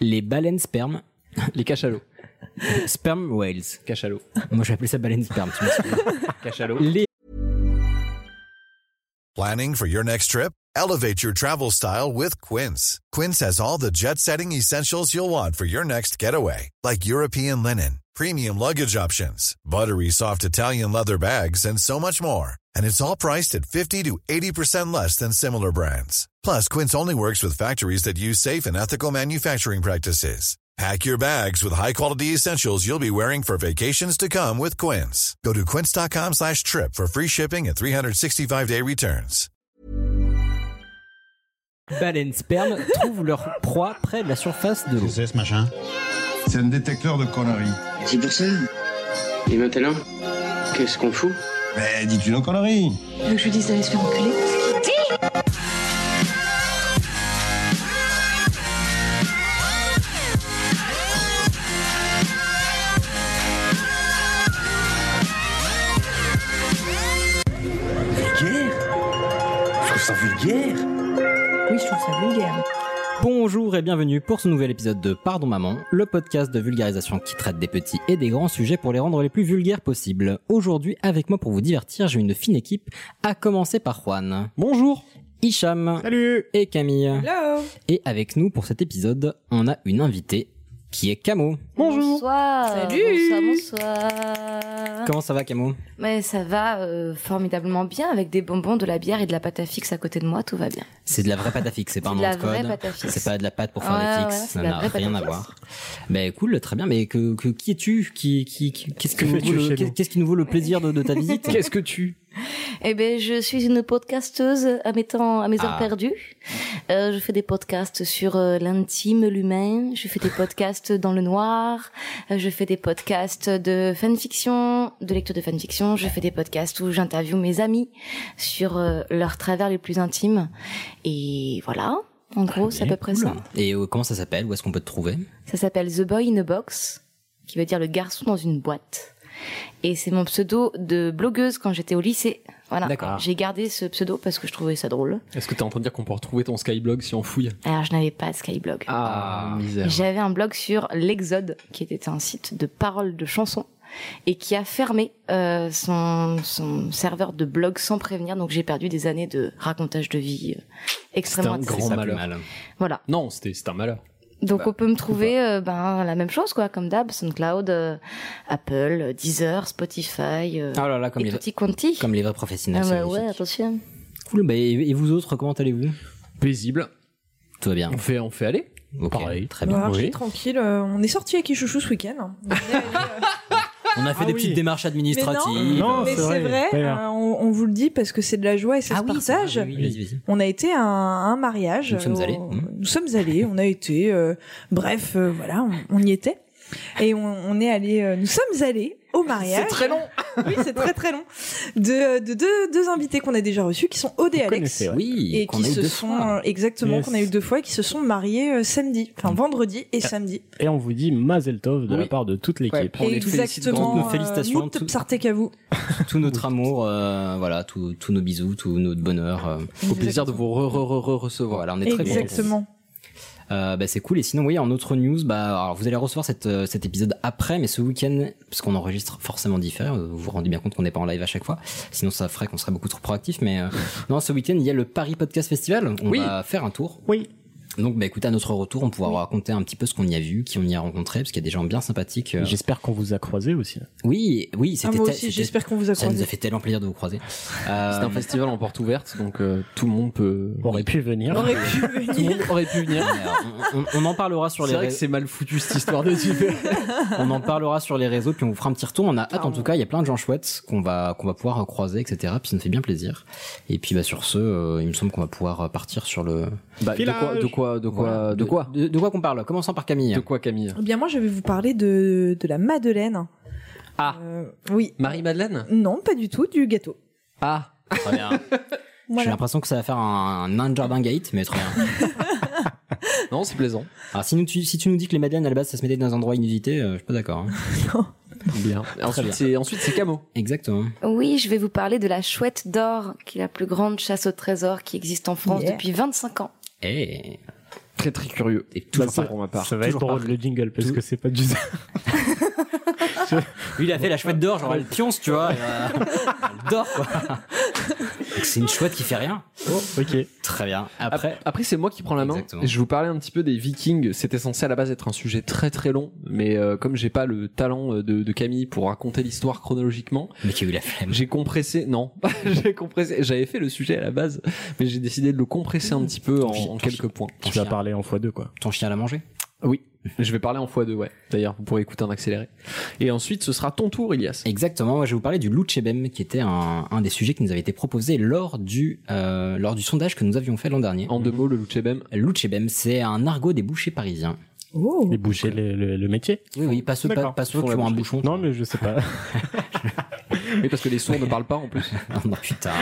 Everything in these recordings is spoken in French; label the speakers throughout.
Speaker 1: Les baleines spermes, les cachalots. Sperm whales, cachalots. Moi, je vais appeler ça baleine sperme. Tu vois. cachalots. Les
Speaker 2: Planning for your next trip? Elevate your travel style with Quince. Quince has all the jet setting essentials you'll want for your next getaway, like European linen, premium luggage options, buttery soft Italian leather bags, and so much more. And it's all priced at 50 to 80% less than similar brands. Plus, Quince only works with factories that use safe and ethical manufacturing practices. Pack your bags with high-quality essentials you'll be wearing for vacations to come with Quince. Go to quince.com slash trip for free shipping and 365-day returns.
Speaker 1: baleines spermes trouvent leur proie près de la surface de l'eau.
Speaker 3: c'est ce machin
Speaker 4: C'est un détecteur de conneries.
Speaker 5: C'est pour ça. Et maintenant, qu'est-ce qu'on fout
Speaker 4: Mais dis-tu nos conneries
Speaker 6: Tu veux que je lui dise d'aller se faire enculer Oui, je trouve ça vulgaire.
Speaker 1: Bonjour et bienvenue pour ce nouvel épisode de Pardon Maman, le podcast de vulgarisation qui traite des petits et des grands sujets pour les rendre les plus vulgaires possibles. Aujourd'hui, avec moi pour vous divertir, j'ai une fine équipe, à commencer par Juan. Bonjour Hicham
Speaker 3: Salut
Speaker 1: et Camille.
Speaker 6: Hello
Speaker 1: Et avec nous pour cet épisode, on a une invitée qui est Camo.
Speaker 7: Bonsoir.
Speaker 6: Salut.
Speaker 7: Bonsoir, bonsoir.
Speaker 1: Comment ça va Camo
Speaker 7: Mais ça va euh, formidablement bien avec des bonbons, de la bière et de la pâte à fixe à côté de moi, tout va bien.
Speaker 1: C'est de la vraie pâte à fixe, c'est pas un
Speaker 7: C'est
Speaker 1: nom
Speaker 7: de la
Speaker 1: de
Speaker 7: vraie
Speaker 1: code.
Speaker 7: pâte à fixe.
Speaker 1: C'est pas de la pâte pour faire
Speaker 7: Ouais,
Speaker 1: des
Speaker 7: ouais,
Speaker 1: fixes,
Speaker 7: c'est
Speaker 1: ça
Speaker 7: de la
Speaker 1: n'a
Speaker 7: vraie pâte
Speaker 1: rien
Speaker 7: à
Speaker 1: à
Speaker 7: fixe.
Speaker 1: voir. Ben cool, très bien, mais que, que- qui es-tu qui, qui, qui- Qu'est-ce qui,
Speaker 8: Que
Speaker 1: nous
Speaker 8: fais-tu
Speaker 1: vaut le-
Speaker 8: chez nous
Speaker 1: qu'est- qu'est-ce qui nous vaut le plaisir de, de ta visite
Speaker 8: Qu'est-ce que tu
Speaker 7: Eh ben, je suis une podcasteuse à mes temps, à mes heures
Speaker 1: Ah.
Speaker 7: perdues. Euh, je fais des podcasts sur euh, l'intime, l'humain. Je fais des podcasts dans le noir. Euh, je fais des podcasts de fanfiction, de lecture de fanfiction. Je fais des podcasts où j'interviewe mes amis sur euh, leurs travers les plus intimes. Et voilà. En gros, c'est à peu près
Speaker 1: Cool.
Speaker 7: ça.
Speaker 1: Et euh, comment ça s'appelle Où est-ce qu'on peut te trouver
Speaker 7: Ça s'appelle The Boy in a Box, qui veut dire le garçon dans une boîte. Et c'est mon pseudo de blogueuse quand j'étais au lycée. Voilà.
Speaker 1: D'accord.
Speaker 7: J'ai gardé ce pseudo parce que je trouvais ça drôle.
Speaker 8: Est-ce que t'es en train de dire qu'on peut retrouver ton Skyblog si on fouille
Speaker 7: Alors, je n'avais pas de Skyblog.
Speaker 8: Ah, misère.
Speaker 7: J'avais un blog sur l'Exode, qui était un site de paroles de chansons, et qui a fermé euh, son, son serveur de blog sans prévenir. Donc, j'ai perdu des années de racontage de vie euh, extrêmement
Speaker 8: un
Speaker 1: C'est
Speaker 8: Grand
Speaker 1: ça,
Speaker 7: intéressant.
Speaker 1: plus
Speaker 8: malheur.
Speaker 1: mal.
Speaker 7: Voilà.
Speaker 8: Non, c'était c'est un malheur.
Speaker 7: Donc on peut me trouver euh, ben, la même chose quoi, comme d'hab, SoundCloud, euh, Apple, euh, Deezer, Spotify, euh,
Speaker 1: Oh là là, comme
Speaker 7: et
Speaker 1: les,
Speaker 7: tutti quanti.
Speaker 1: comme les vrais professionnels.
Speaker 7: ah
Speaker 1: c'est
Speaker 7: bah ouais,
Speaker 1: magnifique.
Speaker 7: attention.
Speaker 1: cool, bah, et, et vous autres, comment allez-vous
Speaker 8: Paisible.
Speaker 1: Tout va bien.
Speaker 8: On fait, on fait aller.
Speaker 1: Ok,
Speaker 8: Pareil.
Speaker 1: Très
Speaker 9: Bah,
Speaker 1: bien.
Speaker 9: alors, je suis
Speaker 8: Oui.
Speaker 9: tranquille. euh, on est sorti avec Ichouchou ce week-end. hein. On est allé, euh,
Speaker 1: On a fait
Speaker 8: Ah
Speaker 1: des
Speaker 8: oui.
Speaker 1: petites démarches administratives.
Speaker 8: Non,
Speaker 9: Mais
Speaker 8: c'est
Speaker 9: c'est vrai,
Speaker 8: D'ailleurs.
Speaker 9: euh, on, on vous le dit parce que c'est de la joie et ça
Speaker 1: Ah
Speaker 9: se
Speaker 1: oui,
Speaker 9: partage.
Speaker 1: c'est vrai, oui, oui, vas-y, vas-y.
Speaker 9: On a été à un, un mariage.
Speaker 1: Nous sommes allés. Mmh.
Speaker 9: Nous sommes allés, on a été. euh, bref, euh, voilà, on, on y était. Et on, on est allé. euh, nous sommes allés au mariage. C'est très long. oui, c'est très très long. De, de, deux- deux invités qu'on a déjà reçus qui sont Odé et Alex.
Speaker 3: connaissez, ouais.
Speaker 1: Oui,
Speaker 9: Et
Speaker 1: qu'on
Speaker 9: qui
Speaker 1: a eu
Speaker 9: se
Speaker 1: deux
Speaker 9: sont
Speaker 1: fois. Mm.
Speaker 9: euh, exactement
Speaker 3: Yes.
Speaker 9: qu'on a eu deux fois et qui se sont mariés euh, samedi, enfin vendredi et samedi.
Speaker 3: Et on vous dit Mazel Tov de
Speaker 8: Oui.
Speaker 3: la part de toute
Speaker 8: Ouais.
Speaker 3: l'équipe.
Speaker 8: On les félicite
Speaker 9: Exactement. euh,
Speaker 1: grandement. Félicitations,
Speaker 9: Mout
Speaker 1: tout-
Speaker 9: Psartek à vous.
Speaker 1: tout notre amour, euh, voilà, tout- tous nos bisous, tout notre bonheur. euh.
Speaker 8: Au plaisir de vous re, re, re, re- recevoir.
Speaker 1: Voilà, on est très contents.
Speaker 9: Exactement.
Speaker 1: Euh, bah, c'est cool. Et sinon, oui, en autre news, bah, alors, vous allez recevoir cette, euh, cet épisode après, mais ce week-end, parce qu'on enregistre forcément différent, euh, vous vous rendez bien compte qu'on n'est pas en live à chaque fois. Sinon, ça ferait qu'on serait beaucoup trop proactif. Mais euh, non, ce week-end, il y a le Paris Podcast Festival. On
Speaker 8: Oui.
Speaker 1: va faire un tour.
Speaker 3: Oui.
Speaker 1: Donc, bah, écoutez, à notre retour, on pourra raconter un petit peu ce qu'on y a vu, qui on y a rencontré, parce qu'il y a des gens bien sympathiques. euh.
Speaker 3: J'espère qu'on vous a croisé aussi.
Speaker 1: Oui, oui,
Speaker 9: Ah,
Speaker 1: c'était.
Speaker 9: moi
Speaker 1: tel-
Speaker 9: aussi,
Speaker 1: c'était-
Speaker 9: j'espère qu'on vous a
Speaker 1: Ça nous a
Speaker 9: croisé.
Speaker 1: fait tellement plaisir de vous croiser. Euh,
Speaker 8: C'est un festival en porte ouverte, donc euh, tout le monde peut.
Speaker 3: On aurait pu venir.
Speaker 9: Aurait pu
Speaker 8: Tout le
Speaker 9: venir.
Speaker 8: monde aurait pu venir.
Speaker 1: on, on- on en parlera sur
Speaker 8: C'est
Speaker 1: les
Speaker 8: vrai que
Speaker 1: réseaux.
Speaker 8: c'est mal foutu cette histoire de super.
Speaker 1: On en parlera sur les réseaux, puis on vous fera un petit retour. On a hâte, en tout cas, il y a plein de gens chouettes qu'on va, qu'on va pouvoir croiser, etc. Puis ça nous fait bien plaisir. Et puis, bah, sur ce, euh, il me semble qu'on va pouvoir partir sur le.
Speaker 8: Bah, de quoi, de quoi, de quoi,
Speaker 1: Voilà.
Speaker 8: de quoi,
Speaker 1: De, de quoi qu'on parle Commençons par Camille.
Speaker 8: de quoi, Camille
Speaker 9: Eh bien, moi, je vais vous parler de, de la Madeleine.
Speaker 8: Ah.
Speaker 9: Euh, oui.
Speaker 8: Marie Madeleine.
Speaker 9: Non, pas du tout, du gâteau.
Speaker 8: Ah.
Speaker 1: Très bien. J'ai
Speaker 9: Voilà.
Speaker 1: l'impression que ça va faire un, un nain de jardin gate, mais très bien.
Speaker 8: Non, c'est plaisant.
Speaker 1: Alors, si, nous- tu, si tu nous dis que les madeleines à la base ça se mettait dans un endroit inusité, euh, je suis pas d'accord. hein.
Speaker 8: Bien.
Speaker 1: bien.
Speaker 8: Ensuite, c'est ensuite c'est Camo.
Speaker 1: Exactement.
Speaker 7: Oui, je vais vous parler de la Chouette d'Or, qui est la plus grande chasse au trésor qui existe en France
Speaker 9: Yeah.
Speaker 1: Eh.
Speaker 7: depuis 25 ans.
Speaker 1: Et
Speaker 8: Très très curieux.
Speaker 1: Et toujours
Speaker 3: Bah,
Speaker 1: pas pour ma part.
Speaker 3: Ça va être
Speaker 1: Toujours
Speaker 3: pour
Speaker 1: pas.
Speaker 3: le jingle parce que c'est pas du
Speaker 1: Lui, il a fait la chouette dehors, genre elle pionce, tu vois. et, euh, elle dort, quoi. C'est une chouette qui fait rien.
Speaker 3: Ok.
Speaker 1: Très bien.
Speaker 8: Après,
Speaker 1: Après,
Speaker 8: après c'est moi qui prends la main.
Speaker 1: Exactement.
Speaker 8: Je vous parlais un petit peu des Vikings. C'était censé à la base être un sujet très très long, mais euh, comme j'ai pas le talent euh, de, de Camille pour raconter l'histoire chronologiquement,
Speaker 1: mais qui a eu la flemme.
Speaker 8: j'ai compressé. Non, j'ai compressé. J'avais fait le sujet à la base, mais j'ai décidé de le compresser un petit peu en,
Speaker 1: Ton chien, ton
Speaker 8: en quelques
Speaker 1: chien.
Speaker 8: points.
Speaker 1: Ton
Speaker 3: Tu vas
Speaker 1: chien,
Speaker 3: parler en x2 quoi.
Speaker 1: ton chien l'a mangé
Speaker 8: Oui, je vais parler en x2, ouais. D'ailleurs, vous pourrez écouter en accéléré. Et ensuite, ce sera ton tour, Elias.
Speaker 1: Exactement, moi je vais vous parler du Louchebem, qui était un, un des sujets qui nous avait été proposé lors du, euh, lors du sondage que nous avions fait l'an dernier.
Speaker 8: En deux mots, le Luchebem.
Speaker 1: Louchebem, c'est un argot des bouchers parisiens.
Speaker 9: Oh.
Speaker 3: Les boucher le, le- le métier.
Speaker 1: Oui, oui, pas ceux, pas,
Speaker 3: D'accord.
Speaker 1: pas ceux
Speaker 8: Pour
Speaker 1: qui
Speaker 8: la
Speaker 1: ont un
Speaker 8: boucherie.
Speaker 1: bouchon.
Speaker 3: Non mais je sais pas.
Speaker 8: Oui, parce que les sourds ne parlent pas en plus.
Speaker 1: Oh, non, putain.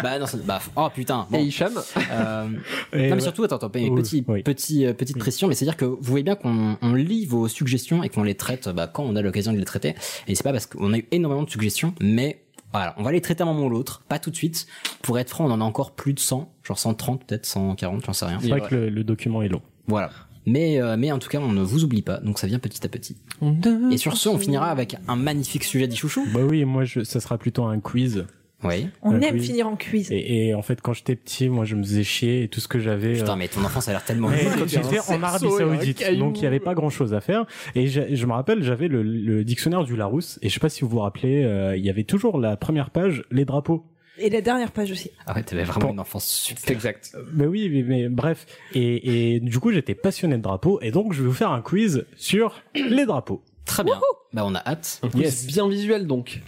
Speaker 1: bah non, ça- bah, oh putain. Bon,
Speaker 8: Et Hicham,
Speaker 1: euh,
Speaker 3: Et
Speaker 1: non, mais
Speaker 3: ouais.
Speaker 1: surtout, attends, attends, mais
Speaker 3: Oui,
Speaker 1: petit,
Speaker 3: oui.
Speaker 1: petit, euh, petite pression, mais c'est-à-dire que vous voyez bien qu'on on lit vos suggestions et qu'on les traite bah, quand on a l'occasion de les traiter. Et c'est pas parce qu'on a eu énormément de suggestions, mais voilà, on va les traiter à un moment ou l'autre, pas tout de suite. Pour être franc, on en a encore plus de 100, genre 130 peut-être, 140, j'en sais rien.
Speaker 3: C'est vrai que le, le document est long.
Speaker 1: Voilà. Mais, euh, mais en tout cas, on ne vous oublie pas, donc ça vient petit à petit.
Speaker 8: Mmh.
Speaker 1: Et sur ce, on finira avec un magnifique sujet d'ichouchou.
Speaker 3: Bah oui, moi je, ça sera plutôt un quiz.
Speaker 1: Oui.
Speaker 9: On
Speaker 3: Euh,
Speaker 9: aime
Speaker 3: oui.
Speaker 9: finir en cuisine.
Speaker 3: Et, et en fait, quand j'étais petit, moi je me faisais chier et tout ce que j'avais. euh,
Speaker 1: Putain, mais ton enfance a l'air tellement...
Speaker 3: Mais
Speaker 1: nulle.
Speaker 3: quand j'étais en Arabie Saoudite, donc il n'y avait pas grand chose à faire. Et je, je me rappelle, j'avais le, le dictionnaire du Larousse, et je sais pas si vous vous rappelez, euh, il y avait toujours la première page, les drapeaux.
Speaker 9: Et la dernière page aussi.
Speaker 1: Ah ouais, t'avais vraiment
Speaker 3: Bon.
Speaker 1: une enfance super.
Speaker 8: exact.
Speaker 3: Euh, Mais oui, mais, mais bref. Et, et du coup, j'étais passionné de drapeaux, et donc je vais vous faire un quiz sur les drapeaux.
Speaker 1: Très bien. Bah on a hâte.
Speaker 8: Un
Speaker 3: Yes.
Speaker 8: quiz bien visuel donc.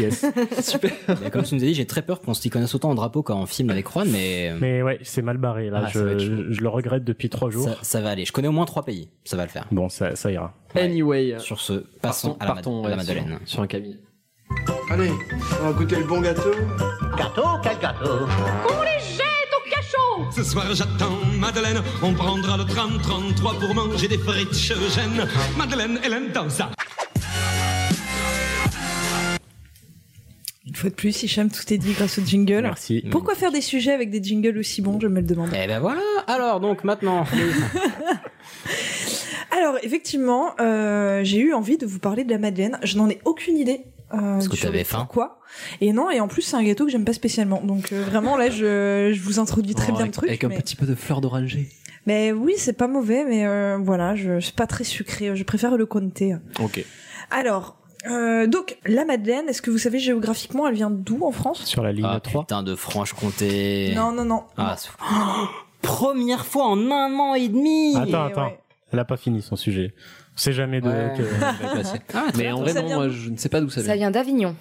Speaker 3: Yes.
Speaker 8: Super.
Speaker 1: Mais comme tu nous as dit, j'ai très peur qu'on s'y connaisse autant en drapeau qu'en film avec Juan, mais,
Speaker 3: mais ouais, c'est mal barré, là.
Speaker 1: Ah, ça va
Speaker 3: je,
Speaker 1: être chaud.
Speaker 3: je- je le regrette depuis trois jours.
Speaker 1: ça, ça va aller. Je connais au moins trois pays, ça va le faire.
Speaker 3: Bon, ça, ça ira.
Speaker 8: Anyway, euh,
Speaker 1: Sur ce, passons à la, ma- à la
Speaker 8: ouais,
Speaker 1: Madeleine.
Speaker 8: Sur, sur un Camille.
Speaker 4: Allez, on va goûter le bon gâteau.
Speaker 10: Ce soir j'attends Madeleine, on prendra le tram 33 pour manger des frites chez Eugène. Madeleine, Hélène, dans ça.
Speaker 9: Une fois de plus, Hicham, tout est dit grâce au jingle.
Speaker 3: Merci.
Speaker 9: Pourquoi faire des sujets avec des jingles aussi bons, je me le demande.
Speaker 1: Eh ben voilà. Alors donc maintenant,
Speaker 9: Alors, effectivement, euh, j'ai eu envie de vous parler de la Madeleine. Je n'en ai aucune idée. Euh,
Speaker 1: que
Speaker 9: sur
Speaker 1: t'avais faim
Speaker 9: Pourquoi Et non, et en plus, c'est un gâteau que j'aime pas spécialement. Donc, euh, vraiment, là, je, je vous introduis très
Speaker 8: Oh,
Speaker 9: bien le
Speaker 8: avec,
Speaker 9: truc.
Speaker 8: Avec un
Speaker 9: mais...
Speaker 8: petit peu de fleur d'oranger.
Speaker 9: mais oui, c'est pas mauvais, mais euh, voilà, je, c'est pas très sucré. Je préfère le comté.
Speaker 8: Ok.
Speaker 9: Alors, euh, donc, la Madeleine, est-ce que vous savez géographiquement, elle vient d'où en France
Speaker 3: Sur la ligne
Speaker 1: ah,
Speaker 3: 3.
Speaker 1: putain de Franche-Comté.
Speaker 9: Non, non, non.
Speaker 1: Ah, c'est- première fois en un an et demi.
Speaker 3: Attends,
Speaker 9: Et
Speaker 3: attends.
Speaker 9: ouais.
Speaker 3: Elle a pas fini son sujet. On sait jamais de.
Speaker 1: Ouais.
Speaker 3: que-
Speaker 1: Ah,
Speaker 8: Mais en vrai,
Speaker 9: Ça
Speaker 8: non,
Speaker 9: vient
Speaker 8: moi,
Speaker 9: d'où
Speaker 8: je ne sais pas d'où ça vient.
Speaker 7: Ça vient d'avignon.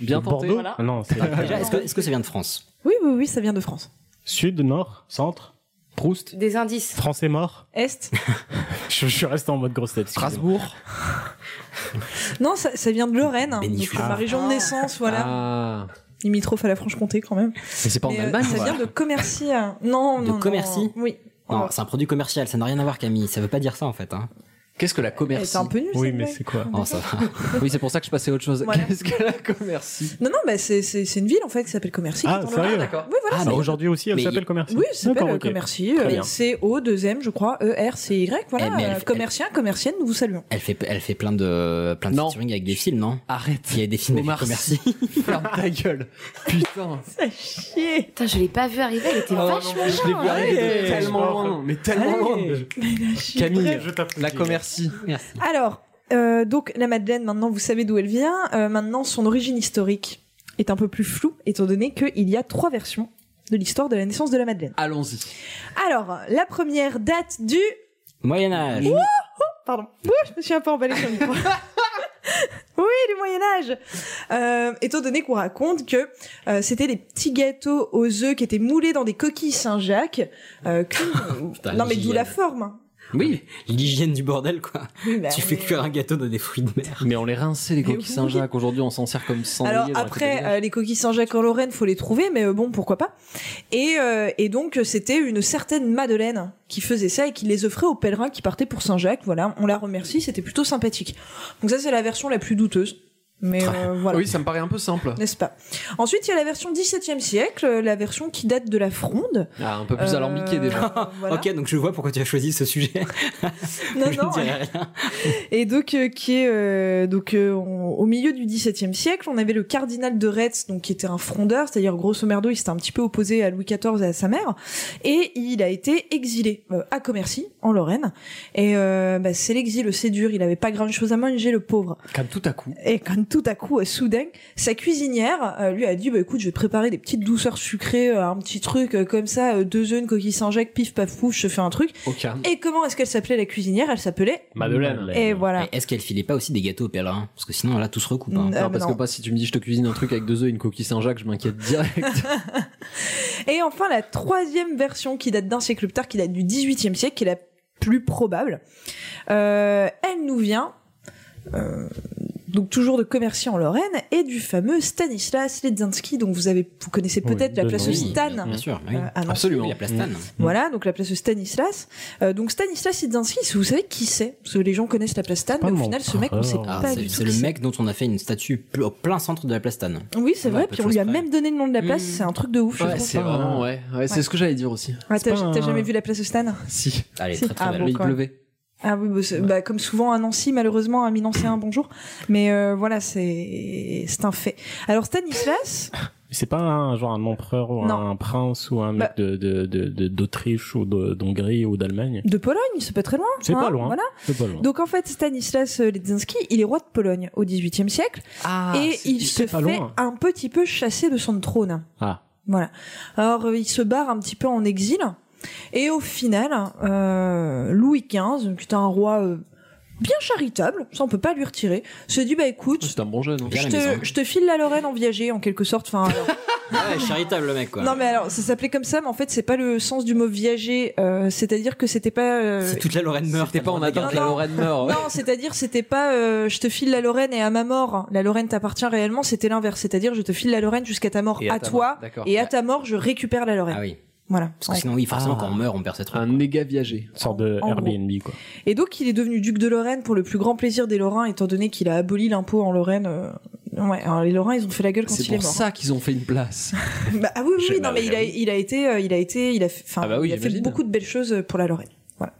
Speaker 8: Bien
Speaker 3: de
Speaker 8: tenté.
Speaker 3: Bordeaux
Speaker 8: voilà.
Speaker 3: Non, c'est
Speaker 1: Déjà, est-ce que, est-ce que ça vient de France
Speaker 9: Oui, oui, oui, ça vient de France.
Speaker 3: sud, nord, centre.
Speaker 8: Proust.
Speaker 7: Des indices.
Speaker 3: Français mort.
Speaker 9: Est
Speaker 3: Je, je suis resté en mode grosse tête. excusez-moi.
Speaker 8: Strasbourg.
Speaker 9: Non, ça, ça vient de Lorraine. hein. Donc,
Speaker 1: Bénichou.
Speaker 9: ma région de naissance, voilà.
Speaker 8: Ah.
Speaker 9: Limitrophe à la Franche-Comté, quand même.
Speaker 8: Mais c'est pas en
Speaker 9: Mais, euh,
Speaker 8: Allemagne.
Speaker 9: Ça
Speaker 8: quoi.
Speaker 9: vient de Commercy. hein. Non,
Speaker 1: De
Speaker 9: non, non.
Speaker 1: Commercy
Speaker 9: Oui. Oh.
Speaker 1: Non, c'est un produit commercial. Ça n'a rien à voir, Camille. Ça veut pas dire ça en fait. Hein.
Speaker 8: Qu'est-ce que la
Speaker 9: Elle
Speaker 8: commerce
Speaker 9: était un peu nulle,
Speaker 3: Oui,
Speaker 9: cette
Speaker 3: mais
Speaker 9: blague.
Speaker 3: c'est quoi
Speaker 1: Oh, ça va.
Speaker 8: Oui, c'est pour ça que je passais à autre chose.
Speaker 9: Voilà.
Speaker 8: Qu'est-ce que la commerce
Speaker 9: Non, non, mais c'est c'est- c'est une ville, en fait, qui s'appelle Commercy. qui
Speaker 3: Ah,
Speaker 9: est dans
Speaker 3: sérieux
Speaker 9: Lorraine.
Speaker 8: D'accord.
Speaker 9: Oui, voilà.
Speaker 1: Ah,
Speaker 3: Ah,
Speaker 9: c'est-
Speaker 3: bah aujourd'hui aussi, elle
Speaker 1: Mais-
Speaker 3: s'appelle commercial.
Speaker 9: oui, ça
Speaker 3: D'accord,
Speaker 9: s'appelle
Speaker 3: ok.
Speaker 9: Commercy.
Speaker 3: Très bien.
Speaker 9: C-O-2-M, je crois. E E-R-C-Y.
Speaker 1: Eh,
Speaker 9: Voilà.
Speaker 1: mais elle-
Speaker 9: euh, Commercien, commercienne, nous vous saluons.
Speaker 1: Elle fait, elle fait plein de, plein de
Speaker 8: Non.
Speaker 1: featuring avec des films, non
Speaker 8: Arrête.
Speaker 1: Il y a des films avec
Speaker 8: Omar
Speaker 1: Commercy.
Speaker 8: Ferme ta gueule. Putain.
Speaker 9: Ça chier.
Speaker 7: Putain, je l'ai pas vu arriver, elle était
Speaker 8: Ah, non,
Speaker 7: vachement
Speaker 8: mais je l'ai vu
Speaker 7: bien. hein.
Speaker 8: arriver
Speaker 3: Allez.
Speaker 8: tellement loin. Oh, Mais tellement
Speaker 3: Allez.
Speaker 8: loin. Camille,
Speaker 3: je t'applaudis.
Speaker 8: la commercie.
Speaker 9: Alors, euh, donc, la Madeleine, maintenant, vous savez d'où elle vient. Euh, maintenant, son origine historique est un peu plus floue, étant donné qu'il y a trois versions de l'histoire de la naissance de la Madeleine.
Speaker 8: Allons-y.
Speaker 9: Alors, la première date du...
Speaker 1: Moyen Âge.
Speaker 9: Pardon. Ouh, je me suis un peu emballée sur le micro. oui, du Moyen Âge. Euh, étant donné qu'on raconte que euh, c'était des petits gâteaux aux œufs qui étaient moulés dans des coquilles Saint-Jacques. euh, que-
Speaker 1: Putain,
Speaker 9: non, mais d'où la
Speaker 1: l'hygiène.
Speaker 9: forme.
Speaker 8: Oui.
Speaker 1: L'hygiène du bordel, quoi.
Speaker 9: Oui, bah,
Speaker 1: tu fais
Speaker 9: mais-
Speaker 1: cuire un gâteau dans des fruits de mer.
Speaker 8: Mais on les rinçait les
Speaker 9: Mais
Speaker 8: coquilles
Speaker 9: oui.
Speaker 8: Saint-Jacques. Aujourd'hui, on s'en sert comme cendrier.
Speaker 9: Alors
Speaker 8: dans la
Speaker 9: après,
Speaker 8: cathédrale.
Speaker 9: euh, les coquilles Saint-Jacques en Lorraine, faut les trouver, mais euh, bon, pourquoi pas. Et, euh, et donc, euh, c'était une certaine Madeleine qui faisait ça et qui les offrait aux pèlerins qui partaient pour Saint-Jacques. Voilà, on la remercie, c'était plutôt sympathique. Donc ça, c'est la version la plus douteuse. Mais
Speaker 1: Ah.
Speaker 9: euh, voilà.
Speaker 8: Oui, ça me paraît un peu simple.
Speaker 9: N'est-ce pas Ensuite, il y a la version 17e siècle, euh, la version qui date de la Fronde.
Speaker 8: Ah, un peu
Speaker 9: Euh,
Speaker 8: plus alambiquée déjà.
Speaker 1: voilà. Ok, donc je vois pourquoi tu as choisi ce sujet.
Speaker 9: non,
Speaker 1: je
Speaker 9: non.
Speaker 1: ne dirais rien.
Speaker 9: Et donc, euh, qui est euh, donc euh, on- au milieu du XVIIe siècle, on avait le cardinal de Retz, donc qui était un frondeur, c'est-à-dire grosso merdo, il s'était un petit peu opposé à Louis XIV et à sa mère, et il a été exilé euh, à Commercy, en Lorraine. Et euh, bah, c'est l'exil, c'est dur, il avait pas grand-chose à manger, le pauvre.
Speaker 8: Comme tout à coup.
Speaker 9: Et quand tout à coup, euh, soudain, sa cuisinière euh, lui a dit, bah écoute, je vais te préparer des petites douceurs sucrées, euh, un petit truc euh, comme ça, euh, deux œufs, une coquille Saint-Jacques, pif paf pouf, je te fais un truc.
Speaker 8: Ok.
Speaker 9: Et comment est-ce qu'elle s'appelait la cuisinière Elle s'appelait
Speaker 8: Madeleine.
Speaker 1: Ben,
Speaker 9: Et voilà.
Speaker 1: Mais Est-ce qu'elle filait pas aussi des gâteaux aux pèlerins Parce que sinon, là, tout se recoupe. hein.
Speaker 9: Mm, euh,
Speaker 8: Non, parce
Speaker 9: non.
Speaker 8: que pas si tu me dis je te cuisine un truc avec deux œufs et une coquille Saint-Jacques, je m'inquiète direct.
Speaker 9: Et enfin, la troisième version qui date d'un siècle plus tard, qui date du XVIIIe siècle, qui est la plus probable. Euh, elle nous vient, euh, donc toujours de Commercy en Lorraine, et du fameux Stanislas Ledzinski, donc vous, avez, vous connaissez
Speaker 1: Oui,
Speaker 9: peut-être la
Speaker 1: de
Speaker 9: place
Speaker 1: nom.
Speaker 9: Stan.
Speaker 1: Oui, bien- bien sûr, oui. Mm.
Speaker 9: euh, à Nantes.
Speaker 1: La plastane.
Speaker 8: Mm.
Speaker 9: Voilà, donc la place Stanislas. Euh, donc Stanislas Ledzinski, si vous savez qui c'est, parce que les gens connaissent la place Stan, mais au final, ce mec, on sait
Speaker 1: Ah,
Speaker 9: pas
Speaker 1: c'est-
Speaker 9: du tout
Speaker 1: C'est
Speaker 9: qui
Speaker 1: le mec dont on a fait une statue pl- au plein centre de la plastane.
Speaker 9: Oui, c'est
Speaker 1: Ouais,
Speaker 9: vrai,
Speaker 1: peu
Speaker 9: puis
Speaker 1: de
Speaker 9: on lui a
Speaker 1: choses
Speaker 9: même donné le nom de la place, c'est un truc de ouf. je
Speaker 8: Mm. ouais,
Speaker 9: trouve.
Speaker 8: c'est vraiment, ouais. ouais c'est
Speaker 9: euh, Ouais.
Speaker 8: ce que j'allais dire aussi.
Speaker 9: Ah,
Speaker 8: C'est
Speaker 9: T'as
Speaker 8: pas
Speaker 9: t'as
Speaker 8: un-
Speaker 9: jamais vu la place Stan
Speaker 8: Si.
Speaker 1: Allez,
Speaker 9: Si. très, très Ah, belle. bon,
Speaker 8: il
Speaker 9: quoi.
Speaker 8: pleuvait.
Speaker 9: Ah oui, bah, c'est- bah, comme souvent à Nancy, malheureusement, un Minancéen, bonjour. Mais euh, voilà, c'est c'est un fait. Alors Stanislas,
Speaker 3: C'est pas un, genre un empereur ou
Speaker 9: Non.
Speaker 3: un prince ou un mec
Speaker 9: Bah.
Speaker 3: de de- de- de- d'Autriche ou de- d'Hongrie ou d'Allemagne.
Speaker 9: de Pologne, c'est pas très loin.
Speaker 3: C'est
Speaker 9: hein,
Speaker 3: pas loin.
Speaker 9: Voilà.
Speaker 3: C'est pas loin.
Speaker 9: Donc en fait, Stanislas euh, Ledzinski, il est roi de Pologne au XVIIIe siècle et il se
Speaker 3: Ah, c'est pas
Speaker 9: fait
Speaker 3: loin.
Speaker 9: un petit peu chasser de son trône.
Speaker 3: Ah.
Speaker 9: Voilà. Alors euh, il se barre un petit peu en exil et au final, euh, Louis XV, qui était un roi euh, bien charitable, ça on peut pas lui retirer, se dit bah écoute,
Speaker 8: C'est un bon hein. jeu, non
Speaker 9: je te, je te file la Lorraine en viager en quelque sorte. Enfin, alors-
Speaker 1: Ah ouais, charitable le mec quoi.
Speaker 9: non mais alors ça s'appelait comme ça, mais en fait c'est pas le sens du mot viager. euh, c'est-à-dire que c'était pas. euh,
Speaker 1: Si toute la Lorraine meurt.
Speaker 8: C'était pas en attente
Speaker 9: Non,
Speaker 8: que la
Speaker 9: non.
Speaker 8: Lorraine meurt. ouais.
Speaker 9: Non, c'est-à-dire c'était pas euh, je te file la Lorraine et à ma mort, la Lorraine t'appartient réellement. C'était l'inverse, c'est-à-dire je te file la Lorraine jusqu'à ta mort,
Speaker 8: Et à ta
Speaker 9: toi
Speaker 8: mort, d'accord.
Speaker 9: et à ta mort je récupère la Lorraine.
Speaker 1: Ah oui.
Speaker 9: Voilà.
Speaker 1: Parce que sinon, oui, forcément,
Speaker 8: Ah.
Speaker 1: quand on meurt, on perd ses trucs.
Speaker 8: Un méga viager.
Speaker 3: Une sorte de
Speaker 9: en gros.
Speaker 3: Airbnb quoi.
Speaker 9: Et donc il est devenu duc de Lorraine pour le plus grand plaisir des Lorrains, étant donné qu'il a aboli l'impôt en Lorraine. euh, Ouais, alors les Lorrains ils ont fait la gueule quand
Speaker 8: C'est
Speaker 9: il est
Speaker 8: pour
Speaker 9: mort.
Speaker 8: ça qu'ils ont fait une place.
Speaker 9: Bah, ah oui, oui,
Speaker 8: Je-
Speaker 9: oui,
Speaker 8: bah
Speaker 9: non, mais
Speaker 8: oui,
Speaker 9: il a, il a été, euh, il a été, il a, fait- enfin,
Speaker 8: Ah bah oui,
Speaker 9: il a fait
Speaker 8: j'imagine.
Speaker 9: beaucoup de belles choses euh, pour la Lorraine. Voilà.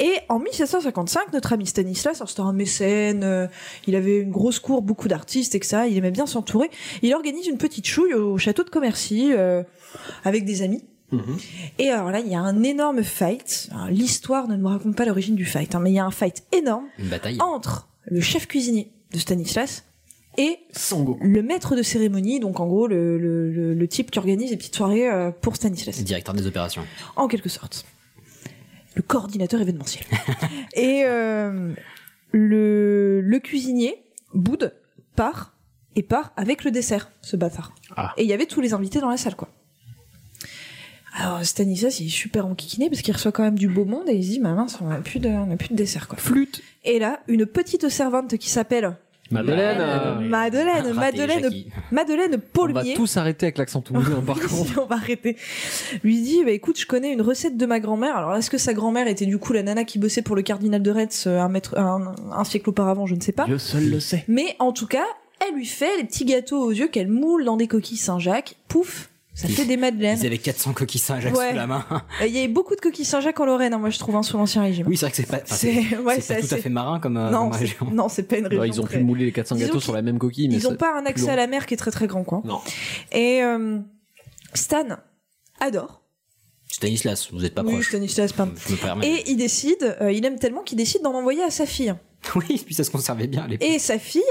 Speaker 9: Et en 1755, notre ami Stanislas, alors c'était un mécène, euh, il avait une grosse cour, beaucoup d'artistes, etc. Il aimait bien s'entourer. Il organise une petite chouille au château de Commercy euh, avec des amis.
Speaker 8: Mm-hmm.
Speaker 9: Et alors là, il y a un énorme fight. Alors, L'histoire ne nous raconte pas l'origine du fight, hein, mais il y a un fight énorme
Speaker 1: Une bataille.
Speaker 9: entre le chef cuisinier de Stanislas et
Speaker 8: Sango.
Speaker 9: le maître de cérémonie, donc en gros le, le, le- le type qui organise les petites soirées euh, pour Stanislas,
Speaker 1: Directeur des opérations.
Speaker 9: en quelque sorte. Le coordinateur événementiel. et euh, le, le cuisinier, Boude, part et part avec le dessert, ce bâtard.
Speaker 3: Ah.
Speaker 9: Et il y avait tous les invités dans la salle, quoi. Alors Stanislas, il est super enquiquiné parce qu'il reçoit quand même du beau monde et il se dit, bah mince, on n'a plus, de- on a plus de dessert, quoi.
Speaker 8: Flûte.
Speaker 9: Et là, une petite servante qui s'appelle
Speaker 1: Madeleine.
Speaker 8: Madeleine. euh,
Speaker 9: Madeleine,
Speaker 1: Raté,
Speaker 9: Madeleine,
Speaker 1: Jackie.
Speaker 9: Madeleine
Speaker 8: On va
Speaker 9: Paulmier.
Speaker 8: tous arrêter avec l'accent toulousain par contre.
Speaker 9: Si on va arrêter. Lui dit, bah écoute, je connais une recette de ma grand-mère. Alors, est-ce que sa grand-mère était du coup la nana qui bossait pour le cardinal de Retz euh, un, maître- un, un siècle auparavant, je ne sais pas.
Speaker 3: Dieu seul le sait.
Speaker 9: Mais en tout cas, elle lui fait les petits gâteaux aux yeux qu'elle moule dans des coquilles Saint-Jacques. Pouf, ça
Speaker 1: Ils-
Speaker 9: fait des madeleines.
Speaker 1: Ils avaient 400 coquilles Saint-Jacques
Speaker 9: Ouais.
Speaker 1: sous la main.
Speaker 9: Euh, Il y avait beaucoup de coquilles Saint-Jacques en Lorraine, hein, moi je trouve, hein, sous l'ancien régime.
Speaker 1: Oui, c'est vrai que c'est pas, enfin,
Speaker 9: C'est-
Speaker 1: c'est
Speaker 9: ouais,
Speaker 1: c'est
Speaker 9: c'est
Speaker 1: pas tout à
Speaker 9: assez-
Speaker 1: fait marin comme, euh,
Speaker 9: non,
Speaker 1: comme
Speaker 9: c'est-
Speaker 1: région.
Speaker 9: non, c'est pas une région.
Speaker 8: Non, ils ont
Speaker 9: très-
Speaker 8: pu mouler les 400
Speaker 9: Disons
Speaker 8: gâteaux
Speaker 9: qu'ils-
Speaker 8: sur la même coquille. mais
Speaker 9: Ils ont
Speaker 8: ça-
Speaker 9: pas un accès
Speaker 8: long.
Speaker 9: à la mer qui est très très grand, quoi.
Speaker 8: Non.
Speaker 9: Et euh, Stan adore.
Speaker 1: Stanislas, vous êtes pas
Speaker 9: oui,
Speaker 1: proche.
Speaker 9: Stanislas, pardon.
Speaker 1: Je me permets.
Speaker 9: Et il décide, euh, il aime tellement qu'il décide d'en envoyer à sa fille.
Speaker 1: Oui, puis ça se conservait bien à l'époque.
Speaker 9: Et sa fille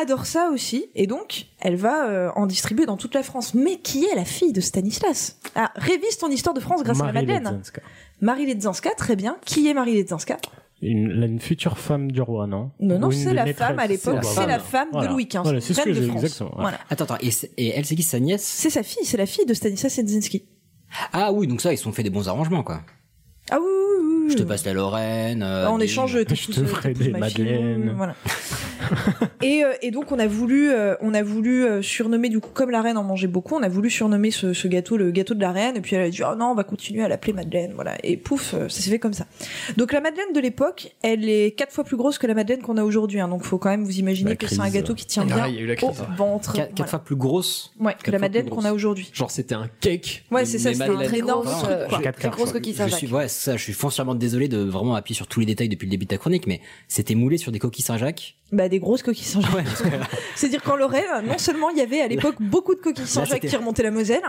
Speaker 9: adore ça aussi, et donc elle va euh, en distribuer dans toute la France. Mais qui est la fille de Stanislas Ah, révise ton histoire de France grâce à la
Speaker 3: Marie
Speaker 9: Madeleine.
Speaker 3: Ledzinska.
Speaker 9: Marie Ledzinska, très bien. Qui est Marie Ledzinska
Speaker 3: Une, la- une future femme du roi, non
Speaker 9: Non, non,
Speaker 3: Ou une
Speaker 9: c'est la
Speaker 3: maîtresse,
Speaker 9: femme à l'époque,
Speaker 8: c'est
Speaker 9: c'est la femme
Speaker 3: Voilà.
Speaker 9: de Louis XV.
Speaker 3: Voilà, c'est ce
Speaker 9: reine
Speaker 3: que
Speaker 9: de
Speaker 3: j'ai
Speaker 9: France.
Speaker 3: exactement. ouais.
Speaker 9: Voilà.
Speaker 1: Attends, attends, et, c'est- et elle, c'est qui c'est sa nièce
Speaker 9: C'est sa fille, c'est la fille de Stanislas Ledzinski.
Speaker 1: Ah oui, donc ça, ils se sont fait des bons arrangements, quoi.
Speaker 9: Ah oui, oui, oui, oui.
Speaker 1: Je te passe la Lorraine. euh,
Speaker 9: En
Speaker 1: des-
Speaker 9: échange, t'es
Speaker 3: Je
Speaker 9: tous-
Speaker 3: te ferai
Speaker 9: t'es tous
Speaker 3: des
Speaker 9: ma fille.
Speaker 3: madeleines.
Speaker 9: euh, Voilà. et, euh, et donc on a voulu, euh, on a voulu euh, surnommer du coup comme la reine en mangeait beaucoup, on a voulu surnommer ce, ce gâteau le gâteau de la reine. Et puis elle a dit oh non, on va continuer à l'appeler Madeleine, voilà. Et pouf, euh, ça s'est fait comme ça. Donc la Madeleine de l'époque, elle est quatre fois plus grosse que la Madeleine qu'on a aujourd'hui. Hein, donc faut quand même vous imaginer
Speaker 8: La
Speaker 9: que c'est un
Speaker 8: crise.
Speaker 9: gâteau qui tient
Speaker 8: Ah,
Speaker 9: bien
Speaker 8: il y a eu la
Speaker 9: au
Speaker 8: crise.
Speaker 9: ventre.
Speaker 8: Quatre- quatre
Speaker 9: voilà.
Speaker 8: fois plus grosse.
Speaker 9: Ouais,
Speaker 8: Quatre
Speaker 9: que
Speaker 8: fois
Speaker 9: la
Speaker 8: plus
Speaker 9: Madeleine qu'on
Speaker 8: grosse.
Speaker 9: a aujourd'hui.
Speaker 8: Genre c'était un cake.
Speaker 9: Ouais, c'est ça,
Speaker 8: mais
Speaker 9: c'était un
Speaker 8: Madeleine.
Speaker 9: très énorme
Speaker 8: Enfin,
Speaker 7: euh,
Speaker 9: truc, quoi.
Speaker 8: quatre
Speaker 9: Plus
Speaker 8: cartes,
Speaker 9: grosse
Speaker 8: quoi.
Speaker 9: que qui
Speaker 1: Je suis, ouais, ça, je suis foncièrement désolé de vraiment appuyer sur tous les détails depuis le début de ta chronique, mais c'était moulé sur des coquilles Saint-Jacques.
Speaker 9: Bah des grosses coquilles Saint-Jacques. C'est-à-dire qu'en Lorraine, non seulement il y avait à l'époque beaucoup de coquilles Saint-Jacques
Speaker 1: c'était-
Speaker 9: qui remontaient la Moselle,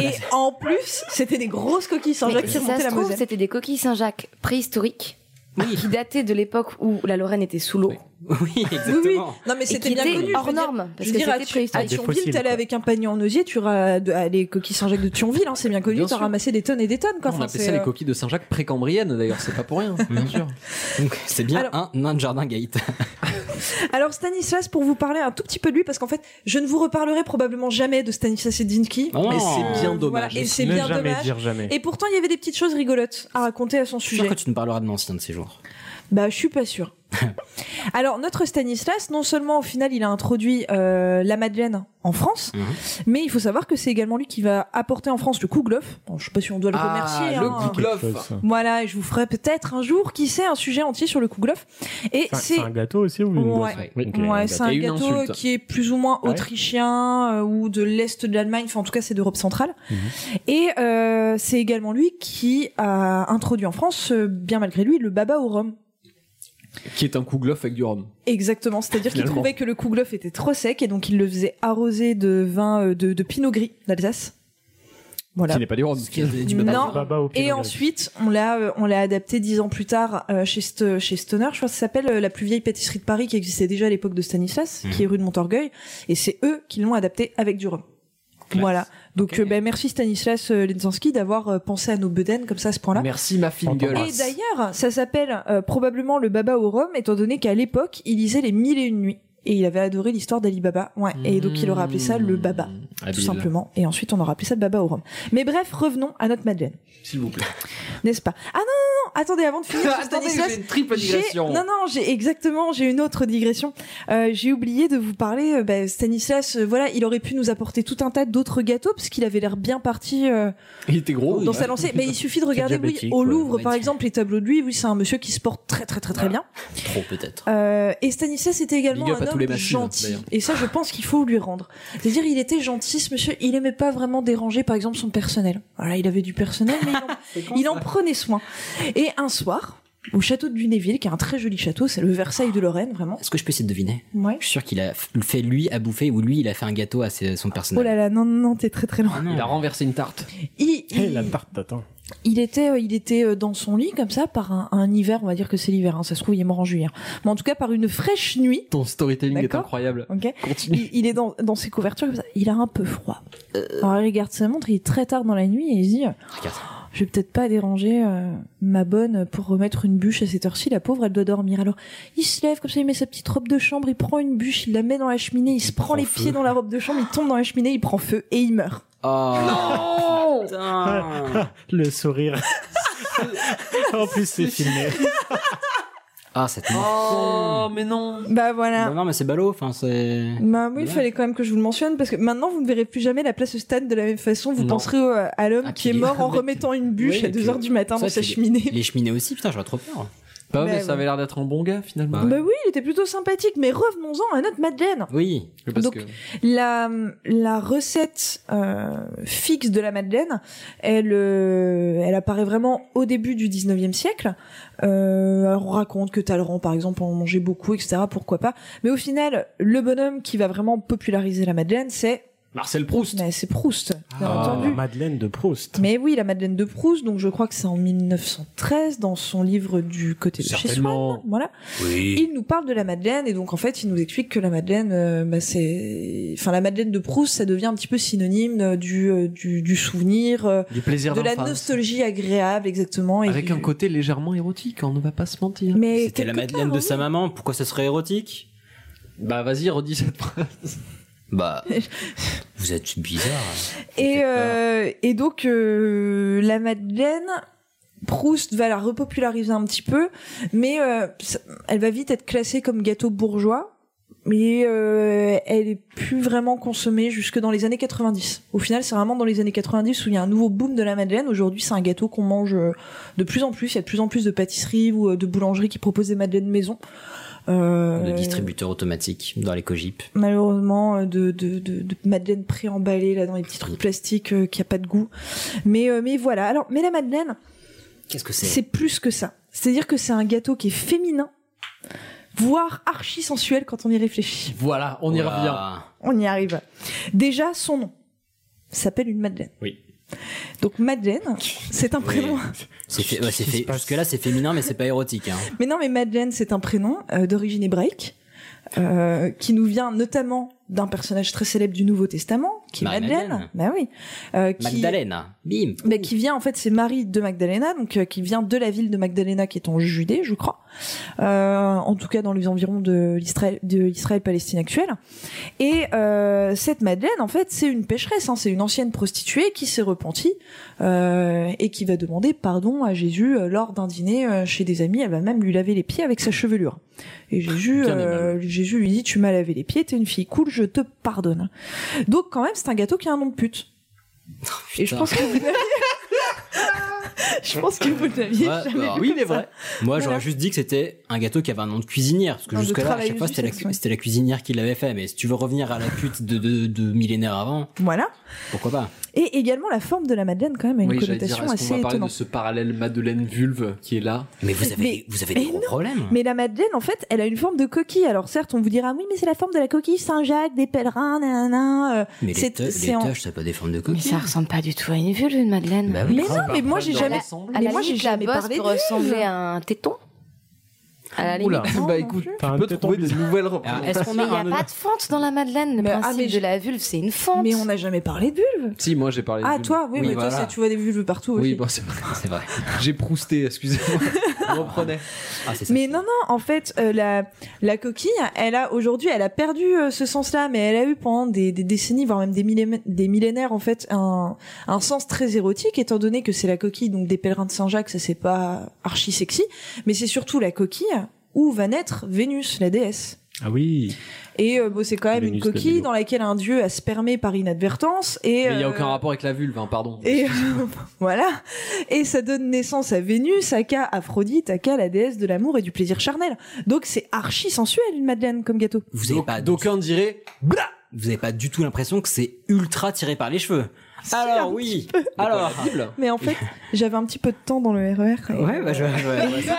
Speaker 9: et en plus c'était des grosses coquilles Saint-Jacques
Speaker 7: Mais
Speaker 9: qui
Speaker 7: si ça
Speaker 9: remontaient
Speaker 7: se
Speaker 9: la
Speaker 7: trouve,
Speaker 9: Moselle.
Speaker 7: C'était des coquilles Saint-Jacques préhistoriques qui dataient de l'époque où la Lorraine était sous l'eau.
Speaker 1: Oui,
Speaker 9: exactement. Non mais
Speaker 7: Et
Speaker 9: c'était
Speaker 7: qui
Speaker 9: bien
Speaker 7: était
Speaker 9: connu. je
Speaker 7: hors
Speaker 9: veux dire-
Speaker 7: norme, parce
Speaker 9: je
Speaker 7: que
Speaker 9: veux dire, à
Speaker 7: c'était
Speaker 9: Thion-
Speaker 7: préhistorique.
Speaker 9: à
Speaker 7: Des
Speaker 9: Thionville,
Speaker 7: fossiles,
Speaker 9: t'allais
Speaker 7: quoi.
Speaker 9: avec un panier en osier, tu ra- de- ah, les coquilles Saint-Jacques de Thionville, hein, c'est bien connu,
Speaker 8: Bien
Speaker 9: t'as
Speaker 8: sûr.
Speaker 9: ramassé des tonnes et des tonnes. Quoi.
Speaker 8: On
Speaker 9: Enfin,
Speaker 8: appelait
Speaker 9: c'est,
Speaker 8: ça les
Speaker 9: euh,
Speaker 8: coquilles de Saint-Jacques précambriennes d'ailleurs, c'est pas pour rien. Bien sûr.
Speaker 1: Donc c'est bien un nain de jardin gate.
Speaker 9: Alors Stanislas, pour vous parler un tout petit peu de lui, parce qu'en fait, je ne vous reparlerai probablement jamais de Stanislas Edzinski.
Speaker 1: Ah,
Speaker 3: Oh.
Speaker 9: Et
Speaker 3: Et
Speaker 8: c'est bien dommage.
Speaker 9: Et c'est
Speaker 3: Ne
Speaker 9: bien
Speaker 3: jamais
Speaker 9: dommage.
Speaker 3: dire jamais.
Speaker 9: Et pourtant, il y avait des petites choses rigolotes à raconter à son
Speaker 1: Je suis sûr
Speaker 9: sujet.
Speaker 1: que tu nous parleras de mon ancien de ces jours.
Speaker 9: Bah, je suis pas sûre. Alors, notre Stanislas, non seulement au final, il a introduit euh, la Madeleine en France,
Speaker 3: Mhm.
Speaker 9: mais il faut savoir que c'est également lui qui va apporter en France le Kouglof. Bon, je sais pas si on doit le
Speaker 3: Ah,
Speaker 9: remercier.
Speaker 8: le
Speaker 9: hein.
Speaker 8: Kouglof.
Speaker 9: Voilà, et je vous ferai peut-être un jour, qui sait, un sujet entier sur le Kouglof. Et
Speaker 3: C'est un-
Speaker 9: c'est
Speaker 3: c'est un gâteau aussi ou une boisson
Speaker 9: Ouais,
Speaker 3: Oui. Ok,
Speaker 9: Ouais,
Speaker 3: un
Speaker 9: c'est un
Speaker 3: Et une
Speaker 9: gâteau
Speaker 3: insulte.
Speaker 9: qui est plus ou moins
Speaker 3: Ah ouais
Speaker 9: autrichien euh, ou de l'est de l'Allemagne. Enfin, en tout cas, c'est d'Europe centrale.
Speaker 3: Mhm.
Speaker 9: Et euh, c'est également lui qui a introduit en France, euh, bien malgré lui, le baba au rhum.
Speaker 8: Qui est un Kouglof avec du rhum.
Speaker 9: Exactement, c'est-à-dire qu'il
Speaker 8: Finalement.
Speaker 9: trouvait que le kouglof était trop sec et donc il le faisait arroser de vin euh, de, de pinot gris d'Alsace. Voilà.
Speaker 8: Qui n'est pas du rhum.
Speaker 9: Non. Et ensuite, on l'a, euh, on l'a adapté dix ans plus tard euh, chez, St- chez Stoner. Je crois que ça s'appelle euh, la plus vieille pâtisserie de Paris qui existait déjà à l'époque de Stanislas,
Speaker 6: Mhm.
Speaker 9: qui est rue de Montorgueil. Et c'est eux qui l'ont adapté avec du rhum. Voilà. Donc, euh, ben, merci Stanislas euh, Ledzinski d'avoir euh, pensé à nos bedaines comme ça à ce point-là.
Speaker 8: Merci ma fine gueule.
Speaker 9: Et d'ailleurs, ça s'appelle euh, probablement le Baba au rhum, étant donné qu'à l'époque, il lisait les mille et une nuits. Et il avait adoré l'histoire d'Ali Baba. Ouais. Et donc, il aura appelé ça le Baba. Tout
Speaker 8: Mmh. Habile.
Speaker 9: simplement. Et ensuite, on aura appelé ça le Baba au rhum. Mais bref, revenons à notre Madeleine.
Speaker 8: S'il vous plaît.
Speaker 9: N'est-ce pas Ah non, non, non, attendez, avant de finir, sur
Speaker 8: Attendez,
Speaker 9: Stanislas,
Speaker 8: j'ai une triple
Speaker 9: j'ai-
Speaker 8: digression.
Speaker 9: Non, non, j'ai exactement, j'ai une autre digression. Euh, j'ai oublié de vous parler. euh, bah, Stanislas, euh, voilà, il aurait pu nous apporter tout un tas d'autres gâteaux parce qu'il avait l'air bien parti euh,
Speaker 8: Il était gros.
Speaker 9: dans
Speaker 8: Oh, il-
Speaker 9: sa lancée. Mais il suffit de
Speaker 8: C'est
Speaker 9: regarder, oui,
Speaker 8: diabétique,
Speaker 9: au
Speaker 8: ouais.
Speaker 9: Louvre, par exemple, les tableaux de lui. Oui, c'est un monsieur qui se porte très, très, très, très bien.
Speaker 1: Trop peut-être.
Speaker 9: Euh, et Stanislas était également
Speaker 8: Big up
Speaker 9: un
Speaker 8: à tous
Speaker 9: homme
Speaker 8: les machines,
Speaker 9: gentil.
Speaker 8: d'ailleurs.
Speaker 9: Et ça, je pense qu'il faut lui rendre. C'est-à-dire, il était gentil, ce monsieur. Il aimait pas vraiment déranger, par exemple, son personnel. Voilà, il avait du personnel, mais il en, il en prenait soin. Et un soir, au château de Lunéville, qui est un très joli château, c'est le Versailles de Lorraine, vraiment.
Speaker 1: Est-ce que je peux essayer de deviner
Speaker 9: Ouais.
Speaker 1: Je suis sûr qu'il a f- fait lui à bouffer ou lui il a fait un gâteau à ses- son
Speaker 9: Oh
Speaker 1: personnage. Oh.
Speaker 9: là là, non, non, non, t'es très très loin.
Speaker 8: Il a renversé une tarte.
Speaker 9: Il, il-
Speaker 3: Eh, La tarte t'attend.
Speaker 9: il était, euh, il était euh, dans son lit comme ça par un, un hiver, on va dire que c'est l'hiver. hein, ça se trouve il est mort en juillet. hein. Mais en tout cas par une fraîche nuit.
Speaker 8: Ton storytelling est
Speaker 9: D'accord.
Speaker 8: incroyable.
Speaker 9: Ok.
Speaker 8: Continue.
Speaker 9: Il, il est dans, dans ses couvertures comme ça. Il a un peu froid. Alors il regarde sa montre, il est très tard dans la nuit et il se dit, euh, je vais peut-être pas déranger euh, ma bonne pour remettre une bûche à cette heure-ci. La pauvre, elle doit dormir. Alors il se lève comme ça, il met sa petite robe de chambre, il prend une bûche, il la met dans la cheminée, il se prend les pieds dans la robe de chambre, il tombe dans la cheminée, il prend feu et il meurt.
Speaker 1: Ah,
Speaker 9: Oh.
Speaker 1: Non
Speaker 3: Le sourire. en plus, c'est filmé.
Speaker 1: Ah, cette
Speaker 8: Oh, mais non.
Speaker 9: Bah voilà.
Speaker 1: Non, non, mais c'est ballot, enfin c'est.
Speaker 9: Bah oui, il
Speaker 1: Dommage.
Speaker 9: fallait quand même que je vous le mentionne parce que maintenant vous ne verrez plus jamais la place Stan de la même façon. Vous
Speaker 1: Non.
Speaker 9: penserez au- euh, à l'homme
Speaker 1: Ah,
Speaker 9: qui est
Speaker 1: puis-
Speaker 9: mort en remettant une bûche
Speaker 1: Oui,
Speaker 9: à
Speaker 1: et puis-
Speaker 9: 2h du matin
Speaker 1: ça,
Speaker 9: dans sa
Speaker 1: puis les-
Speaker 9: cheminée.
Speaker 1: Les cheminées aussi, putain, j'aurais trop peur.
Speaker 8: Bah,
Speaker 9: Bah,
Speaker 8: mais ça
Speaker 9: ouais.
Speaker 8: avait l'air d'être un bon gars finalement.
Speaker 9: Bah oui, il était plutôt sympathique, mais revenons-en à notre Madeleine.
Speaker 1: Oui.
Speaker 8: Parce
Speaker 9: Donc,
Speaker 8: que
Speaker 9: La, la recette euh, fixe de la Madeleine, elle, euh, elle apparaît vraiment au début du 19e siècle. Euh, alors on raconte que Talleyrand, par exemple, en mangeait beaucoup, etc. Pourquoi pas Mais au final, le bonhomme qui va vraiment populariser la Madeleine, c'est...
Speaker 8: Marcel Proust.
Speaker 9: Mais c'est Proust, bien entendu.
Speaker 3: Ah, la Madeleine de Proust.
Speaker 9: Mais oui, la Madeleine de Proust, donc je crois que c'est en 1913, dans son livre du côté de chez Swann,
Speaker 8: Certainement.
Speaker 9: voilà. Il nous parle de la Madeleine, et donc en fait, il nous explique que la Madeleine, euh, bah, c'est, enfin, la Madeleine de Proust, ça devient un petit peu synonyme euh, du, euh, du, du souvenir, euh,
Speaker 8: du plaisir
Speaker 9: de la
Speaker 8: d'enfance.
Speaker 9: nostalgie agréable, exactement. et
Speaker 8: Avec
Speaker 9: du-
Speaker 8: un côté légèrement érotique, on ne va pas se mentir.
Speaker 9: Mais
Speaker 1: C'était la
Speaker 9: quelque
Speaker 1: Madeleine
Speaker 9: part,
Speaker 1: de
Speaker 9: oui.
Speaker 1: sa maman, pourquoi ce serait érotique
Speaker 8: Bah vas-y, redis cette phrase.
Speaker 1: Bah. vous êtes bizarre.
Speaker 9: Et, euh, et donc, euh, la Madeleine, Proust va la repopulariser un petit peu, mais euh, ça- elle va vite être classée comme gâteau bourgeois. mais euh, elle est plus vraiment consommée jusque dans les années 90. Au final, c'est vraiment dans les années 90 où il y a un nouveau boom de la madeleine. Aujourd'hui, c'est un gâteau qu'on mange euh, de plus en plus. Il y a de plus en plus de pâtisseries ou euh, de boulangeries qui proposent des madeleines maison.
Speaker 1: Euh, de distributeurs automatiques dans les cogip.
Speaker 9: Malheureusement, euh, de, de, de, de madeleine préemballée là dans les petits trucs plastiques euh, qui a pas de goût. Mais euh, mais voilà. Alors, mais la madeleine,
Speaker 1: qu'est-ce que c'est
Speaker 9: C'est plus que ça. C'est-à-dire que c'est un gâteau qui est féminin, voire archi sensuel quand on y réfléchit.
Speaker 8: Voilà, on y voilà.
Speaker 9: revient. On y arrive. Déjà, son nom s'appelle une madeleine.
Speaker 1: Oui.
Speaker 9: Donc Madeleine, c'est un prénom. Oui.
Speaker 1: C'est fait, ouais, fait jusque là c'est féminin mais c'est pas érotique. Hein.
Speaker 9: Mais non mais Madeleine c'est un prénom euh, d'origine hébraïque euh, qui nous vient notamment d'un personnage très célèbre du Nouveau Testament qui est Marie Madeleine. Madeleine. Bah oui.
Speaker 1: Euh, qui, Magdalena. Bim.
Speaker 9: Bah, qui vient en fait c'est Marie de Magdalena donc euh, qui vient de la ville de Magdalena qui est en Judée je crois. Euh, en tout cas dans les environs de l'Israël de l'Israël Palestine actuelle. Et euh, cette Madeleine en fait c'est une pécheresse hein, c'est une ancienne prostituée qui s'est repentie euh, et qui va demander pardon à Jésus euh, lors d'un dîner euh, chez des amis. Elle va même lui laver les pieds avec sa chevelure. Et Jésus, euh, Jésus lui dit, tu m'as lavé les pieds, t'es une fille cool, je te pardonne. Donc quand même, c'est un gâteau qui a un nom de pute. Oh, et je pense que vous je pense que vous l'aviez ouais, jamais bah,
Speaker 8: vu Oui, mais vrai.
Speaker 1: Moi, j'aurais voilà. juste dit que c'était un gâteau qui avait un nom de cuisinière, parce que jusque-là, à chaque fois, c'était la, cu la, cuisinière qui l'avait fait. Mais si tu veux revenir à la pute de, de, de millénaires avant,
Speaker 9: voilà.
Speaker 1: Pourquoi pas
Speaker 9: Et également, la forme de la madeleine, quand même, a une oui, connotation dire, assez
Speaker 8: on va parler
Speaker 9: étonnante.
Speaker 8: de ce parallèle madeleine vulve qui est là.
Speaker 1: Mais vous avez, mais, des, vous avez des gros problèmes. hein.
Speaker 9: Mais la madeleine, en fait, elle a une forme de coquille. Alors certes, on vous dira oui, mais c'est la forme de la coquille Saint-Jacques, des pèlerins, nanana.
Speaker 8: Ah
Speaker 1: Mais les, les en... tâches, ça pas des formes de coquille.
Speaker 7: Mais ça ressemble pas du tout à une vulve, une madeleine.
Speaker 1: Bah
Speaker 9: mais non, mais moi, j'ai jamais
Speaker 7: à la moi, j'ai jamais la bosse parlé peut ressembler à un téton. À la limite.
Speaker 8: Non, bah écoute, tu peux trouver des nouvelles
Speaker 9: Ah,
Speaker 7: Est-ce qu'on met il n'y a pas de fente dans la madeleine Le mais, principe ah, mais de la vulve, c'est une fente.
Speaker 9: Mais on n'a jamais parlé de vulve.
Speaker 8: Si, moi j'ai parlé.
Speaker 9: Ah
Speaker 8: de
Speaker 9: toi, oui, oui mais voilà. toi, tu vois des vulves partout aussi.
Speaker 8: Oui, bon, c'est vrai. vrai. j'ai prousté, excusez-moi. reprenait.
Speaker 9: Ah, mais non, non, en fait, euh, la, la coquille, elle a aujourd'hui, elle a perdu euh, ce sens-là, mais elle a eu pendant des, des décennies, voire même des, millé des millénaires, en fait, un, un sens très érotique, étant donné que c'est la coquille, donc des pèlerins de Saint-Jacques, ça c'est pas archi sexy, mais c'est surtout la coquille où va naître Vénus, la déesse.
Speaker 3: Ah oui.
Speaker 9: Et euh, bon, c'est quand même Vénus, une coquille la dans laquelle un dieu a spermé par inadvertance et. euh,
Speaker 8: Mais il n'y a aucun rapport avec la vulve, hein, pardon.
Speaker 9: Et voilà. Et ça donne naissance à Vénus, Aka, Aphrodite, Aka, la déesse de l'amour et du plaisir charnel. Donc c'est archi sensuel une madeleine comme gâteau.
Speaker 1: Vous
Speaker 9: n'avez
Speaker 1: pas.
Speaker 8: D'aucuns dirait. Blah
Speaker 1: Vous n'avez pas du tout l'impression que c'est ultra tiré par les cheveux. Alors oui, alors
Speaker 9: Mais en fait, j'avais un petit peu de temps dans le RER.
Speaker 1: Et ouais, bah, je, ouais,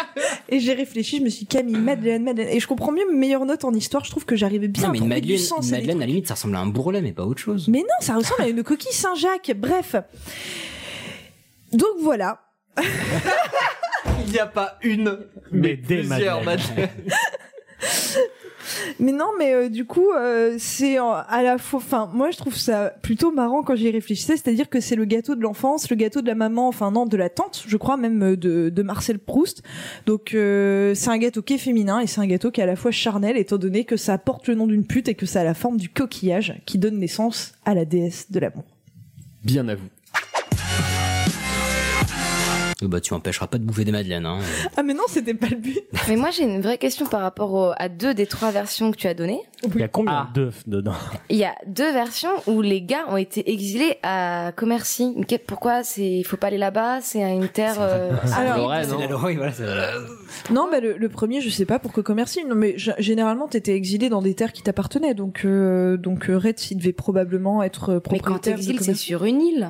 Speaker 9: Et j'ai réfléchi, je me suis dit, Camille, Madeleine, Madeleine. Et je comprends mieux meilleure note en histoire. Je trouve que j'arrivais bien
Speaker 1: non, mais
Speaker 9: à trouver
Speaker 1: Madeleine,
Speaker 9: du sens.
Speaker 1: Une Madeleine, à la limite, ça ressemble à un bourrelet, mais pas autre chose.
Speaker 9: Mais non, ça ressemble à une coquille Saint-Jacques. Bref. Donc voilà.
Speaker 8: Il n'y a pas une, mais, mais des plusieurs Madeleines.
Speaker 9: mais non, mais euh, du coup, euh, c'est euh, à la fois. Enfin, moi, je trouve ça plutôt marrant quand j'y réfléchissais. C'est-à-dire que c'est le gâteau de l'enfance, le gâteau de la maman, enfin non, de la tante, je crois même euh, de, de Marcel Proust. Donc, euh, c'est un gâteau qui est féminin et c'est un gâteau qui est à la fois charnel, étant donné que ça porte le nom d'une pute et que ça a la forme du coquillage qui donne naissance à la déesse de l'amour.
Speaker 8: Bien à vous.
Speaker 1: Bah, tu empêcheras pas de bouffer des madeleines. Hein.
Speaker 9: Ah, mais non, c'était pas le but.
Speaker 7: Mais moi, j'ai une vraie question par rapport au, à deux des trois versions que tu as données.
Speaker 3: Il y a combien ah. d'œufs dedans
Speaker 7: Il y a deux versions où les gars ont été exilés à Commercy. Mais pourquoi Il faut pas aller là-bas C'est une terre. Euh...
Speaker 9: Ah,
Speaker 1: Alors, Lorraine, non, Lorraine, voilà,
Speaker 9: non bah, le, le, premier, je sais pas pourquoi Commercy. Non, mais généralement, t'étais exilé dans des terres qui t'appartenaient. Donc, euh, donc Red, il devait probablement être euh, propriétaire.
Speaker 7: Mais quand t'exiles, c'est sur une île.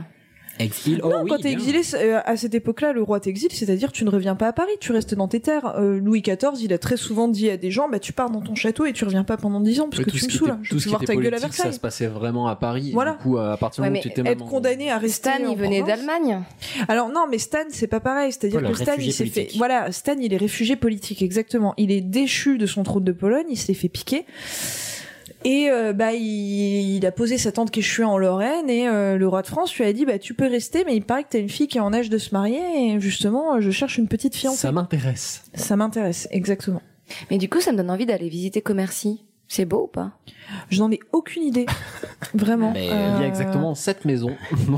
Speaker 1: Exil.
Speaker 9: non,
Speaker 1: oh, oui,
Speaker 9: quand t'es exilé euh, à cette époque-là, le roi t'exile, c'est-à-dire tu ne reviens pas à Paris, tu restes dans tes terres. Euh, Louis XIV, il a très souvent dit à des gens, bah tu pars dans ton château et tu reviens pas pendant 10 ans parce mais que tu me saoules. hein. Je
Speaker 8: tout ce
Speaker 9: voir
Speaker 8: qui
Speaker 9: ta
Speaker 8: était
Speaker 9: gueule à Versailles.
Speaker 8: Ça se passait vraiment à Paris. Voilà. Et du coup, à partir du moment où tu étais
Speaker 9: être condamné à rester.
Speaker 7: Stan, il venait d'Allemagne.
Speaker 9: Alors non, mais Stan, c'est pas pareil. C'est-à-dire voilà, que Stan, il s'est fait. Voilà, Stan, il est réfugié politique, exactement. Il est déchu de son trône de Pologne, il s'est fait piquer. Et euh, bah il, il, a posé sa tante Quechua en Lorraine et euh, le roi de France lui a dit bah tu peux rester mais il paraît que t'as une fille qui est en âge de se marier et justement je cherche une petite fiancée.
Speaker 8: Ça m'intéresse.
Speaker 9: Ça m'intéresse exactement.
Speaker 7: Mais du coup ça me donne envie d'aller visiter Commercy. C'est beau ou pas
Speaker 9: Je n'en ai aucune idée. Vraiment.
Speaker 8: Mais euh... Il y a exactement sept maisons. non,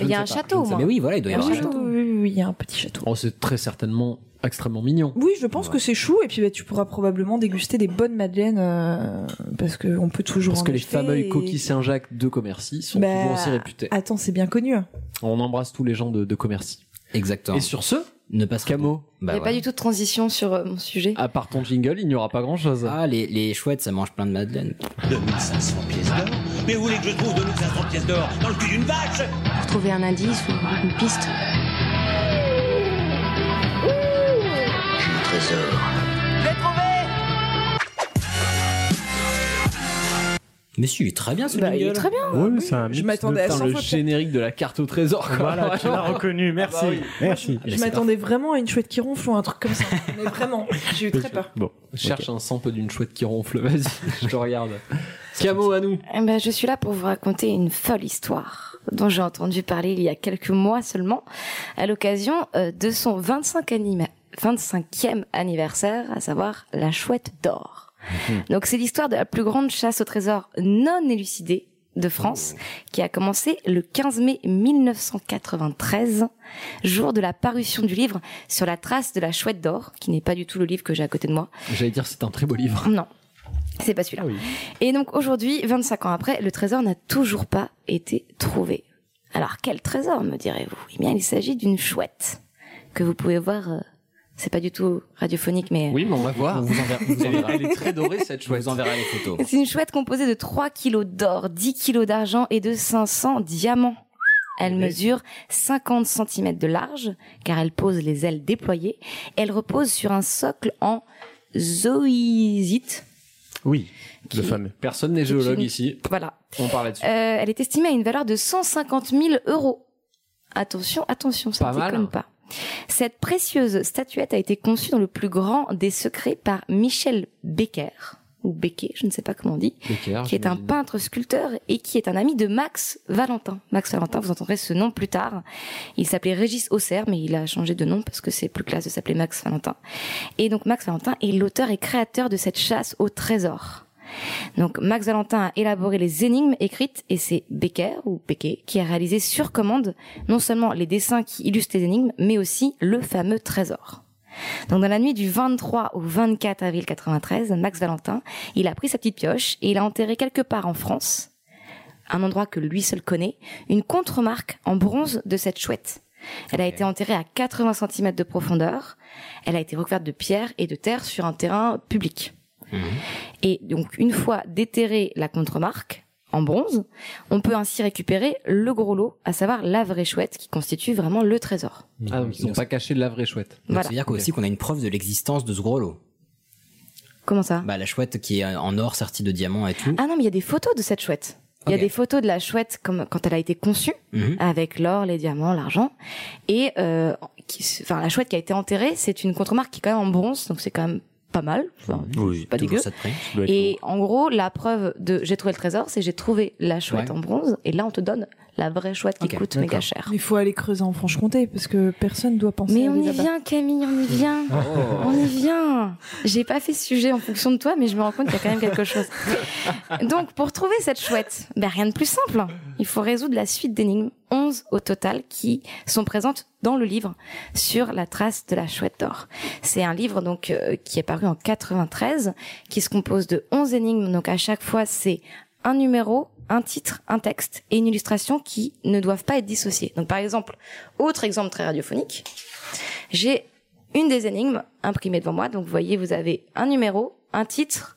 Speaker 7: il y a un château. Ah
Speaker 1: Mais oui, voilà, il doit y avoir un château.
Speaker 9: Oui, oui, oui, il y a un petit château.
Speaker 8: Oh, c'est très certainement extrêmement mignon.
Speaker 9: Oui, je pense que c'est chou et puis bah, tu pourras probablement déguster des bonnes madeleines euh, parce que on peut toujours.
Speaker 8: Parce
Speaker 9: en
Speaker 8: que les
Speaker 9: acheter
Speaker 8: fameux
Speaker 9: et-
Speaker 8: coquilles Saint-Jacques de Commercy sont
Speaker 9: Bah,
Speaker 8: souvent aussi réputés.
Speaker 9: Attends, c'est bien connu. hein.
Speaker 8: On embrasse tous les gens de, de Commercy.
Speaker 1: Exactement.
Speaker 8: Et sur ce,
Speaker 1: ne passe
Speaker 8: Camo,
Speaker 7: Il
Speaker 1: bah
Speaker 7: n'y a pas du tout de transition sur euh, mon sujet.
Speaker 8: à part ton jingle, il n'y aura pas grand chose.
Speaker 1: Ah, les, les chouettes, ça mange plein de madeleine.
Speaker 10: 2500 pièces d'or Mais où voulez que je trouve 2500 pièces d'or Dans le cul d'une vache
Speaker 7: Pour trouver un indice ou une piste.
Speaker 1: Mais si, il est très bien ce
Speaker 7: Bah, il
Speaker 1: jingle.
Speaker 7: est très bien.
Speaker 3: Oui, c'est un mix de-
Speaker 9: m'attendais à
Speaker 3: Putain,
Speaker 9: ça.
Speaker 8: le
Speaker 9: fois pire.
Speaker 8: générique de la carte au trésor. quoi.
Speaker 3: Voilà, tu l'as reconnu, merci.
Speaker 8: oui.
Speaker 3: Merci.
Speaker 1: Je
Speaker 9: Je
Speaker 1: sais
Speaker 9: m'attendais vraiment à une chouette qui ronfle ou un truc comme ça. Mais vraiment, j'ai eu très peur.
Speaker 3: Bon,
Speaker 8: Cherche un sample d'une chouette qui ronfle, vas-y, je te regarde. Camo à nous.
Speaker 7: Eh ben, je suis là pour vous raconter une folle histoire dont j'ai entendu parler il y a quelques mois seulement à l'occasion euh, de son 25 anima- 25e anniversaire, à savoir la chouette d'or. Donc c'est l'histoire de la plus grande chasse au trésor non élucidée de France qui a commencé le 15 mai 1993, jour de la parution du livre sur la trace de la chouette d'or, qui n'est pas du tout le livre que j'ai à côté de moi.
Speaker 8: J'allais dire, c'est un très beau livre.
Speaker 7: Non, c'est pas celui-là. Et donc aujourd'hui, 25 ans après, le trésor n'a toujours pas été trouvé. Alors quel trésor, me direz-vous Eh bien, il s'agit d'une chouette que vous pouvez voir. euh, c'est pas du tout radiophonique, mais euh,
Speaker 8: Oui, mais on va voir.
Speaker 1: vous enverra, vous
Speaker 8: Elle est-
Speaker 1: enverra-
Speaker 8: elle est très dorée cette
Speaker 1: je
Speaker 8: chouette.
Speaker 1: vous enverra les photos.
Speaker 7: euh, c'est une chouette composée de 3 kilos d'or, 10 kilos d'argent et de 500 diamants. Elle mesure 50 cm de large, car elle pose les ailes déployées. Elle repose sur un socle en zoïsite.
Speaker 3: oui,
Speaker 7: Qui-
Speaker 8: Personne n'est
Speaker 7: une-
Speaker 8: géologue ici.
Speaker 7: Voilà,
Speaker 8: On parlait dessus.
Speaker 7: Euh, elle est estimée à une valeur de 150 000 euros. Attention, attention, ça
Speaker 8: Pas
Speaker 7: ne
Speaker 8: mal. hein.
Speaker 7: déconne pas. Cette précieuse statuette a été conçue dans le plus grand des secrets par Michel Becker, ou Becquet, je ne sais pas comment on dit,
Speaker 8: Becker,
Speaker 7: Euh, qui est un
Speaker 8: j'imagine.
Speaker 7: peintre sculpteur et qui est un ami de Max Valentin. Max Valentin, vous entendrez ce nom plus tard. Il s'appelait Régis Auxerre, mais il a changé de nom parce que c'est plus classe de s'appeler Max Valentin. Et donc Max Valentin est l'auteur et créateur de cette chasse au trésor. Donc Max Valentin a élaboré les énigmes écrites et c'est Becker ou Becker qui a réalisé sur commande non seulement les dessins qui illustrent les énigmes, mais aussi le fameux trésor. Donc dans la nuit du 23 au 24 avril 93, Max Valentin, il a pris sa petite pioche et il a enterré quelque part en France, un endroit que lui seul connaît, une contre-marque en bronze de cette chouette. Elle a été enterrée à 80 cm de profondeur. Elle a été recouverte de pierres et de terre sur un terrain public. Et donc une fois déterrée la contre-marque en bronze, on peut ainsi récupérer le gros lot, à savoir la vraie chouette qui constitue vraiment le trésor.
Speaker 8: Ah, donc ils ont pas caché de la vraie chouette.
Speaker 1: Donc,
Speaker 7: Voilà.
Speaker 1: C'est-à-dire qu'aussi qu'on a une preuve de l'existence de ce gros lot.
Speaker 7: Comment ça
Speaker 1: Bah, la chouette qui est en or sortie de diamants et tout.
Speaker 7: Ah non, mais il y a des photos de cette chouette. Il y a
Speaker 1: Ok.
Speaker 7: des photos de la chouette comme quand elle a été conçue,
Speaker 1: Mhm.
Speaker 7: avec l'or, les diamants, l'argent, et euh, qui se- enfin la chouette qui a été enterrée, c'est une contremarque qui est quand même en bronze, donc c'est quand même pas mal. Enfin,
Speaker 1: oui,
Speaker 7: pas
Speaker 1: toujours
Speaker 7: dégueu.
Speaker 1: ça de près.
Speaker 3: ça doit être
Speaker 7: Et en gros, la preuve de j'ai trouvé le trésor, c'est j'ai trouvé la chouette
Speaker 1: Ouais.
Speaker 7: en bronze, et là on te donne la vraie chouette qui
Speaker 1: Ok,
Speaker 7: coûte méga
Speaker 1: d'accord.
Speaker 7: cher.
Speaker 9: Il faut aller creuser en Franche-Comté parce que personne doit penser
Speaker 7: Mais
Speaker 9: à
Speaker 7: on
Speaker 9: aller
Speaker 7: y
Speaker 9: là-bas.
Speaker 7: vient, Camille, on y vient. On y vient. J'ai pas fait ce sujet en fonction de toi, mais je me rends compte qu'il y a quand même quelque chose. Donc, pour trouver cette chouette, ben, rien de plus simple. Il faut résoudre la suite d'énigmes, 11 au total, qui sont présentes dans le livre sur la trace de la chouette d'or. C'est un livre, donc, euh, qui est paru en 93, qui se compose de 11 énigmes. Donc, à chaque fois, c'est un numéro, un titre, un texte et une illustration qui ne doivent pas être dissociés. Donc, par exemple, autre exemple très radiophonique, j'ai une des énigmes imprimée devant moi. Donc, vous voyez, vous avez un numéro, un titre,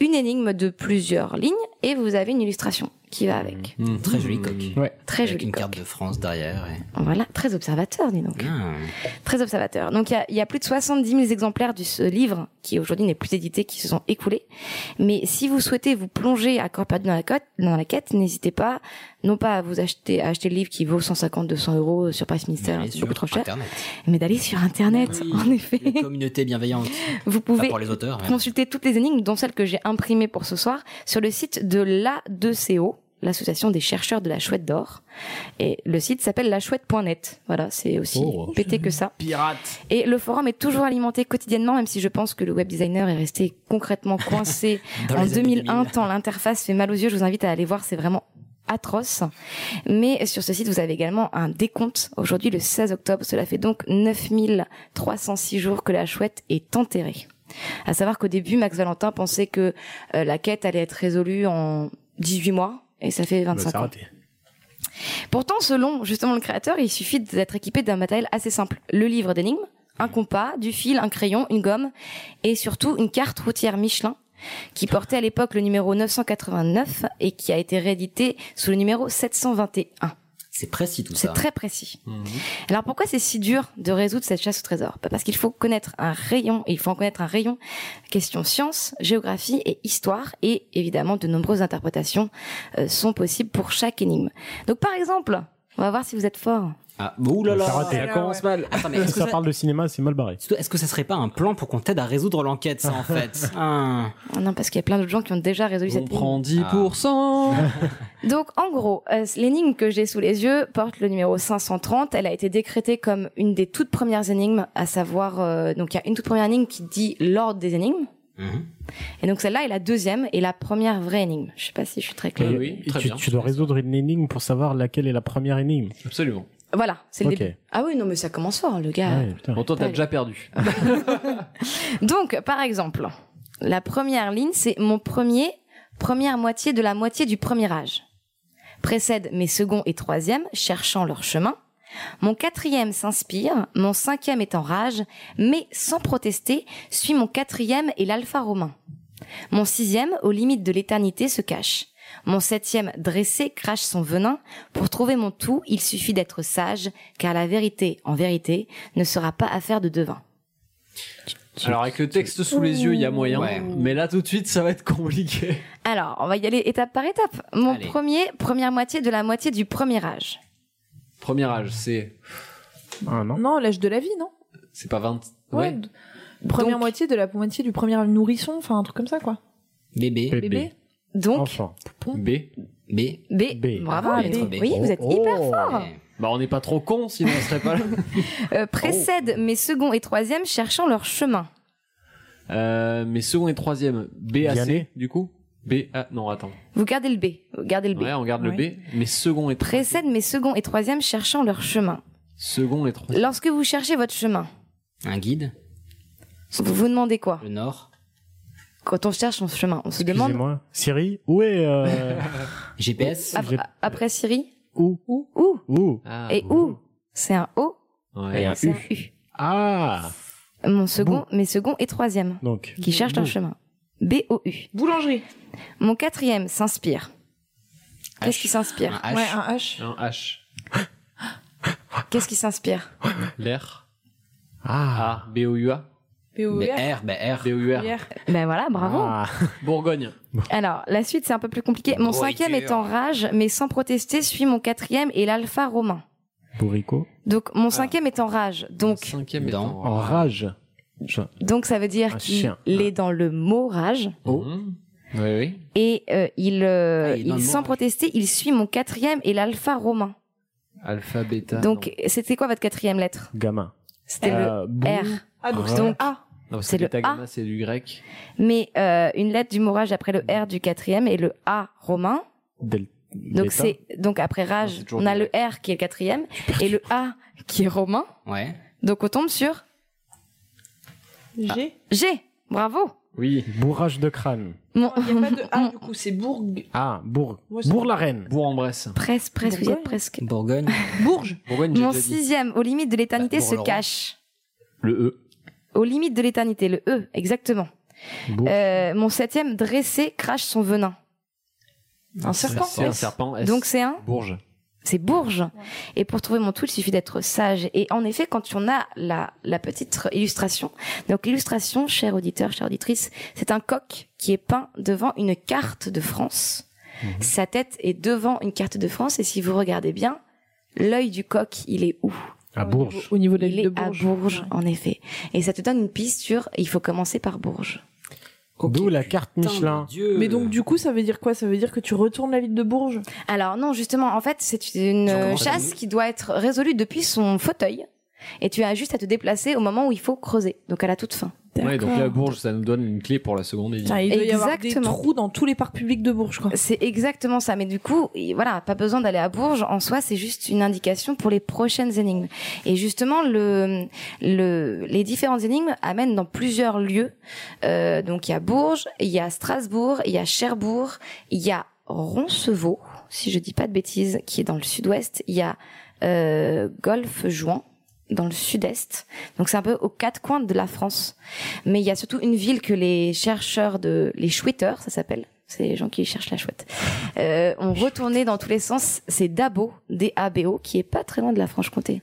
Speaker 7: une énigme de plusieurs lignes et vous avez une illustration qui va avec.
Speaker 1: Très joli coq.
Speaker 8: Mmh. Ouais.
Speaker 7: Mmh. Très
Speaker 1: Mmh. Avec
Speaker 7: joli.
Speaker 1: une
Speaker 7: coque.
Speaker 1: carte de France derrière. et-
Speaker 7: Voilà, très observateur, dis donc.
Speaker 1: Ah.
Speaker 7: Très observateur. Donc, il y a- il y, a plus de 70 000 exemplaires de ce livre qui aujourd'hui n'est plus édité, qui se sont écoulés. Mais si vous souhaitez vous plonger à corps perdu dans la, cote- dans la quête, n'hésitez pas, non pas à vous acheter, à acheter le livre qui vaut 150, 200 euros sur Price Minister,
Speaker 1: Allez
Speaker 7: c'est
Speaker 1: sur
Speaker 7: beaucoup trop cher,
Speaker 1: Internet. Ah
Speaker 7: mais d'aller sur Internet,
Speaker 1: Oui.
Speaker 7: en effet.
Speaker 1: Une communauté bienveillante.
Speaker 7: Vous
Speaker 1: Pas
Speaker 7: pouvez
Speaker 1: pour les auteurs. mais-
Speaker 7: consulter toutes les énigmes, dont celle que j'ai imprimée pour ce soir, sur le site de l'A2CO, l'association des chercheurs de la chouette d'or. Et le site s'appelle lachouette.net. Voilà, c'est aussi
Speaker 8: Oh.
Speaker 7: pété que ça.
Speaker 8: Pirate.
Speaker 7: Et le forum est toujours alimenté quotidiennement, même si je pense que le web designer est resté concrètement coincé
Speaker 1: Dans
Speaker 7: en
Speaker 1: les années
Speaker 7: 2001,
Speaker 1: 2000.
Speaker 7: tant l'interface fait mal aux yeux. Je vous invite à aller voir, c'est vraiment atroce. Mais sur ce site, vous avez également un décompte. Aujourd'hui, le 16 octobre, cela fait donc 9306 jours que la chouette est enterrée. À savoir qu'au début, Max Valentin pensait que euh, la quête allait être résolue en 18 mois, et Ah, ça
Speaker 3: Bah,
Speaker 7: fait 25 ans. Pourtant, selon justement le créateur, il suffit d'être équipé d'un matériel assez simple. Le livre d'énigmes, un compas, du fil, un crayon, une gomme, et surtout une carte routière Michelin qui portait à l'époque le numéro 989 et qui a été réédité sous le numéro 721.
Speaker 1: C'est précis tout
Speaker 7: ça. C'est très précis. Mmh. Alors pourquoi c'est si dur de résoudre cette chasse au trésor Bah, Parce qu'il faut connaître un rayon, il faut en connaître un rayon question science, géographie et histoire et évidemment de nombreuses interprétations euh, sont possibles pour chaque énigme. Donc par exemple, on va voir si vous êtes fort.
Speaker 1: Ah, oulala,
Speaker 3: ça, ça
Speaker 1: commence mal. Attends, mais est-ce que
Speaker 3: ça, parle de cinéma, c'est mal barré.
Speaker 1: Est-ce que ça serait pas un plan pour qu'on t'aide à résoudre l'enquête, ça, en fait ah.
Speaker 7: Oh Non, parce qu'il y a plein d'autres gens qui ont déjà résolu
Speaker 8: On
Speaker 7: cette
Speaker 8: prend 10%.
Speaker 7: Ah. Donc, en gros, euh, l'énigme que j'ai sous les yeux porte le numéro 530. Elle a été décrétée comme une des toutes premières énigmes, à savoir, euh, donc il y a une toute première énigme qui dit l'ordre des énigmes.
Speaker 3: Mhm.
Speaker 7: Et donc celle-là est la deuxième et la première vraie énigme. Je sais pas si je suis Ah très claire.
Speaker 8: Et oui, très
Speaker 3: tu,
Speaker 8: bien.
Speaker 3: tu dois résoudre une énigme pour savoir laquelle est la première énigme.
Speaker 8: Absolument.
Speaker 7: Voilà, c'est le
Speaker 3: Euh, Ok. Ah
Speaker 7: début. Ah oui, non, mais ça commence fort, le gars.
Speaker 3: Ouais, putain.
Speaker 8: Pourtant, t'as déjà perdu.
Speaker 7: Donc, par exemple, la première ligne, c'est mon premier, première moitié de la moitié du premier âge. Précède mes seconds et troisièmes, cherchant leur chemin. Mon quatrième s'inspire, mon cinquième est en rage, mais sans protester, suit mon quatrième et l'alpha romain. Mon sixième, aux limites de l'éternité, se cache. Mon septième, dressé, crache son venin. Pour trouver mon tout, il suffit d'être sage, car la vérité, en vérité, ne sera pas affaire de devin.
Speaker 8: Alors, avec le texte sous les yeux, il y a moyen. Mais là, tout de suite, ça va être compliqué.
Speaker 7: Alors, on va y aller étape par étape. Mon
Speaker 1: Allez.
Speaker 7: premier, première moitié de la moitié du premier âge.
Speaker 8: Premier âge, c'est.
Speaker 3: Ah non.
Speaker 9: Non, l'âge de la vie, non
Speaker 8: C'est pas 20.
Speaker 9: Ouais. d- Première
Speaker 7: Donc-
Speaker 9: moitié de la moitié du premier nourrisson, enfin un truc comme ça, quoi.
Speaker 1: Bébé.
Speaker 3: Bébé.
Speaker 9: Bébé.
Speaker 7: Donc,
Speaker 3: Enfant.
Speaker 8: B.
Speaker 1: B.
Speaker 7: B.
Speaker 3: B.
Speaker 7: Bravo,
Speaker 1: Ah,
Speaker 7: maître
Speaker 1: B.
Speaker 7: B. Oui, vous êtes
Speaker 3: Oh.
Speaker 7: hyper fort.
Speaker 8: Bah, on n'est pas trop con, sinon on serait pas là.
Speaker 7: Euh, précède mes seconds et troisièmes cherchant leur chemin.
Speaker 8: Euh, mais second et troisième, B A C,
Speaker 3: Vianney.
Speaker 8: du coup B A. Non, attends.
Speaker 7: Vous gardez le B. Vous gardez le B.
Speaker 8: Ouais, on garde
Speaker 9: Ouais.
Speaker 8: le B. Mais second et troisième.
Speaker 7: Précède mes seconds et troisièmes cherchant leur chemin.
Speaker 8: Second et troisième.
Speaker 7: Lorsque vous cherchez votre chemin,
Speaker 1: Un guide.
Speaker 7: vous vous demandez quoi
Speaker 1: Le Nord.
Speaker 7: Quand on cherche son chemin, on se demande
Speaker 3: Excusez-moi. Siri, où est euh,
Speaker 1: GPS.
Speaker 3: Ah.
Speaker 7: Après,
Speaker 3: J'ai- Ah,
Speaker 7: après Siri
Speaker 3: où
Speaker 7: Où Où
Speaker 3: où
Speaker 8: Ah,
Speaker 7: Et où C'est un O
Speaker 8: Ouais.
Speaker 1: Et un
Speaker 7: c'est un
Speaker 1: U.
Speaker 7: U.
Speaker 3: Ah.
Speaker 7: Mon second, mes seconds et troisième,
Speaker 3: Donc.
Speaker 7: qui cherchent leur
Speaker 3: Bou-
Speaker 7: chemin. B-O-U.
Speaker 9: Boulangerie.
Speaker 7: Mon quatrième s'inspire. Qu'est-ce
Speaker 1: H.
Speaker 7: qui
Speaker 1: Un
Speaker 7: s'inspire
Speaker 1: H.
Speaker 9: Ouais, un H.
Speaker 8: Un H.
Speaker 1: Ah.
Speaker 7: Qu'est-ce qui s'inspire
Speaker 8: L'air.
Speaker 3: Ah.
Speaker 8: A. B O U A.
Speaker 9: B-O-R.
Speaker 7: E.
Speaker 1: Mais R. Ben R.
Speaker 8: B O U R.
Speaker 9: E R.
Speaker 7: Ben voilà, bravo.
Speaker 3: Ah.
Speaker 8: Bourgogne.
Speaker 7: Alors, la suite, c'est un peu plus compliqué. Mon
Speaker 10: Gros
Speaker 7: cinquième
Speaker 10: Ikea.
Speaker 7: est
Speaker 1: hein.
Speaker 7: en rage, mais sans protester, suit mon quatrième et l'alpha romain.
Speaker 3: Bourrico.
Speaker 7: Donc,
Speaker 1: Ah.
Speaker 7: mon cinquième est en rage.
Speaker 8: Le
Speaker 7: Donc,
Speaker 8: Cinquième
Speaker 1: Dans.
Speaker 8: étant-
Speaker 3: En rage. Je-
Speaker 7: donc ça veut dire
Speaker 3: Un
Speaker 7: qu'il
Speaker 3: chien.
Speaker 7: est dans le mot rage.
Speaker 8: Oh. Oui, oui.
Speaker 7: Et euh, il, euh,
Speaker 1: Ah, il est dans
Speaker 7: il,
Speaker 1: le mot
Speaker 7: sans
Speaker 1: rage.
Speaker 7: protester, il suit mon quatrième et l'alpha romain.
Speaker 8: Alpha, bêta.
Speaker 7: Donc, c'était quoi votre quatrième lettre
Speaker 3: Gamin.
Speaker 7: C'était
Speaker 3: Euh, bou-
Speaker 7: le R.
Speaker 9: Ah, donc
Speaker 3: Ah.
Speaker 9: c'est un A.
Speaker 8: Non, parce
Speaker 7: c'est
Speaker 8: que
Speaker 7: le
Speaker 8: bêta,
Speaker 7: A.
Speaker 8: gamma, c'est du grec.
Speaker 7: Mais euh, une lettre du mot rage après le R du quatrième et le A romain.
Speaker 3: Del...
Speaker 7: Donc
Speaker 3: bêta.
Speaker 7: c'est donc après
Speaker 8: Non,
Speaker 7: rage,
Speaker 8: c'est toujours
Speaker 7: on a
Speaker 8: du
Speaker 7: le R qui est le quatrième et le A qui est romain.
Speaker 3: E.
Speaker 1: Ouais.
Speaker 7: Donc on tombe sur
Speaker 9: G.
Speaker 7: G. Bravo.
Speaker 8: Oui.
Speaker 3: Bourrage de crâne.
Speaker 7: Mon-
Speaker 9: Il n'y a pas de A
Speaker 7: mon-
Speaker 9: du coup, c'est Bourg.
Speaker 3: Ah, bourg.
Speaker 9: Ouais, c'est-
Speaker 3: Bourg-la-reine.
Speaker 8: Bourg-en-Bresse.
Speaker 7: Presque, presque, vous y êtes
Speaker 9: Bourgogne.
Speaker 7: presque.
Speaker 1: Bourgogne.
Speaker 9: Bourges.
Speaker 8: Bourgogne, j'ai
Speaker 7: Mon
Speaker 8: déjà dit.
Speaker 7: sixième, aux limites de l'éternité,
Speaker 1: Bah,
Speaker 7: se
Speaker 1: Bourg-le-Roi.
Speaker 7: cache.
Speaker 8: Le E.
Speaker 7: Aux limites de l'éternité, le E, exactement.
Speaker 3: Bourg.
Speaker 7: Euh, mon septième, dressé, crache son venin. Un serpent.
Speaker 8: Ah, C'est un serpent. S.
Speaker 7: Donc c'est un
Speaker 8: Bourges.
Speaker 7: C'est Bourges. Et pour trouver mon tout, il suffit d'être sage. Et en effet, quand on a la, la petite illustration, donc l'illustration, cher auditeur, chère auditrice, c'est un coq qui est peint devant une carte de France. Sa tête est devant une carte de France. Et si vous regardez bien, l'œil du coq, il est où
Speaker 1: Ah,
Speaker 3: À Bourges.
Speaker 9: Au niveau de la
Speaker 7: Il
Speaker 9: ville de
Speaker 7: est à
Speaker 9: Bourges.
Speaker 7: Bourges, en effet. Et ça te donne une piste sur, il faut commencer par Bourges.
Speaker 1: Ok.
Speaker 3: D'où la carte
Speaker 1: Putain de
Speaker 3: Michelin.
Speaker 1: Dieu.
Speaker 9: Mais donc du coup, ça veut dire quoi Ça veut dire que tu retournes la ville de Bourges
Speaker 7: Alors non, justement, en fait, c'est une
Speaker 1: Genre,
Speaker 7: euh,
Speaker 1: comment ça
Speaker 7: chasse
Speaker 1: donne
Speaker 7: qui doit être résolue depuis son fauteuil. Et tu as juste à te déplacer au moment où il faut creuser, donc à la toute fin.
Speaker 8: Ouais, donc la Bourges, ça nous donne une clé pour la seconde édition.
Speaker 9: il doit y avoir des trous dans tous les parcs publics de Bourges, quoi.
Speaker 7: C'est exactement ça. Mais du coup, et voilà, pas besoin d'aller à Bourges. En soi, c'est juste une indication pour les prochaines énigmes. Et justement, le, le, les différentes énigmes amènent dans plusieurs lieux. Euh, donc, il y a Bourges, il y a Strasbourg, il y a Cherbourg, il y a Roncevaux, si je dis pas de bêtises, qui est dans le sud-ouest. Il y a euh, Golfe-Jouan dans le sud-est. Donc c'est un peu aux quatre coins de la France. Mais il y a surtout une ville que les chercheurs de les chouetteurs, ça s'appelle. C'est les gens qui cherchent la chouette. Euh, ont retourné dans tous les sens. C'est Dabo, D-A-B-O, qui est pas très loin de la Franche-Comté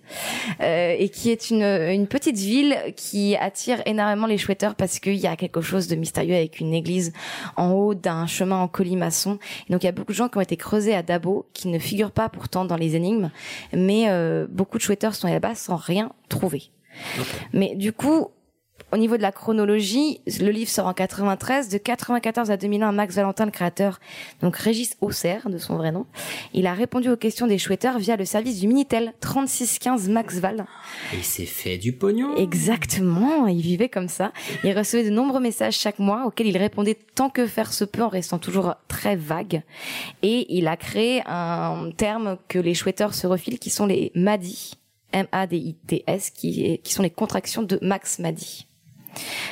Speaker 7: euh, et qui est une, une petite ville qui attire énormément les chouetteurs parce qu'il y a quelque chose de mystérieux avec une église en haut d'un chemin en colimaçon. Et donc il y a beaucoup de gens qui ont été creusés à Dabo, qui ne figurent pas pourtant dans les énigmes, mais euh, beaucoup de chouetteurs sont là-bas sans rien trouver. Mais du coup, au niveau de la chronologie, le livre sort en 93. De 94 à 2001, Max Valentin, le créateur, donc Régis Auxerre, de son vrai nom, il a répondu aux questions des chouetteurs via le service du Minitel 3615 Maxval.
Speaker 1: Et c'est fait du pognon.
Speaker 7: Exactement, il vivait comme ça. Il recevait de nombreux messages chaque mois auxquels il répondait tant que faire se peut en restant toujours très vague. Et il a créé un terme que les chouetteurs se refilent qui sont les MADIS. M-A-D-I-T-S, qui, qui sont les contractions de Max Madi.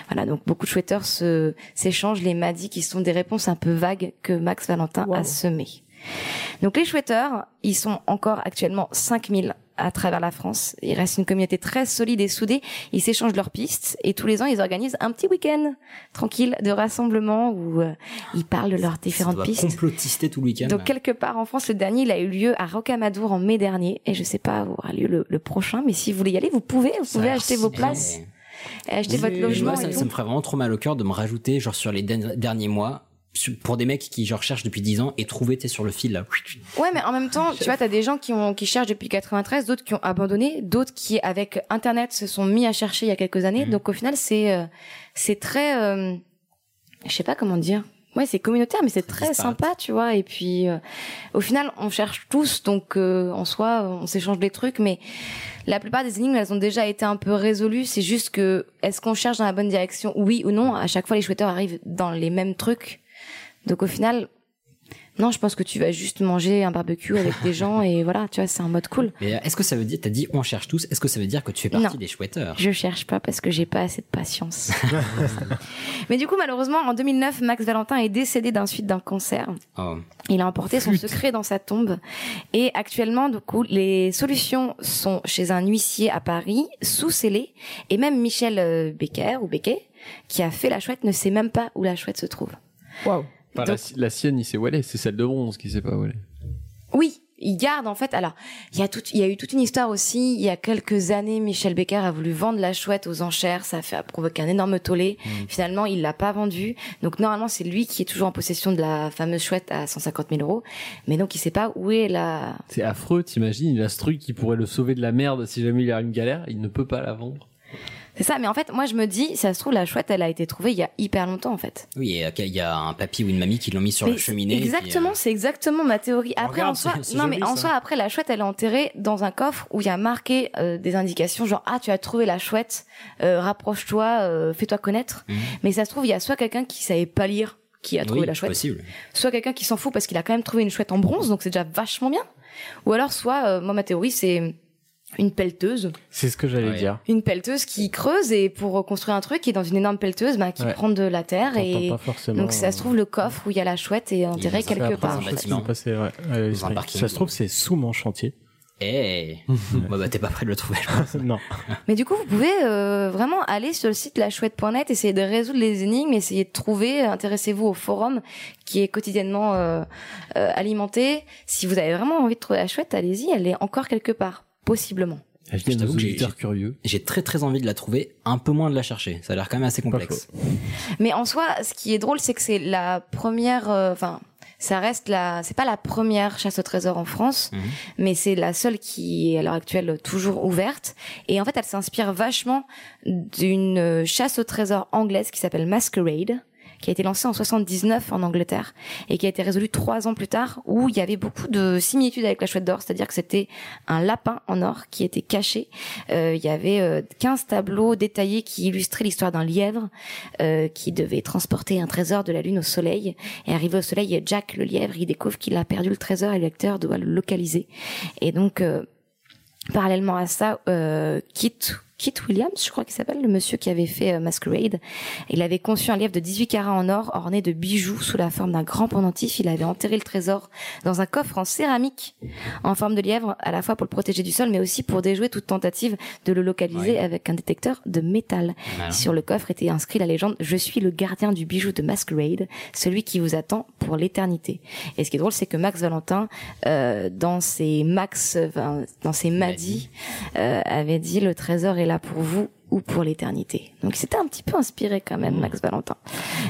Speaker 7: Voilà, donc beaucoup de chouetteurs se, s'échangent les madis qui sont des réponses un peu vagues que Max Valentin
Speaker 9: Wow.
Speaker 7: a semées. Donc les chouetteurs, ils sont encore actuellement 5000 à travers la France. Il reste une communauté très solide et soudée. Ils s'échangent leurs pistes et tous les ans, ils organisent un petit week-end tranquille de rassemblement où euh, ils parlent de leurs différentes
Speaker 1: doit
Speaker 7: pistes.
Speaker 1: complotister tout le week-end.
Speaker 7: Donc quelque part en France, le dernier, il a eu lieu à Rocamadour en mai dernier, et je sais pas où aura lieu le, le prochain, mais si vous voulez y aller, vous pouvez, vous
Speaker 1: Ça a
Speaker 7: pouvez
Speaker 1: l'air
Speaker 7: acheter vos
Speaker 1: super.
Speaker 7: places, et acheter
Speaker 1: Oui,
Speaker 7: votre
Speaker 1: mais
Speaker 7: logement
Speaker 1: moi, ça,
Speaker 7: et
Speaker 1: ça
Speaker 7: tout.
Speaker 1: me ferait vraiment trop mal au cœur de me rajouter, genre, sur les derni- derniers mois, su- pour des mecs qui, genre, cherchent depuis 10 ans et trouver, t'es sur le fil, là.
Speaker 7: Ouais, mais en même temps, tu vois, t'as des gens qui ont qui cherchent depuis 93, d'autres qui ont abandonné, d'autres qui avec Internet se sont mis à chercher il y a quelques années. Donc au final, c'est euh, c'est très, euh, je sais pas comment dire. Ouais, c'est communautaire, mais c'est très
Speaker 1: disparate.
Speaker 7: sympa, tu vois. Et puis euh, au final, on cherche tous, donc euh, en soi, on s'échange des trucs, mais la plupart des énigmes, elles ont déjà été un peu résolues. C'est juste que est-ce qu'on cherche dans la bonne direction, oui ou non À chaque fois, les chouetteurs arrivent dans les mêmes trucs. Donc au final, non, je pense que tu vas juste manger un barbecue avec des gens et voilà, tu vois, c'est un mode cool.
Speaker 1: Mais euh, est-ce que ça veut dire, t'as dit on cherche tous, est-ce que ça veut dire que tu fais partie
Speaker 7: Non.
Speaker 1: des chouetteurs
Speaker 7: Je cherche pas parce que j'ai pas assez de patience. Mais du coup, malheureusement, en 2009, Max Valentin est décédé d'un suite d'un cancer.
Speaker 1: Oh.
Speaker 7: Il a emporté son secret dans sa tombe. Et actuellement, du coup, les solutions sont chez un huissier à Paris, sous scellé. Et même Michel euh, Becker, ou Becquet, qui a fait la chouette, ne sait même pas où la chouette se trouve.
Speaker 8: Pas la, si- la sienne, il sait où elle est, c'est celle de bronze qui sait pas où elle est.
Speaker 7: Oui, il garde en fait. Alors, il y a tout, il y a eu toute une histoire aussi. Il y a quelques années, Michel Becker a voulu vendre la chouette aux enchères. Ça a fait provoquer un énorme tollé. Finalement, il l'a pas vendue. Donc normalement, c'est lui qui est toujours en possession de la fameuse chouette à 150 000 euros. Mais donc, il sait pas où est la.
Speaker 8: C'est affreux, t'imagines, il a ce truc qui pourrait le sauver de la merde si jamais il a une galère, il ne peut pas la vendre.
Speaker 7: C'est ça. Mais en fait, moi, je me dis, ça se trouve, la chouette, elle a été trouvée il y a hyper longtemps, en fait.
Speaker 1: Oui, et, ok, il y a un papy ou une mamie qui l'ont mis sur
Speaker 7: Mais
Speaker 1: la cheminée. et puis, euh,
Speaker 7: Exactement, c'est exactement ma théorie. Après,
Speaker 1: regarde,
Speaker 7: en soi,
Speaker 1: c'est- c'est
Speaker 7: non
Speaker 1: joli,
Speaker 7: mais en
Speaker 1: ça.
Speaker 7: soi, après la chouette, elle est enterrée dans un coffre où il y a marqué euh, des indications genre ah tu as trouvé la chouette, euh, rapproche-toi, euh, fais-toi connaître. Mais ça se trouve, il y a soit quelqu'un qui savait pas lire qui a trouvé
Speaker 1: Mhm. Oui,
Speaker 7: la chouette,
Speaker 1: possible.
Speaker 7: soit quelqu'un qui s'en fout parce qu'il a quand même trouvé une chouette en bronze, donc c'est déjà vachement bien. Ou alors soit, euh, moi ma théorie c'est une pelleteuse
Speaker 3: C'est ce que j'allais
Speaker 1: Ouais.
Speaker 3: dire.
Speaker 7: une pelleteuse qui creuse et pour construire un truc et dans une énorme pelleteuse bah, qui
Speaker 3: Ouais.
Speaker 7: prend de la terre
Speaker 3: T'entends
Speaker 7: et
Speaker 3: pas forcément,
Speaker 7: donc ça se trouve le coffre où euh, il y a la chouette est enterrée
Speaker 1: vont se faire
Speaker 7: quelque
Speaker 1: après,
Speaker 7: part.
Speaker 1: un
Speaker 3: Je sais ce qui
Speaker 1: bâtiment.
Speaker 3: s'est passé, ouais. Euh,
Speaker 1: Dans un
Speaker 3: c'est-
Speaker 1: parking.
Speaker 3: ça se trouve, c'est sous mon chantier.
Speaker 1: Eh, bah, bah, t'es pas prêt de le trouver. je pense.
Speaker 3: non.
Speaker 7: Mais du coup, vous pouvez euh, vraiment aller sur le site lachouette.net, essayer de résoudre les énigmes, essayer de trouver, euh, intéressez-vous au forum qui est quotidiennement euh, euh, alimenté. Si vous avez vraiment envie de trouver la chouette, allez-y, elle est encore quelque part, possiblement.
Speaker 8: Ah, Je
Speaker 1: Je t'avoue
Speaker 8: t'avoue
Speaker 1: que j'ai-
Speaker 8: auditeurs curieux.
Speaker 1: J'ai très très envie de la trouver, un peu moins de la chercher. Ça a l'air quand même assez complexe.
Speaker 7: Mais en soi, ce qui est drôle, c'est que c'est la première, euh, enfin, ça reste la, c'est pas la première chasse au trésor en France,
Speaker 1: Mhm.
Speaker 7: mais c'est la seule qui est à l'heure actuelle toujours ouverte. Et en fait, elle s'inspire vachement d'une euh, chasse au trésor anglaise qui s'appelle Masquerade qui a été lancé en 79 en Angleterre et qui a été résolu trois ans plus tard, où il y avait beaucoup de similitudes avec la chouette d'or, c'est-à-dire que c'était un lapin en or qui était caché. Euh, il y avait euh, 15 tableaux détaillés qui illustraient l'histoire d'un lièvre euh, qui devait transporter un trésor de la lune au soleil. Et arrivé au soleil, Jack, le lièvre, il découvre qu'il a perdu le trésor et l'acteur doit le localiser. Et donc, euh, parallèlement à ça, euh, Kit Kit Williams, je crois qu'il s'appelle, le monsieur qui avait fait euh, Masquerade. Il avait conçu un livre de 18 carats en or orné de bijoux sous la forme d'un grand pendentif. Il avait enterré le trésor dans un coffre en céramique en forme de lièvre, à la fois pour le protéger du sol, mais aussi pour déjouer toute tentative de le localiser ouais. avec un détecteur de métal. Voilà. Sur le coffre était inscrit la légende Je suis le gardien du bijou de Masquerade, celui qui vous attend pour l'éternité. Et ce qui est drôle, c'est que Max Valentin, euh, dans ses Max, enfin, dans ses
Speaker 1: Bah,
Speaker 7: Maddy, euh, avait dit le trésor est là pour vous ou pour l'éternité. Donc c'était un petit peu inspiré quand même Max Valentin.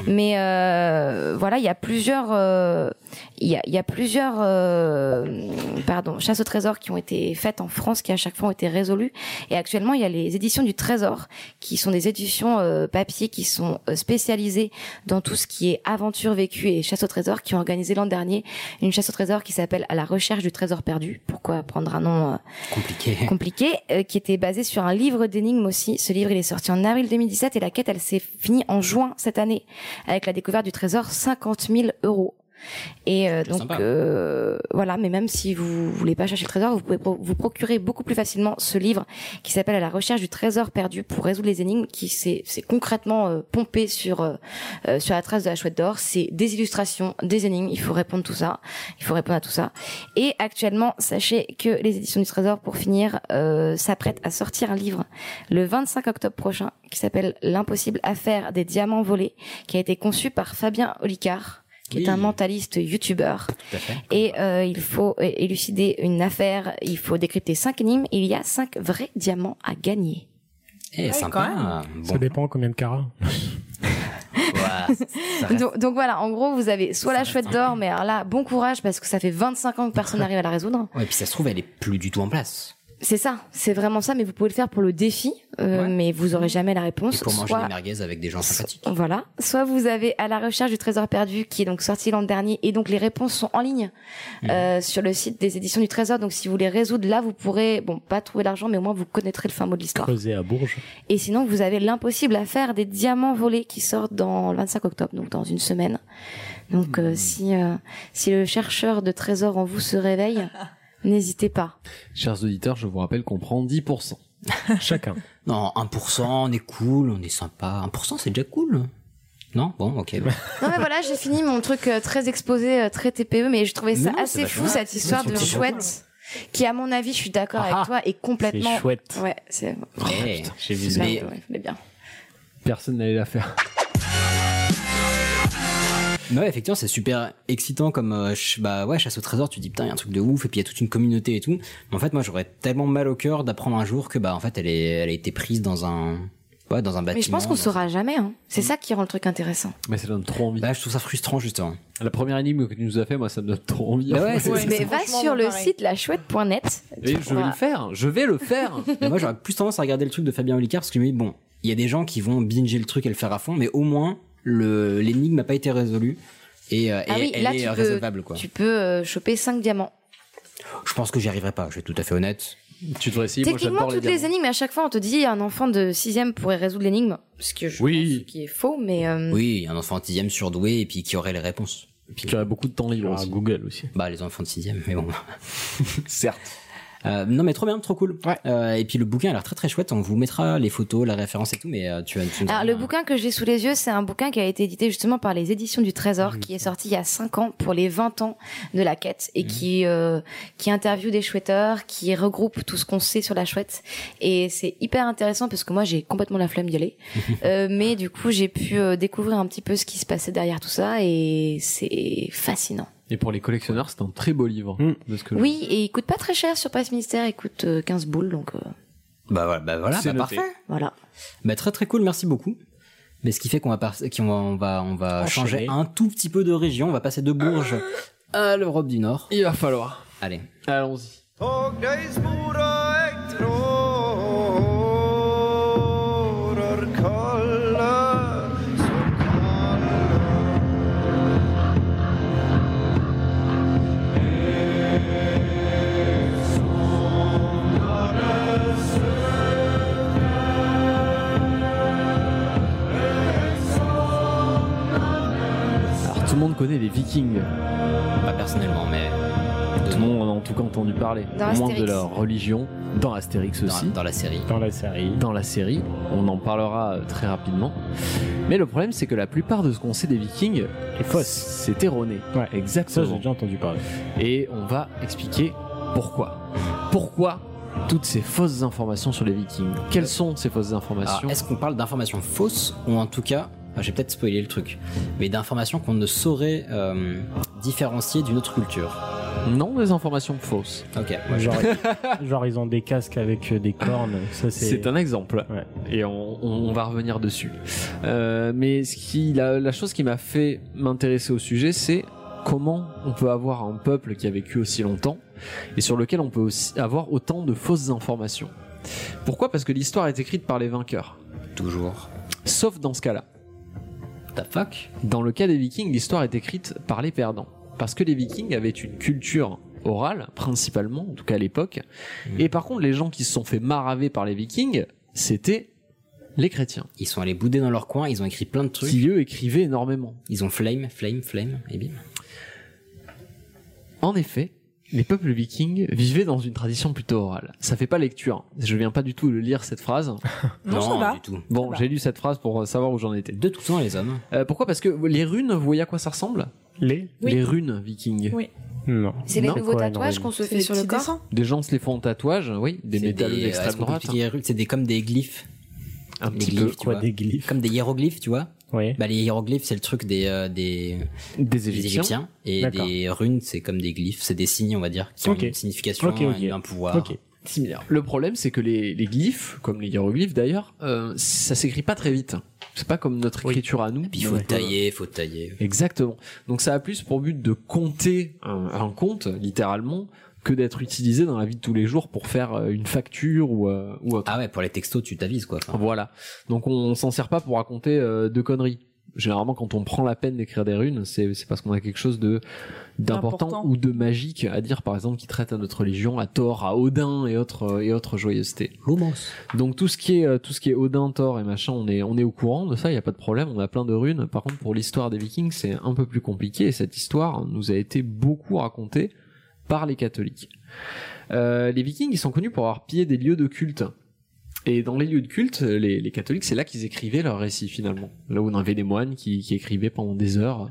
Speaker 7: Mais euh, voilà, il y a plusieurs, il euh, y, a, y, a, plusieurs, euh, pardon, chasses au trésor qui ont été faites en France, qui à chaque fois ont été résolues. Et actuellement, il y a les éditions du Trésor, qui sont des éditions euh, papier qui sont euh, spécialisées dans tout ce qui est aventure vécue et chasse au trésor, qui ont organisé l'an dernier une chasse au trésor qui s'appelle à la recherche du trésor perdu. Pourquoi prendre un nom euh,
Speaker 1: compliqué,
Speaker 7: compliqué, euh, qui était basé sur un livre d'énigmes aussi ce livre, il est sorti en avril 2017 et la quête, elle s'est finie en juin cette année avec la découverte du trésor 50 000 euros. Et euh, donc euh, voilà, mais même si vous voulez pas chercher le trésor, vous pouvez pro vous procurer beaucoup plus facilement ce livre qui s'appelle À la recherche du trésor perdu pour résoudre les énigmes, qui s'est concrètement euh, pompé sur sur la trace de la chouette d'or. C'est des illustrations, des énigmes. Il faut répondre tout ça. Il faut répondre à tout ça. Et actuellement, sachez que les éditions du trésor, pour finir, euh, s'apprêtent à sortir un livre le 25 octobre prochain qui s'appelle L'impossible affaire des diamants volés, qui a été conçu par Fabien Olicard qui oui. est un mentaliste youtubeur. Et euh, il faut élucider une affaire, il faut décrypter cinq énigmes, il y a cinq vrais diamants à gagner.
Speaker 1: Eh, ouais, sympa.
Speaker 3: Bon. Ça dépend combien de carats.
Speaker 7: ouais, donc, donc, voilà, en gros, vous avez soit ça la chouette d'or, mais alors là, bon courage parce que ça fait 25 ans que personne n'arrive à la résoudre.
Speaker 1: Ouais, et puis ça se trouve, elle est plus du tout en place.
Speaker 7: C'est ça, c'est vraiment ça, mais vous pouvez le faire pour le défi, euh, ouais. mais vous aurez jamais la réponse.
Speaker 1: Et pour manger soit... des merguez avec des gens sympathiques.
Speaker 7: Voilà. Soit vous avez à la recherche du trésor perdu, qui est donc sorti l'an dernier, et donc les réponses sont en ligne euh, mmh. sur le site des éditions du trésor. Donc si vous les résoudre là, vous pourrez, bon, pas trouver l'argent, mais au moins vous connaîtrez le fin mot de l'histoire.
Speaker 3: Creuser à Bourges.
Speaker 7: Et sinon, vous avez l'impossible à faire des diamants volés qui sortent dans le 25 octobre, donc dans une semaine. Donc mmh.
Speaker 1: Hmm.
Speaker 7: euh, si si le chercheur de trésor en vous se réveille. N'hésitez pas.
Speaker 8: Chers auditeurs, je vous rappelle qu'on prend 10%.
Speaker 3: Chacun.
Speaker 1: Non, 1%, on est cool, on est sympa. 1%, c'est déjà cool. Non Bon, ok. Bon.
Speaker 7: non, mais voilà, j'ai fini mon truc euh, très exposé, très TPE, mais je trouvais ça non, assez fou, cette histoire de chouette. Qui, à mon avis, je suis d'accord ah, avec toi, est complètement.
Speaker 1: C'est chouette.
Speaker 7: Ouais, c'est.
Speaker 1: Hey, oh, j'ai vu
Speaker 7: mais... ouais, bien.
Speaker 8: Personne n'allait la faire.
Speaker 1: Mais ouais, effectivement, c'est super excitant comme euh, bah ouais, chasse au trésor, tu te dis putain, il y a un truc de ouf et puis il y a toute une communauté et tout. Mais en fait, moi j'aurais tellement mal au cœur d'apprendre un jour que bah en fait, elle est elle a été prise dans un ouais, dans un bâtiment.
Speaker 7: Mais je pense qu'on
Speaker 1: dans...
Speaker 7: saura jamais hein. C'est mmh. ça qui rend le truc intéressant.
Speaker 8: Mais ça donne trop envie.
Speaker 1: Bah, je trouve ça frustrant justement.
Speaker 8: La première énigme que tu nous as fait, moi, ça me donne trop envie.
Speaker 7: Bah ouais, ouais, mais va sur le pareil. site lachouette.net.
Speaker 8: Et je pourras... vais le faire, je vais le faire.
Speaker 1: mais moi, j'aurais plus tendance à regarder le truc de Fabien Olicard parce que je me dis, bon, il y a des gens qui vont binger le truc et le faire à fond, mais au moins, l'énigme n'a pas été résolue et, euh, ah oui, et elle là, est résolvable
Speaker 7: peux,
Speaker 1: quoi.
Speaker 7: Tu peux euh, choper 5 diamants.
Speaker 1: Je pense que j'y arriverai pas, je suis tout à fait honnête.
Speaker 8: Tu devrais essayer.
Speaker 7: Techniquement,
Speaker 8: moi,
Speaker 7: toutes les, les, énigmes, à chaque fois, on te dit un enfant de 6ème pourrait résoudre l'énigme, ce que je oui. pense qui est faux, mais. Euh...
Speaker 1: Oui, un enfant de 6ème surdoué et puis qui aurait les réponses.
Speaker 8: Et puis qui aurait beaucoup de temps libre. Ah, Aussi.
Speaker 3: Google aussi.
Speaker 1: Bah, les enfants de 6ème, mais bon.
Speaker 8: Certes.
Speaker 1: Euh, non mais trop bien, trop cool. Ouais. Euh, et puis le bouquin a l'air très très chouette. On vous mettra les photos, la référence et tout. Mais euh, tu, tu
Speaker 7: Alors le bouquin que j'ai sous les yeux, c'est un bouquin qui a été édité justement par les éditions du
Speaker 3: Mhm.
Speaker 7: Trésor, mmh. qui est sorti il y a 5 ans pour les 20 ans de la quête
Speaker 3: Mhm.
Speaker 7: et mmh. qui qui interviewe des chouetteurs, qui regroupe tout ce qu'on sait sur la chouette. Et c'est hyper intéressant parce que moi j'ai complètement la flemme d'y aller, Euh, mais du coup j'ai pu euh, découvrir un petit peu ce qui se passait derrière tout ça et c'est fascinant.
Speaker 8: Et pour les collectionneurs, c'est un très beau livre.
Speaker 7: Mmh. De ce
Speaker 3: Mhm.
Speaker 7: que oui, et il coûte pas très cher sur Passe Ministère, il coûte 15 boules, donc. Euh...
Speaker 1: Bah, bah, voilà, bah, parfait.
Speaker 7: Voilà.
Speaker 1: Bah, très très cool, merci beaucoup. Mais ce qui fait qu'on va, qu'on va, on va, oh, changer un tout petit peu de région, on va passer de Bourges euh... à l'Europe du Nord.
Speaker 8: Il va falloir.
Speaker 1: Allez.
Speaker 8: Allons-y. tout le monde connaît les Vikings.
Speaker 1: Pas personnellement, mais.
Speaker 8: Tout le monde en a en tout cas entendu parler.
Speaker 7: Dans
Speaker 8: Au moins de
Speaker 7: Astérix.
Speaker 8: leur religion. Dans Astérix
Speaker 1: Dans,
Speaker 8: aussi.
Speaker 1: dans la série.
Speaker 3: Dans la série.
Speaker 8: Dans la série. On en parlera euh, très rapidement. Mais le problème, c'est que la plupart de ce qu'on sait des Vikings
Speaker 3: Et fausse.
Speaker 8: c'est erroné.
Speaker 3: Ouais. Ça, j'ai
Speaker 8: Exactement.
Speaker 3: déjà entendu parler.
Speaker 8: Et on va expliquer pourquoi. Pourquoi toutes ces fausses informations sur les Vikings
Speaker 3: Euh,
Speaker 8: Quelles sont ces fausses
Speaker 1: Alors,
Speaker 3: ah,
Speaker 8: informations
Speaker 1: est-ce qu'on parle d'informations fausses ou en tout cas, ah, j'ai peut-être spoilé le truc, mais d'informations qu'on ne saurait euh, différencier d'une autre culture
Speaker 8: Non, des informations fausses.
Speaker 1: Ok.
Speaker 3: Genre, genre, ils ont des casques avec euh, des cornes. Ça, c'est.
Speaker 8: C'est un exemple.
Speaker 3: Ouais.
Speaker 8: Et on, on- on va revenir dessus. Euh, mais ce qui, la, la chose qui m'a fait m'intéresser au sujet, c'est comment on peut avoir un peuple qui a vécu aussi longtemps et sur lequel on peut aussi avoir autant de fausses informations. Pourquoi Parce que l'histoire est écrite par les vainqueurs.
Speaker 1: Toujours.
Speaker 8: Sauf dans ce cas-là.
Speaker 1: What The fuck
Speaker 8: Dans le cas des Vikings, l'histoire est écrite par les perdants. Parce que les Vikings avaient une culture orale, principalement, en tout cas à l'époque. Et par contre, les gens qui se sont fait maraver par les Vikings, c'était les chrétiens.
Speaker 1: Ils sont allés bouder dans leur coin, ils ont écrit plein de trucs.
Speaker 8: Qui eux écrivaient énormément.
Speaker 1: Ils ont flame, flame, flame, et bim.
Speaker 8: En effet, les peuples vikings vivaient dans une tradition plutôt orale. Ça fait pas lecture. hein. Je viens pas du tout de lire cette phrase.
Speaker 9: Non, ça va.
Speaker 1: du tout.
Speaker 8: Bon, j'ai lu cette phrase pour euh, savoir où j'en étais.
Speaker 1: De tout temps, les hommes.
Speaker 8: Euh, pourquoi Parce que les runes, vous voyez à quoi ça ressemble
Speaker 3: Les
Speaker 9: Oui.
Speaker 8: Les runes vikings.
Speaker 9: Oui.
Speaker 3: Non.
Speaker 7: C'est les
Speaker 8: Non.
Speaker 7: nouveaux
Speaker 3: Quoi,
Speaker 7: tatouages
Speaker 3: non,
Speaker 7: qu'on se
Speaker 9: C'est
Speaker 7: fait
Speaker 9: les
Speaker 7: sur le
Speaker 9: petits
Speaker 7: corps.
Speaker 9: dessins.
Speaker 8: Des gens se les font en tatouage, oui, des
Speaker 1: C'est
Speaker 8: métalleux
Speaker 1: euh, est-ce
Speaker 8: d'extrême
Speaker 1: qu'on peut
Speaker 8: droite. hein.
Speaker 1: expliquer les rues C'est des, comme des glyphes.
Speaker 8: Un
Speaker 1: Des
Speaker 8: petit peu.
Speaker 1: glyphes, tu
Speaker 3: Quoi,
Speaker 1: vois.
Speaker 3: des glyphes.
Speaker 1: Comme des hiéroglyphes, tu vois.
Speaker 3: Oui.
Speaker 1: Bah, les hiéroglyphes, c'est le truc des, euh, des,
Speaker 8: Des
Speaker 1: des
Speaker 8: Égyptiens.
Speaker 1: Égyptiens. Et
Speaker 3: D'accord.
Speaker 1: des runes, c'est comme des glyphes, c'est des signes, on va dire, qui
Speaker 3: Ok.
Speaker 1: ont une signification,
Speaker 3: Ok, ok.
Speaker 1: une- un pouvoir.
Speaker 3: Ok.
Speaker 8: Similaire. Le problème, c'est que les, les glyphes, comme les hiéroglyphes d'ailleurs, euh, ça s'écrit pas très vite. C'est pas comme notre écriture à nous.
Speaker 1: Puis il faut
Speaker 8: Ouais.
Speaker 1: tailler, faut tailler.
Speaker 8: Exactement. Donc ça a plus pour but de compter un, un compte, littéralement, que d'être utilisé dans la vie de tous les jours pour faire euh, une facture ou, euh, ou autre.
Speaker 1: Ah ouais, pour les textos, tu t'avises, quoi. Enfin,
Speaker 8: Voilà. Donc on, s'en sert pas pour raconter euh, de conneries. Généralement, quand on prend la peine d'écrire des runes, c'est c'est parce qu'on a quelque chose de d'important
Speaker 9: D'important.
Speaker 8: ou de magique à dire, par exemple, qui traite à notre religion, à Thor, à Odin et autres et autres joyeusetés.
Speaker 1: L'homos.
Speaker 8: Donc tout ce qui est euh, tout ce qui est Odin, Thor et machin, on est on est au courant de ça, il y a pas de problème, on a plein de runes. Par contre pour l'histoire des Vikings, c'est un peu plus compliqué et cette histoire nous a été beaucoup racontée par les catholiques. Euh, les Vikings, ils sont connus pour avoir pillé des lieux de culte. Et dans les lieux de culte, les, les catholiques, c'est là qu'ils écrivaient leurs récits finalement. Là où on avait des moines qui, qui écrivaient pendant des heures.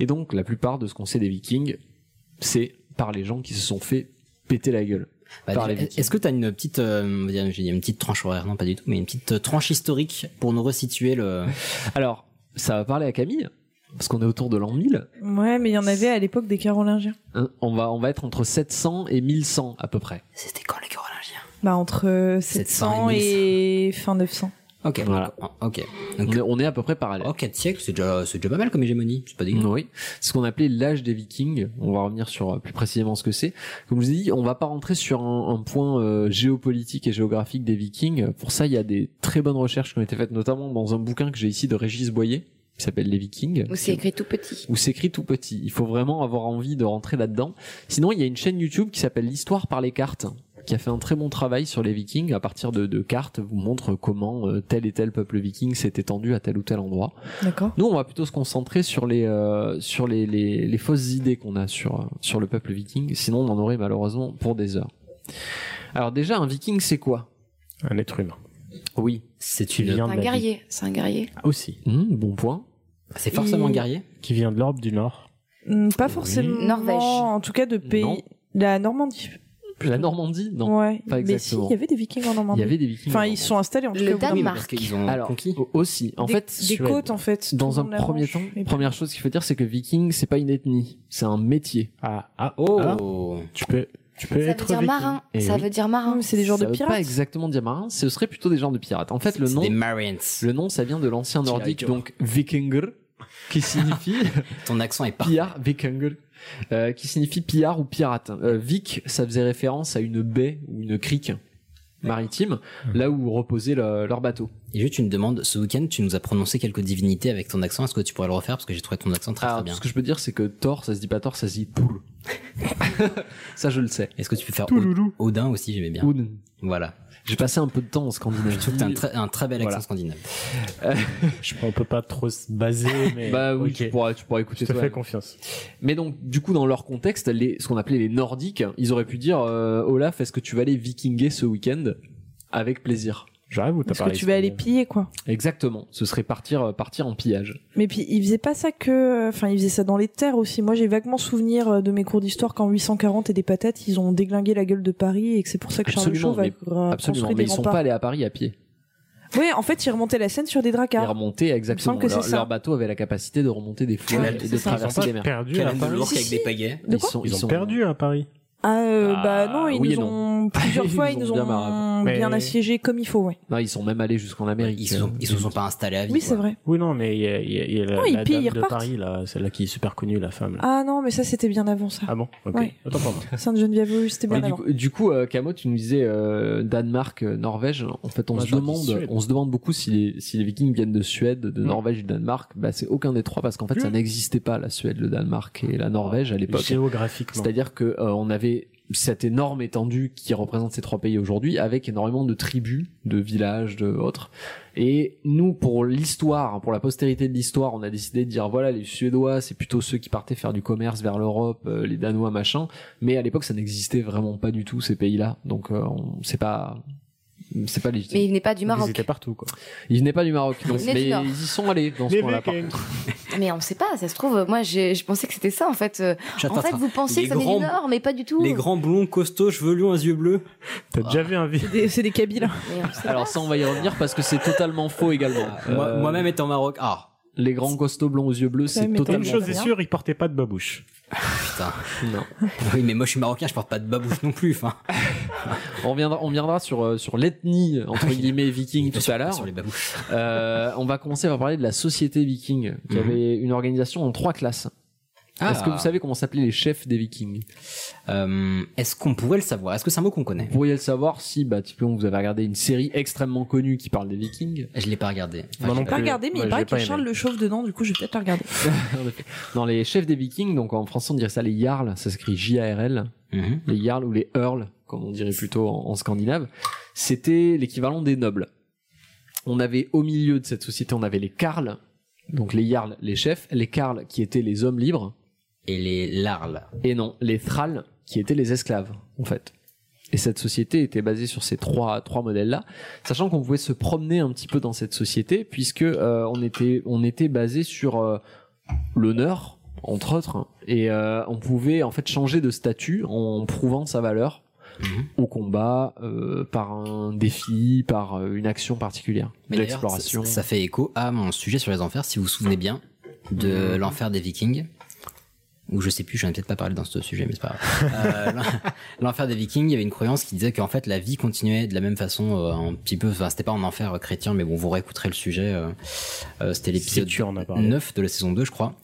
Speaker 8: Et donc la plupart de ce qu'on sait des Vikings, c'est par les gens qui se sont fait péter la gueule.
Speaker 1: Bah,
Speaker 8: Par les
Speaker 1: déjà,
Speaker 8: Vikings.
Speaker 1: Est-ce que t'as une petite, euh, on va dire, j'ai dit une petite tranche horaire, non pas du tout, mais une petite euh, tranche historique pour nous resituer le.
Speaker 8: Alors, ça va parler à Camille, parce qu'on est autour de l'an 1000.
Speaker 9: Ouais, mais il y en avait à l'époque des Carolingiens.
Speaker 8: Hein, on, va, on va être entre 700 et 1100 à peu près.
Speaker 1: C'était quand les Carolingiens
Speaker 9: Bah, entre euh,
Speaker 1: 700
Speaker 9: 700
Speaker 1: et
Speaker 9: et fin 900.
Speaker 1: Ok,
Speaker 8: Voilà.
Speaker 1: donc, en- ok.
Speaker 8: On
Speaker 1: Donc,
Speaker 8: est, on est à peu près parallèle.
Speaker 1: oh, 4 siècles, c'est déjà, c'est déjà pas mal comme hégémonie, c'est pas dégueu.
Speaker 8: Oui, ce qu'on appelait l'âge des Vikings. On va revenir sur euh, plus précisément ce que c'est. Comme je vous ai dit, on va pas rentrer sur un, un point euh, géopolitique et géographique des Vikings. Pour ça, il y a des très bonnes recherches qui ont été faites, notamment dans un bouquin que j'ai ici de Régis Boyer, qui s'appelle Les Vikings.
Speaker 7: Où c'est écrit tout petit.
Speaker 8: où c'est écrit tout petit. Il faut vraiment avoir envie de rentrer là-dedans. Sinon, il y a une chaîne YouTube qui s'appelle L'Histoire par les cartes, qui a fait un très bon travail sur les Vikings. À partir de, de cartes, vous montre comment euh, tel et tel peuple viking s'est étendu à tel ou tel endroit.
Speaker 9: D'accord.
Speaker 8: Nous, on va plutôt se concentrer sur les euh, sur les, les, les fausses idées qu'on a sur euh, sur le peuple viking. Sinon, on en aurait malheureusement pour des heures. Alors déjà, un viking, c'est quoi
Speaker 3: Un être humain.
Speaker 8: Oui.
Speaker 1: C'est
Speaker 3: Qui
Speaker 1: une.
Speaker 3: vient
Speaker 7: C'est
Speaker 3: de
Speaker 7: un
Speaker 3: la vie-
Speaker 7: guerrier. C'est un guerrier.
Speaker 3: Aussi.
Speaker 8: Hmm, bon point.
Speaker 1: C'est forcément un
Speaker 9: Il-
Speaker 1: guerrier
Speaker 3: Qui vient de l'Europe du Nord.
Speaker 9: Hmm, Pas forcément.
Speaker 7: Norvège.
Speaker 9: En tout cas, de pays.
Speaker 8: Non.
Speaker 9: La Normandie.
Speaker 8: La Normandie Non.
Speaker 9: ouais.
Speaker 8: pas
Speaker 9: Mais si,
Speaker 8: exactement.
Speaker 9: il y avait des Vikings en
Speaker 8: Il
Speaker 9: Normandie.
Speaker 8: y avait des Vikings. en
Speaker 9: Enfin, ils
Speaker 8: Normandie.
Speaker 9: sont installés en tout
Speaker 7: Le
Speaker 9: cas. au
Speaker 7: Dan-
Speaker 9: bout
Speaker 1: Oui, mais
Speaker 7: Danemark.
Speaker 1: parce qu'ils ont
Speaker 8: Alors,
Speaker 1: Ah, conquis.
Speaker 8: aussi. En
Speaker 9: des-
Speaker 8: fait,
Speaker 9: des
Speaker 3: Suède.
Speaker 9: côtes en fait. tout
Speaker 8: Dans
Speaker 9: le
Speaker 8: un
Speaker 9: long de la
Speaker 8: premier
Speaker 9: Manche.
Speaker 8: temps,
Speaker 9: Et puis-
Speaker 8: première chose qu'il faut dire, c'est que viking, c'est pas une ethnie, c'est un métier.
Speaker 3: Ah, ah,
Speaker 1: Oh
Speaker 3: ah, tu peux, tu peux
Speaker 7: Ça
Speaker 3: être
Speaker 7: veut dire
Speaker 3: viking.
Speaker 7: marin.
Speaker 8: Eh
Speaker 7: Ça
Speaker 8: oui.
Speaker 7: veut dire
Speaker 9: Ah,
Speaker 7: marin.
Speaker 9: mais c'est des genres
Speaker 8: Ça
Speaker 9: de
Speaker 8: veut
Speaker 9: pirates.
Speaker 8: Pas exactement dire marin, ce serait plutôt des genres de pirates. En fait, le
Speaker 1: C'est
Speaker 8: nom,
Speaker 1: Des Marines.
Speaker 8: le nom, ça vient de l'ancien
Speaker 1: Tiens,
Speaker 8: nordique,
Speaker 1: Victor.
Speaker 8: donc vikinger, qui signifie
Speaker 1: Ton accent est parfait.
Speaker 8: pillard, vikinger, euh, qui signifie pillard ou pirate. Euh, Vik, ça faisait référence à une baie ou une crique maritime,
Speaker 1: Hum.
Speaker 8: là où reposait le- leur bateau.
Speaker 1: Et juste une demande, ce week-end, tu nous as prononcé quelques divinités avec ton accent. Est-ce que tu pourrais le refaire Parce que j'ai trouvé ton accent très
Speaker 8: Alors,
Speaker 1: très bien.
Speaker 8: tout ce que je peux dire, c'est que Thor, ça se dit pas Thor, ça se dit Thor. Ça, je le sais.
Speaker 1: Est-ce que tu peux faire Od- Odin aussi J'aimais bien.
Speaker 8: Oudin.
Speaker 1: Voilà.
Speaker 8: J'ai passé un peu de temps en Scandinavie.
Speaker 1: Je trouve que t'as un, très- un très bel accent
Speaker 3: Voilà.
Speaker 1: scandinave.
Speaker 3: Je pense qu'on peut pas trop se baser, mais.
Speaker 8: Bah oui,
Speaker 3: ok.
Speaker 8: tu, pourras, tu pourras écouter
Speaker 3: Je te
Speaker 8: toi.
Speaker 3: fais confiance.
Speaker 8: Mais donc, du coup, dans leur contexte, les, ce qu'on appelait les Nordiques, ils auraient pu dire euh, Olaf, est-ce que tu vas aller vikinguer ce week-end Avec plaisir.
Speaker 3: J'arrive ou t'as hein.
Speaker 9: Parce que
Speaker 3: parlé
Speaker 9: tu vas aller
Speaker 3: espagnol
Speaker 9: piller, quoi.
Speaker 8: Exactement. Ce serait partir, euh, partir en pillage.
Speaker 9: Mais puis il faisait pas ça que, enfin il faisait ça dans les terres aussi. Moi j'ai vaguement souvenir euh, de mes cours d'histoire qu'en 840 et des patates ils ont déglingué la gueule de Paris et que c'est pour ça que Charles le
Speaker 8: Absolument,
Speaker 9: Chauve
Speaker 8: mais-
Speaker 9: a
Speaker 8: Absolument.
Speaker 9: construit des
Speaker 8: Mais ils sont
Speaker 9: remparts.
Speaker 8: pas allés à Paris à pied.
Speaker 9: Ouais, en fait ils remontaient la Seine sur des
Speaker 8: Ils
Speaker 9: dracards.
Speaker 8: remontaient exactement.
Speaker 9: semble que c'est
Speaker 8: Leur,
Speaker 9: ça.
Speaker 8: leur bateau avait la capacité de remonter des
Speaker 1: Ouais,
Speaker 8: fleuves et
Speaker 1: c'est
Speaker 8: de
Speaker 9: ça.
Speaker 3: Ils ont
Speaker 8: traverser
Speaker 3: pas
Speaker 8: les mers.
Speaker 3: perdu à
Speaker 1: Calame de
Speaker 3: Paris.
Speaker 1: l'ours
Speaker 9: Si,
Speaker 1: avec
Speaker 9: si.
Speaker 1: des pagaies.
Speaker 9: De quoi
Speaker 8: sont,
Speaker 3: Ils ont
Speaker 8: sont-
Speaker 3: perdu à Paris.
Speaker 9: Ah euh,
Speaker 8: Ah,
Speaker 9: bah non ils
Speaker 8: oui et
Speaker 9: nous ont plusieurs
Speaker 8: Ils
Speaker 9: fois
Speaker 8: nous
Speaker 9: ils
Speaker 8: ont
Speaker 9: nous
Speaker 8: bien hein.
Speaker 9: ont
Speaker 8: marre.
Speaker 9: bien
Speaker 3: Mais-
Speaker 9: assiégés comme il faut ouais.
Speaker 8: Non, ils sont même allés jusqu'en Amérique.
Speaker 1: Ils se sont, ils se sont pas installés à vie.
Speaker 9: Oui c'est vrai.
Speaker 3: Oui, non, mais il y a, il y a- il y a la,
Speaker 9: Non, ils
Speaker 3: la
Speaker 9: pillent,
Speaker 3: dame
Speaker 9: ils
Speaker 3: de
Speaker 9: repartent.
Speaker 3: Paris, là, celle-là qui est super connue, la femme. Là.
Speaker 9: Ah non mais ça c'était bien avant ça.
Speaker 3: Ah bon Ok.
Speaker 9: Ouais.
Speaker 3: Attends, pardon.
Speaker 9: Sainte Geneviève c'était
Speaker 8: Mais
Speaker 9: bien
Speaker 8: Ah. du,
Speaker 9: avant.
Speaker 8: coup- du coup, euh, Camo, tu nous disais euh, Danemark, euh, Norvège. En fait, on
Speaker 3: Moi,
Speaker 8: se
Speaker 3: j'aurais dit
Speaker 8: demande,
Speaker 3: Suède.
Speaker 8: on se demande beaucoup si les, si les Vikings viennent de Suède, de
Speaker 3: Mm.
Speaker 8: Norvège, et du Danemark. Bah, c'est aucun des trois parce qu'en fait, ça
Speaker 3: Mm.
Speaker 8: n'existait pas la Suède, le Danemark et la Norvège à l'époque.
Speaker 3: Géographiquement.
Speaker 8: C'est-à-dire que euh, on avait cette énorme étendue qui représente ces trois pays aujourd'hui, avec énormément de tribus, de villages, de autres. Et nous, pour l'histoire, pour la postérité de l'histoire, on a décidé de dire voilà, les Suédois, c'est plutôt ceux qui partaient faire du commerce vers l'Europe, euh, les Danois, machin. Mais à l'époque, ça n'existait vraiment pas du tout ces pays-là, donc euh, on- c'est pas, c'est pas légitime.
Speaker 7: Mais il n'est pas du
Speaker 3: Ils
Speaker 7: Maroc.
Speaker 3: étaient partout, quoi.
Speaker 8: Ils venaient pas du Maroc, donc-
Speaker 7: venaient du
Speaker 8: mais
Speaker 7: Nord.
Speaker 8: ils y sont allés dans ce
Speaker 3: Les
Speaker 8: point-là. par
Speaker 3: Vikings.
Speaker 8: contre.
Speaker 7: Mais on ne sait pas, ça se trouve. Moi, j'ai- je pensais que c'était ça en fait. Euh, En fait, vous pensiez
Speaker 1: Les
Speaker 7: que ça venait du
Speaker 1: grands-
Speaker 7: Nord, mais pas du tout.
Speaker 1: Les grands blonds costauds, chevelus, à yeux bleus.
Speaker 3: T'as déjà vu un
Speaker 9: C'est
Speaker 3: vide
Speaker 9: des- C'est des Kabyles.
Speaker 7: Mais on sait
Speaker 8: Alors ça, on va y revenir parce que c'est totalement faux également.
Speaker 1: Moi-
Speaker 8: Euh,
Speaker 1: Moi-même étant au Maroc. Ah.
Speaker 8: les grands costauds blonds aux yeux bleus,
Speaker 9: Ça
Speaker 8: c'est
Speaker 9: m'étonne.
Speaker 8: totalement
Speaker 3: Une chose est
Speaker 9: rien.
Speaker 3: sûre, ils portaient pas de babouche.
Speaker 9: Ah,
Speaker 1: Putain.
Speaker 8: Non.
Speaker 1: Oui, mais moi je suis marocain, je porte pas de babouche non plus. Enfin,
Speaker 8: On reviendra, on viendra sur, euh, sur l'ethnie, entre guillemets, viking tout à l'heure.
Speaker 1: Sur les babouches.
Speaker 8: Euh, on va commencer par parler de la société viking, qui
Speaker 1: Mhm.
Speaker 8: avait une organisation en trois classes.
Speaker 1: Ah.
Speaker 8: Est-ce que vous savez comment s'appelaient les chefs des vikings
Speaker 1: Euh, Est-ce qu'on pourrait le savoir Est-ce que c'est un mot qu'on
Speaker 8: Vous
Speaker 1: connaît
Speaker 8: pourriez le savoir si, bah, typiquement, vous avez regardé une série extrêmement connue qui parle des vikings.
Speaker 1: Je l'ai pas regardé.
Speaker 3: Moi
Speaker 1: je
Speaker 3: non
Speaker 1: l'ai
Speaker 9: J'ai pas
Speaker 1: pas-
Speaker 3: plus.
Speaker 9: regardé mais
Speaker 3: Ouais,
Speaker 9: il paraît qu'il
Speaker 3: j'ai
Speaker 9: y
Speaker 3: pas
Speaker 9: a
Speaker 3: aimé.
Speaker 9: Charles le Chauve dedans du coup je vais peut-être la regarder.
Speaker 8: Dans les chefs des vikings, donc en français on dirait ça les jarls, ça s'écrit J-A-R-L,
Speaker 1: Mhm.
Speaker 8: les jarls ou les earls, comme on dirait plutôt en, en scandinave, c'était l'équivalent des nobles. On avait au milieu de cette société, on avait les carls, donc les jarls, les chefs, les carls qui étaient les hommes libres,
Speaker 1: Et les larles.
Speaker 8: et non, les thralls qui étaient les esclaves, en fait. Et cette société était basée sur ces trois, trois modèles-là, sachant qu'on pouvait se promener un petit peu dans cette société, puisque euh, on était, on était basé sur euh, l'honneur, entre autres, et euh, on pouvait en fait changer de statut en prouvant sa valeur au combat, euh, par un défi, par euh, une action particulière, de
Speaker 1: d'ailleurs,
Speaker 8: l'exploration.
Speaker 1: Ça, ça fait écho à mon sujet sur les enfers, si vous vous souvenez bien, de l'enfer des Vikings. Ou je sais plus, j'en ai peut-être pas parlé dans ce sujet, mais c'est pas grave. Euh, l'en- l'enfer des Vikings, il y avait une croyance qui disait qu'en fait la vie continuait de la même façon, euh, un petit peu. Enfin, c'était pas en enfer euh, chrétien, mais bon, vous réécouterez le sujet. euh, euh, c'était
Speaker 3: Si
Speaker 1: l'épisode
Speaker 3: tu en as parlé.
Speaker 1: 9 de la saison 2, je crois.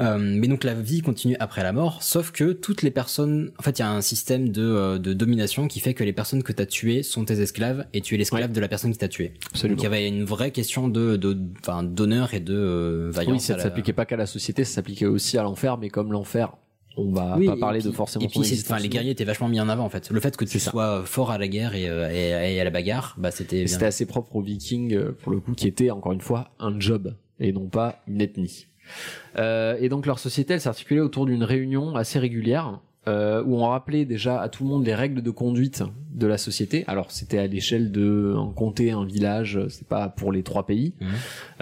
Speaker 1: Euh, mais donc la vie continue après la mort, sauf que toutes les personnes... En fait, il y a un système de, euh, de domination qui fait que les personnes que t'as tuées sont tes esclaves et tu es l'esclave de la personne qui t'a tué.
Speaker 8: Absolument.
Speaker 1: Donc il y avait une vraie question de de- enfin, d'honneur et de euh,
Speaker 8: Oui,
Speaker 1: vaillance.
Speaker 8: ça
Speaker 1: à
Speaker 8: ne
Speaker 1: la-
Speaker 8: s'appliquait pas qu'à la société, ça s'appliquait aussi à l'enfer, mais comme l'enfer, on va
Speaker 1: Oui,
Speaker 8: pas
Speaker 1: et
Speaker 8: parler de
Speaker 1: puis-
Speaker 8: forcément
Speaker 1: Et puis,
Speaker 8: son
Speaker 1: c'est- enfin,
Speaker 8: existence.
Speaker 1: les guerriers étaient vachement mis en avant en fait. Le fait que tu
Speaker 8: C'est ça.
Speaker 1: sois fort à la guerre et, euh, et- et à la bagarre, bah c'était.
Speaker 8: Et
Speaker 1: bien.
Speaker 8: C'était assez propre aux vikings, euh, pour le coup, qui était, encore une fois, un job, et non pas une ethnie. Euh, et donc leur société, elle s'articulait autour d'une réunion assez régulière, euh, où on rappelait déjà à tout le monde les règles de conduite de la société. Alors c'était à l'échelle de un comté, un village, euh, c'est pas pour les trois pays.
Speaker 1: Mhm.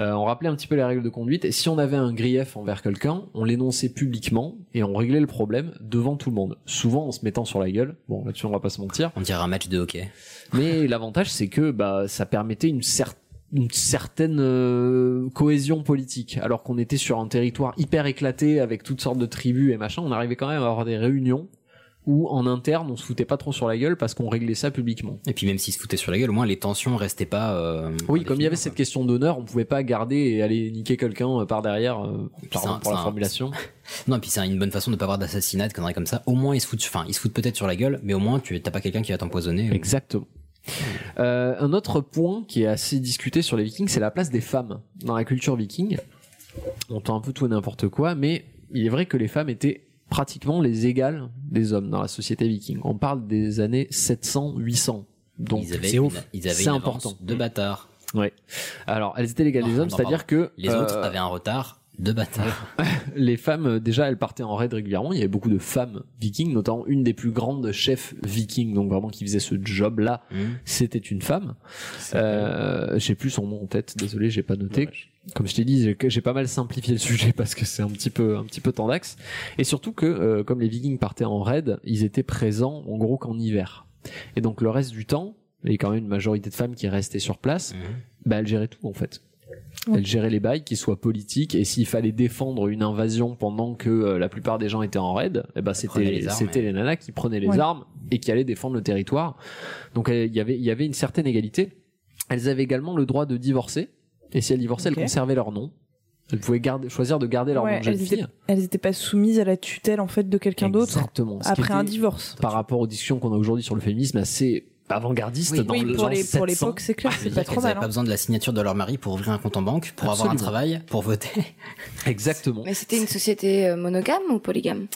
Speaker 8: Euh, on rappelait un petit peu les règles de conduite, et si on avait un grief envers quelqu'un, on l'énonçait publiquement, et on réglait le problème devant tout le monde. Souvent en se mettant sur la gueule, bon là-dessus on va pas se mentir,
Speaker 1: On dirait un match de hockey.
Speaker 8: mais l'avantage, c'est que bah, ça permettait une, cer- une certaine euh, cohésion politique. Alors qu'on était sur un territoire hyper éclaté avec toutes sortes de tribus et machin, on arrivait quand même à avoir des réunions où en interne on se foutait pas trop sur la gueule parce qu'on réglait ça publiquement.
Speaker 1: Et puis même s'ils se foutaient sur la gueule, au moins les tensions restaient pas. euh,
Speaker 8: Oui, comme il y avait
Speaker 1: indéfinies,
Speaker 8: cette question d'honneur, on pouvait pas garder et aller niquer quelqu'un euh, par derrière, euh,
Speaker 1: puis c'est
Speaker 8: pardon
Speaker 1: un-
Speaker 8: pour
Speaker 1: c'est
Speaker 8: la
Speaker 1: un-
Speaker 8: formulation.
Speaker 1: Non, et puis c'est une bonne façon de pas avoir d'assassinat, de conneries comme ça. Au moins, ils se foutent, enfin, ils se foutent peut-être sur la gueule, mais au moins, tu t'as pas quelqu'un qui va
Speaker 8: Eh
Speaker 1: t'empoisonner.
Speaker 8: Exactement. Euh, un autre point qui est assez discuté sur les Vikings, c'est la place des femmes dans la culture viking. On tend un peu tout et n'importe quoi, mais il est vrai que les femmes étaient pratiquement les égales des hommes dans la société viking. On parle des années 700-800. Donc
Speaker 1: Ils avaient
Speaker 8: c'est
Speaker 1: une-
Speaker 8: ouf,
Speaker 1: ils avaient
Speaker 8: c'est
Speaker 1: une
Speaker 8: important. Mm.
Speaker 1: avance de bâtard.
Speaker 8: Ouais. Alors, elles étaient légales des
Speaker 1: Oh,
Speaker 8: hommes,
Speaker 1: non,
Speaker 8: c'est-à-dire
Speaker 1: pardon.
Speaker 8: que
Speaker 1: Les
Speaker 8: euh,
Speaker 1: autres avaient un retard de bâtard.
Speaker 8: les femmes, euh, déjà, elles partaient en raid régulièrement. Il y avait beaucoup de femmes vikings, notamment une des plus grandes chefs vikings, donc vraiment qui faisait ce job-là.
Speaker 1: Mm.
Speaker 8: C'était une femme. Euh, j'ai plus son nom en tête. Désolé, j'ai pas noté. Comme je t'ai dit, j'ai- j'ai pas mal simplifié le sujet parce que c'est un petit peu, un petit peu tendax. Et surtout que, euh, comme les vikings partaient en raid, ils étaient présents en gros qu'en hiver. Et donc le reste du temps, il y a quand même une majorité de femmes qui restaient sur
Speaker 1: Mm.
Speaker 8: place, bah, elles géraient tout en fait.
Speaker 11: Ouais.
Speaker 8: Elles géraient les bails, qu'ils soient politiques, et s'il fallait défendre une invasion pendant que euh, la plupart des gens étaient en raid, eh ben
Speaker 1: prenaient les
Speaker 8: c'était
Speaker 1: armes,
Speaker 8: c'était
Speaker 1: ouais.
Speaker 8: les nanas qui prenaient les
Speaker 1: Ouais.
Speaker 8: armes et qui allaient défendre le territoire. Donc euh, il y avait il y avait une certaine égalité. Elles avaient également le droit de divorcer, et si elles divorçaient,
Speaker 9: Ok.
Speaker 8: elles conservaient leur nom. Elles pouvaient garder, choisir de garder leur nom
Speaker 9: Ouais,
Speaker 8: de jeune
Speaker 9: elles, étaient,
Speaker 8: fille.
Speaker 9: elles étaient pas soumises à la tutelle en fait de quelqu'un d'autre.
Speaker 8: Exactement. Ce qui
Speaker 9: Après un
Speaker 8: était,
Speaker 9: divorce.
Speaker 8: Par rapport aux discussions qu'on a aujourd'hui sur le féminisme, assez avant-gardiste
Speaker 9: Oui,
Speaker 8: dans
Speaker 9: oui,
Speaker 8: le
Speaker 9: pour
Speaker 8: genre Ah,
Speaker 9: les- pour
Speaker 8: 700.
Speaker 9: l'époque, c'est clair, c'est
Speaker 1: Ils
Speaker 9: pas trop
Speaker 1: n'avaient
Speaker 9: mal.
Speaker 1: pas
Speaker 9: hein.
Speaker 1: besoin de la signature de leur mari pour ouvrir un compte en banque, pour avoir un
Speaker 8: Absolument.
Speaker 1: travail, pour voter.
Speaker 8: Exactement.
Speaker 7: Mais c'était une société euh, monogame ou polygame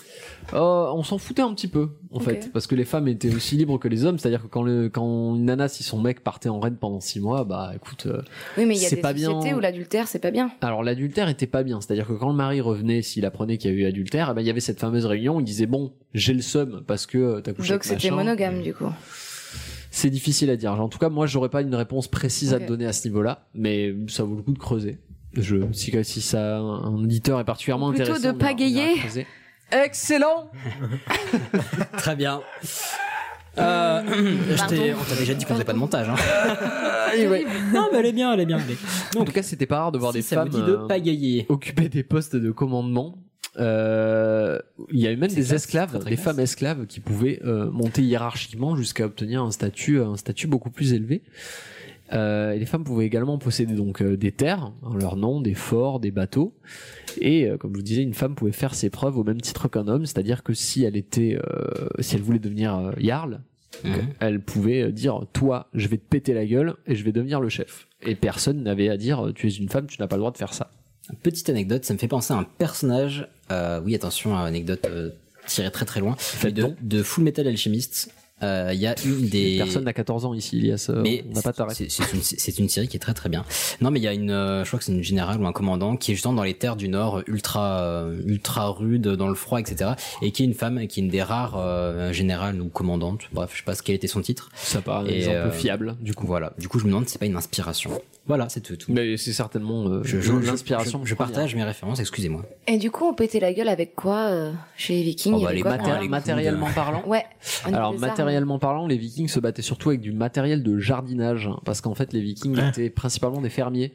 Speaker 8: Euh, on s'en foutait un petit peu, en
Speaker 7: Ok.
Speaker 8: fait, parce que les femmes étaient aussi libres que les hommes, c'est-à-dire que quand, le, quand une nana, si son mec partait en raid pendant six mois, bah écoute, euh,
Speaker 7: Oui, mais il y a
Speaker 8: c'est
Speaker 7: des
Speaker 8: pas bien.
Speaker 7: sociétés où l'adultère, c'est pas bien.
Speaker 8: Alors l'adultère était pas bien, c'est-à-dire que quand le mari revenait, s'il apprenait qu'il y a eu adultère, eh ben, il y avait cette fameuse réunion, il disait bon, j'ai le seum parce que euh, t'as couché
Speaker 7: Donc
Speaker 8: avec
Speaker 7: c'était
Speaker 8: machin. Euh,
Speaker 7: monogame du coup.
Speaker 8: C'est difficile à dire. En tout cas, moi, j'aurais pas une réponse précise à
Speaker 7: Ok.
Speaker 8: te donner à ce niveau-là, mais ça vaut le coup de creuser. Je, si, si ça, un auditeur est particulièrement
Speaker 7: Plutôt
Speaker 8: intéressé,
Speaker 7: de
Speaker 8: on ira- on ira
Speaker 7: pagayer.
Speaker 8: creuser.
Speaker 7: Excellent
Speaker 1: Très bien. Euh, je t'ai- on t'avait déjà dit qu'on faisait pas de montage. Hein.
Speaker 7: Ah,
Speaker 1: Non, mais elle est bien, elle est bien.
Speaker 8: en tout cas, c'était pas rare de voir des
Speaker 1: ça vous
Speaker 8: femmes
Speaker 1: dit de
Speaker 8: euh, occuper des postes de commandement. Euh, il y avait même des esclaves, des femmes esclaves qui pouvaient euh, monter hiérarchiquement jusqu'à obtenir un statut, euh, un statut beaucoup plus élevé. Euh, et les femmes pouvaient également posséder donc euh, des terres en leur nom, des forts, des bateaux. Et euh, comme je vous disais, une femme pouvait faire ses preuves au même titre qu'un homme, c'est-à-dire que si elle était, euh, si elle voulait devenir euh, jarl, donc,
Speaker 1: Mhm.
Speaker 8: elle pouvait euh, dire toi, je vais te péter la gueule et je vais devenir le chef. Et personne n'avait à dire tu es une femme, tu n'as pas le droit de faire ça.
Speaker 1: Petite anecdote, ça me fait penser à un personnage. euh, oui, attention, euh, anecdote euh, tirée très très loin. mais De, de Full Metal Alchemist. euh, Il y a une des.
Speaker 8: Personne n'a 14 ans ici, Ilias. euh,
Speaker 1: Mais
Speaker 8: on n'a pas taré.
Speaker 1: c'est- c'est une- C'est une série qui est très très bien. Non, mais il y a une, euh, je crois que c'est une générale ou un commandant qui est justement dans les terres du Nord, euh, ultra euh, ultra rude, dans le froid, etc. Et qui est une femme, qui est une des rares euh, générales ou commandantes. Bref, je sais pas ce quel était son titre.
Speaker 8: Ça paraît un
Speaker 1: Et,
Speaker 8: exemple
Speaker 1: euh,
Speaker 8: fiable, du coup.
Speaker 1: Voilà. Du coup, je me demande si c'est pas une inspiration. Voilà, c'est tout.
Speaker 8: Mais c'est certainement euh,
Speaker 1: je, je- je-
Speaker 8: l'inspiration
Speaker 1: Je, je
Speaker 8: première.
Speaker 1: partage mes références. Excusez-moi.
Speaker 7: Et du coup, on pétait la gueule avec quoi euh, chez les Vikings
Speaker 1: Oh,
Speaker 7: il y
Speaker 1: bah,
Speaker 7: avait
Speaker 1: les
Speaker 7: quoi,
Speaker 1: matéri-
Speaker 7: pour un-
Speaker 8: matériellement parlant
Speaker 7: Ouais. on était
Speaker 8: Alors
Speaker 7: des armes.
Speaker 8: matériellement parlant, les Vikings se battaient surtout avec du matériel de jardinage, hein, parce qu'en fait les Vikings étaient principalement des fermiers,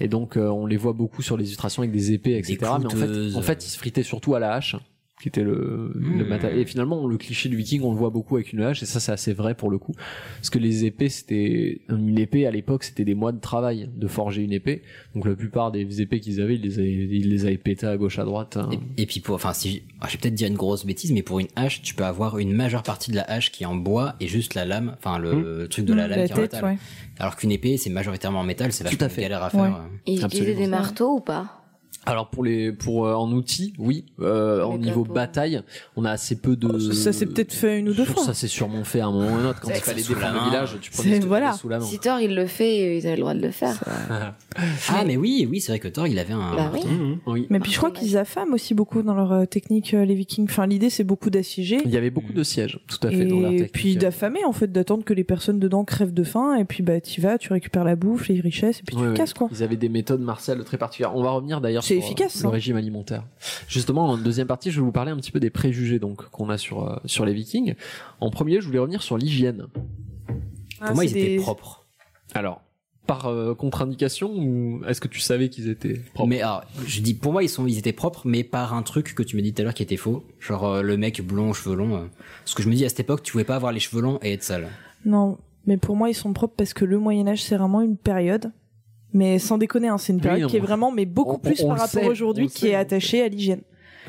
Speaker 8: et donc euh, on les voit beaucoup sur les illustrations avec des épées, etc. mais en fait,
Speaker 1: couteuses.
Speaker 8: en fait, ils se fritaient surtout à la hache, qui était le, le
Speaker 1: Hmm.
Speaker 8: matériel. Et finalement, le cliché du Viking, on le voit beaucoup avec une hache, et ça c'est assez vrai pour le coup, parce que les épées, c'était euh, une épée à l'époque, c'était des mois de travail de forger une épée. Donc la plupart des épées qu'ils avaient, ils les avaient, ils les avaient pétées à gauche à droite. hein.
Speaker 1: Et puis pour, enfin, si ah, je vais peut-être dire une grosse bêtise, mais pour une hache, tu peux avoir une majeure partie de la hache qui est en bois et juste la lame, enfin le,
Speaker 8: Hmm.
Speaker 1: le truc de la
Speaker 9: Mm,
Speaker 1: lame
Speaker 9: la
Speaker 1: qui est en
Speaker 9: tête,
Speaker 8: hein.
Speaker 1: métal.
Speaker 9: ouais.
Speaker 1: Alors qu'une épée, c'est majoritairement en métal, c'est vachement galère à faire.
Speaker 7: Ouais.
Speaker 1: euh.
Speaker 7: Ils utilisaient des
Speaker 8: Absolument.
Speaker 7: marteaux ou pas
Speaker 8: Alors pour les pour euh, en outils, oui, euh, en
Speaker 7: Mais
Speaker 8: niveau
Speaker 7: pas pour-
Speaker 8: bataille, on a assez peu de
Speaker 9: Oh, Ça s'est peut-être fait une ou deux fois.
Speaker 8: ça s'est sûrement fait à un moment ou à un autre quand
Speaker 7: C'est
Speaker 8: il fallait
Speaker 1: sous la
Speaker 8: défendre le
Speaker 1: main.
Speaker 8: village, tu
Speaker 9: C'est-
Speaker 8: prenais ce
Speaker 9: voilà.
Speaker 8: voilà. sous la main.
Speaker 7: Si Thor il le fait, ils avaient le droit de le faire.
Speaker 1: Ah mais oui, oui, c'est vrai que Thor, il avait un.
Speaker 7: Bah oui.
Speaker 3: Mmh,
Speaker 8: Oui.
Speaker 9: Mais puis je crois qu'ils affament aussi beaucoup dans leur euh, technique euh, les Vikings. Enfin l'idée c'est beaucoup d'assiéger.
Speaker 8: Il y avait beaucoup de sièges, tout à fait dans euh.
Speaker 9: Et
Speaker 8: l'article.
Speaker 9: puis d'affamer en fait, d'attendre que les personnes dedans crèvent de faim et puis bah t'y vas, tu récupères la bouffe, les richesses et puis tu
Speaker 8: Ouais,
Speaker 9: te
Speaker 8: ouais.
Speaker 9: casses quoi.
Speaker 8: Ils avaient des méthodes martiales très particulières. On va revenir d'ailleurs
Speaker 9: C'est
Speaker 8: sur euh,
Speaker 9: efficace,
Speaker 8: le
Speaker 9: hein.
Speaker 8: régime alimentaire. Justement, en deuxième partie, je vais vous parler un petit peu des préjugés donc qu'on a sur euh, sur les Vikings. En premier, je voulais revenir sur l'hygiène.
Speaker 9: Ah,
Speaker 1: Pour moi, ils étaient propres.
Speaker 8: Alors, par euh, contre-indication ou est-ce que tu savais qu'ils étaient propres
Speaker 1: Mais alors, je dis pour moi ils sont ils étaient propres mais par un truc que tu m'as dit tout à l'heure qui était faux, genre euh, le mec blond aux cheveux longs. euh. Parce que je me dis à cette époque, tu pouvais pas avoir les cheveux longs et être sale.
Speaker 9: Non, mais pour moi ils sont propres parce que le Moyen Âge c'est vraiment une période. Mais sans déconner, hein, c'est une
Speaker 8: Oui,
Speaker 9: période qui est
Speaker 8: on-
Speaker 9: vraiment, mais beaucoup
Speaker 8: on-
Speaker 9: plus
Speaker 8: on
Speaker 9: par
Speaker 8: le
Speaker 9: rapport
Speaker 8: sait, on
Speaker 9: aujourd'hui
Speaker 8: le
Speaker 9: qui
Speaker 8: sait,
Speaker 9: est
Speaker 8: on le
Speaker 9: attachée à l'hygiène.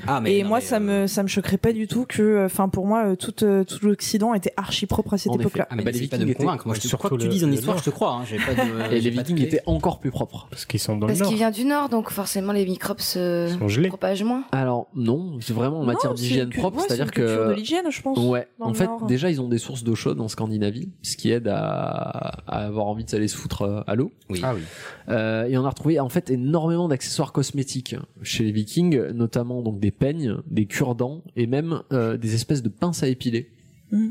Speaker 1: Ah, mais
Speaker 9: et
Speaker 1: non,
Speaker 9: moi,
Speaker 1: mais,
Speaker 9: ça me ça me choquerait pas du tout que, enfin, pour moi, euh, tout euh, tout l'Occident était archi propre à cette
Speaker 8: En effet.
Speaker 9: époque-là.
Speaker 1: Ah, mais
Speaker 8: Bah, les
Speaker 1: n'essaie pas de
Speaker 8: Vikings
Speaker 1: me
Speaker 8: étaient-
Speaker 1: convaincre. Moi, je te
Speaker 3: surtout
Speaker 1: crois que tu
Speaker 3: le-
Speaker 1: dises une
Speaker 3: le
Speaker 1: histoire,
Speaker 3: Nord.
Speaker 1: je te crois. hein. J'ai pas de.
Speaker 8: Et les
Speaker 1: j'ai pas de
Speaker 8: Vikings
Speaker 1: clé.
Speaker 8: étaient encore plus propres.
Speaker 3: Parce qu'ils sont dans
Speaker 7: Parce
Speaker 3: le
Speaker 7: qu'il euh,
Speaker 3: nord.
Speaker 7: vient du nord, donc forcément les microbes se
Speaker 3: Ils sont gelés.
Speaker 7: propagent moins.
Speaker 8: Alors non, c'est vraiment en
Speaker 9: Non,
Speaker 8: matière
Speaker 9: c'est
Speaker 8: d'hygiène
Speaker 9: une cul-
Speaker 8: propre,
Speaker 9: ouais,
Speaker 8: c'est-à-dire
Speaker 9: c'est une culture de
Speaker 8: que
Speaker 9: l'hygiène, je pense.
Speaker 8: Ouais,
Speaker 9: dans
Speaker 8: en
Speaker 9: le
Speaker 8: fait,
Speaker 9: Nord.
Speaker 8: déjà, ils ont des sources d'eau chaude en Scandinavie, ce qui aide à, à avoir envie de s'aller se foutre euh, à l'eau.
Speaker 1: Oui.
Speaker 3: Ah oui.
Speaker 8: Euh, et on a retrouvé en fait énormément d'accessoires cosmétiques chez les Vikings, notamment donc des peignes, des cure-dents et même euh, des espèces de pinces à épiler.
Speaker 9: Mm.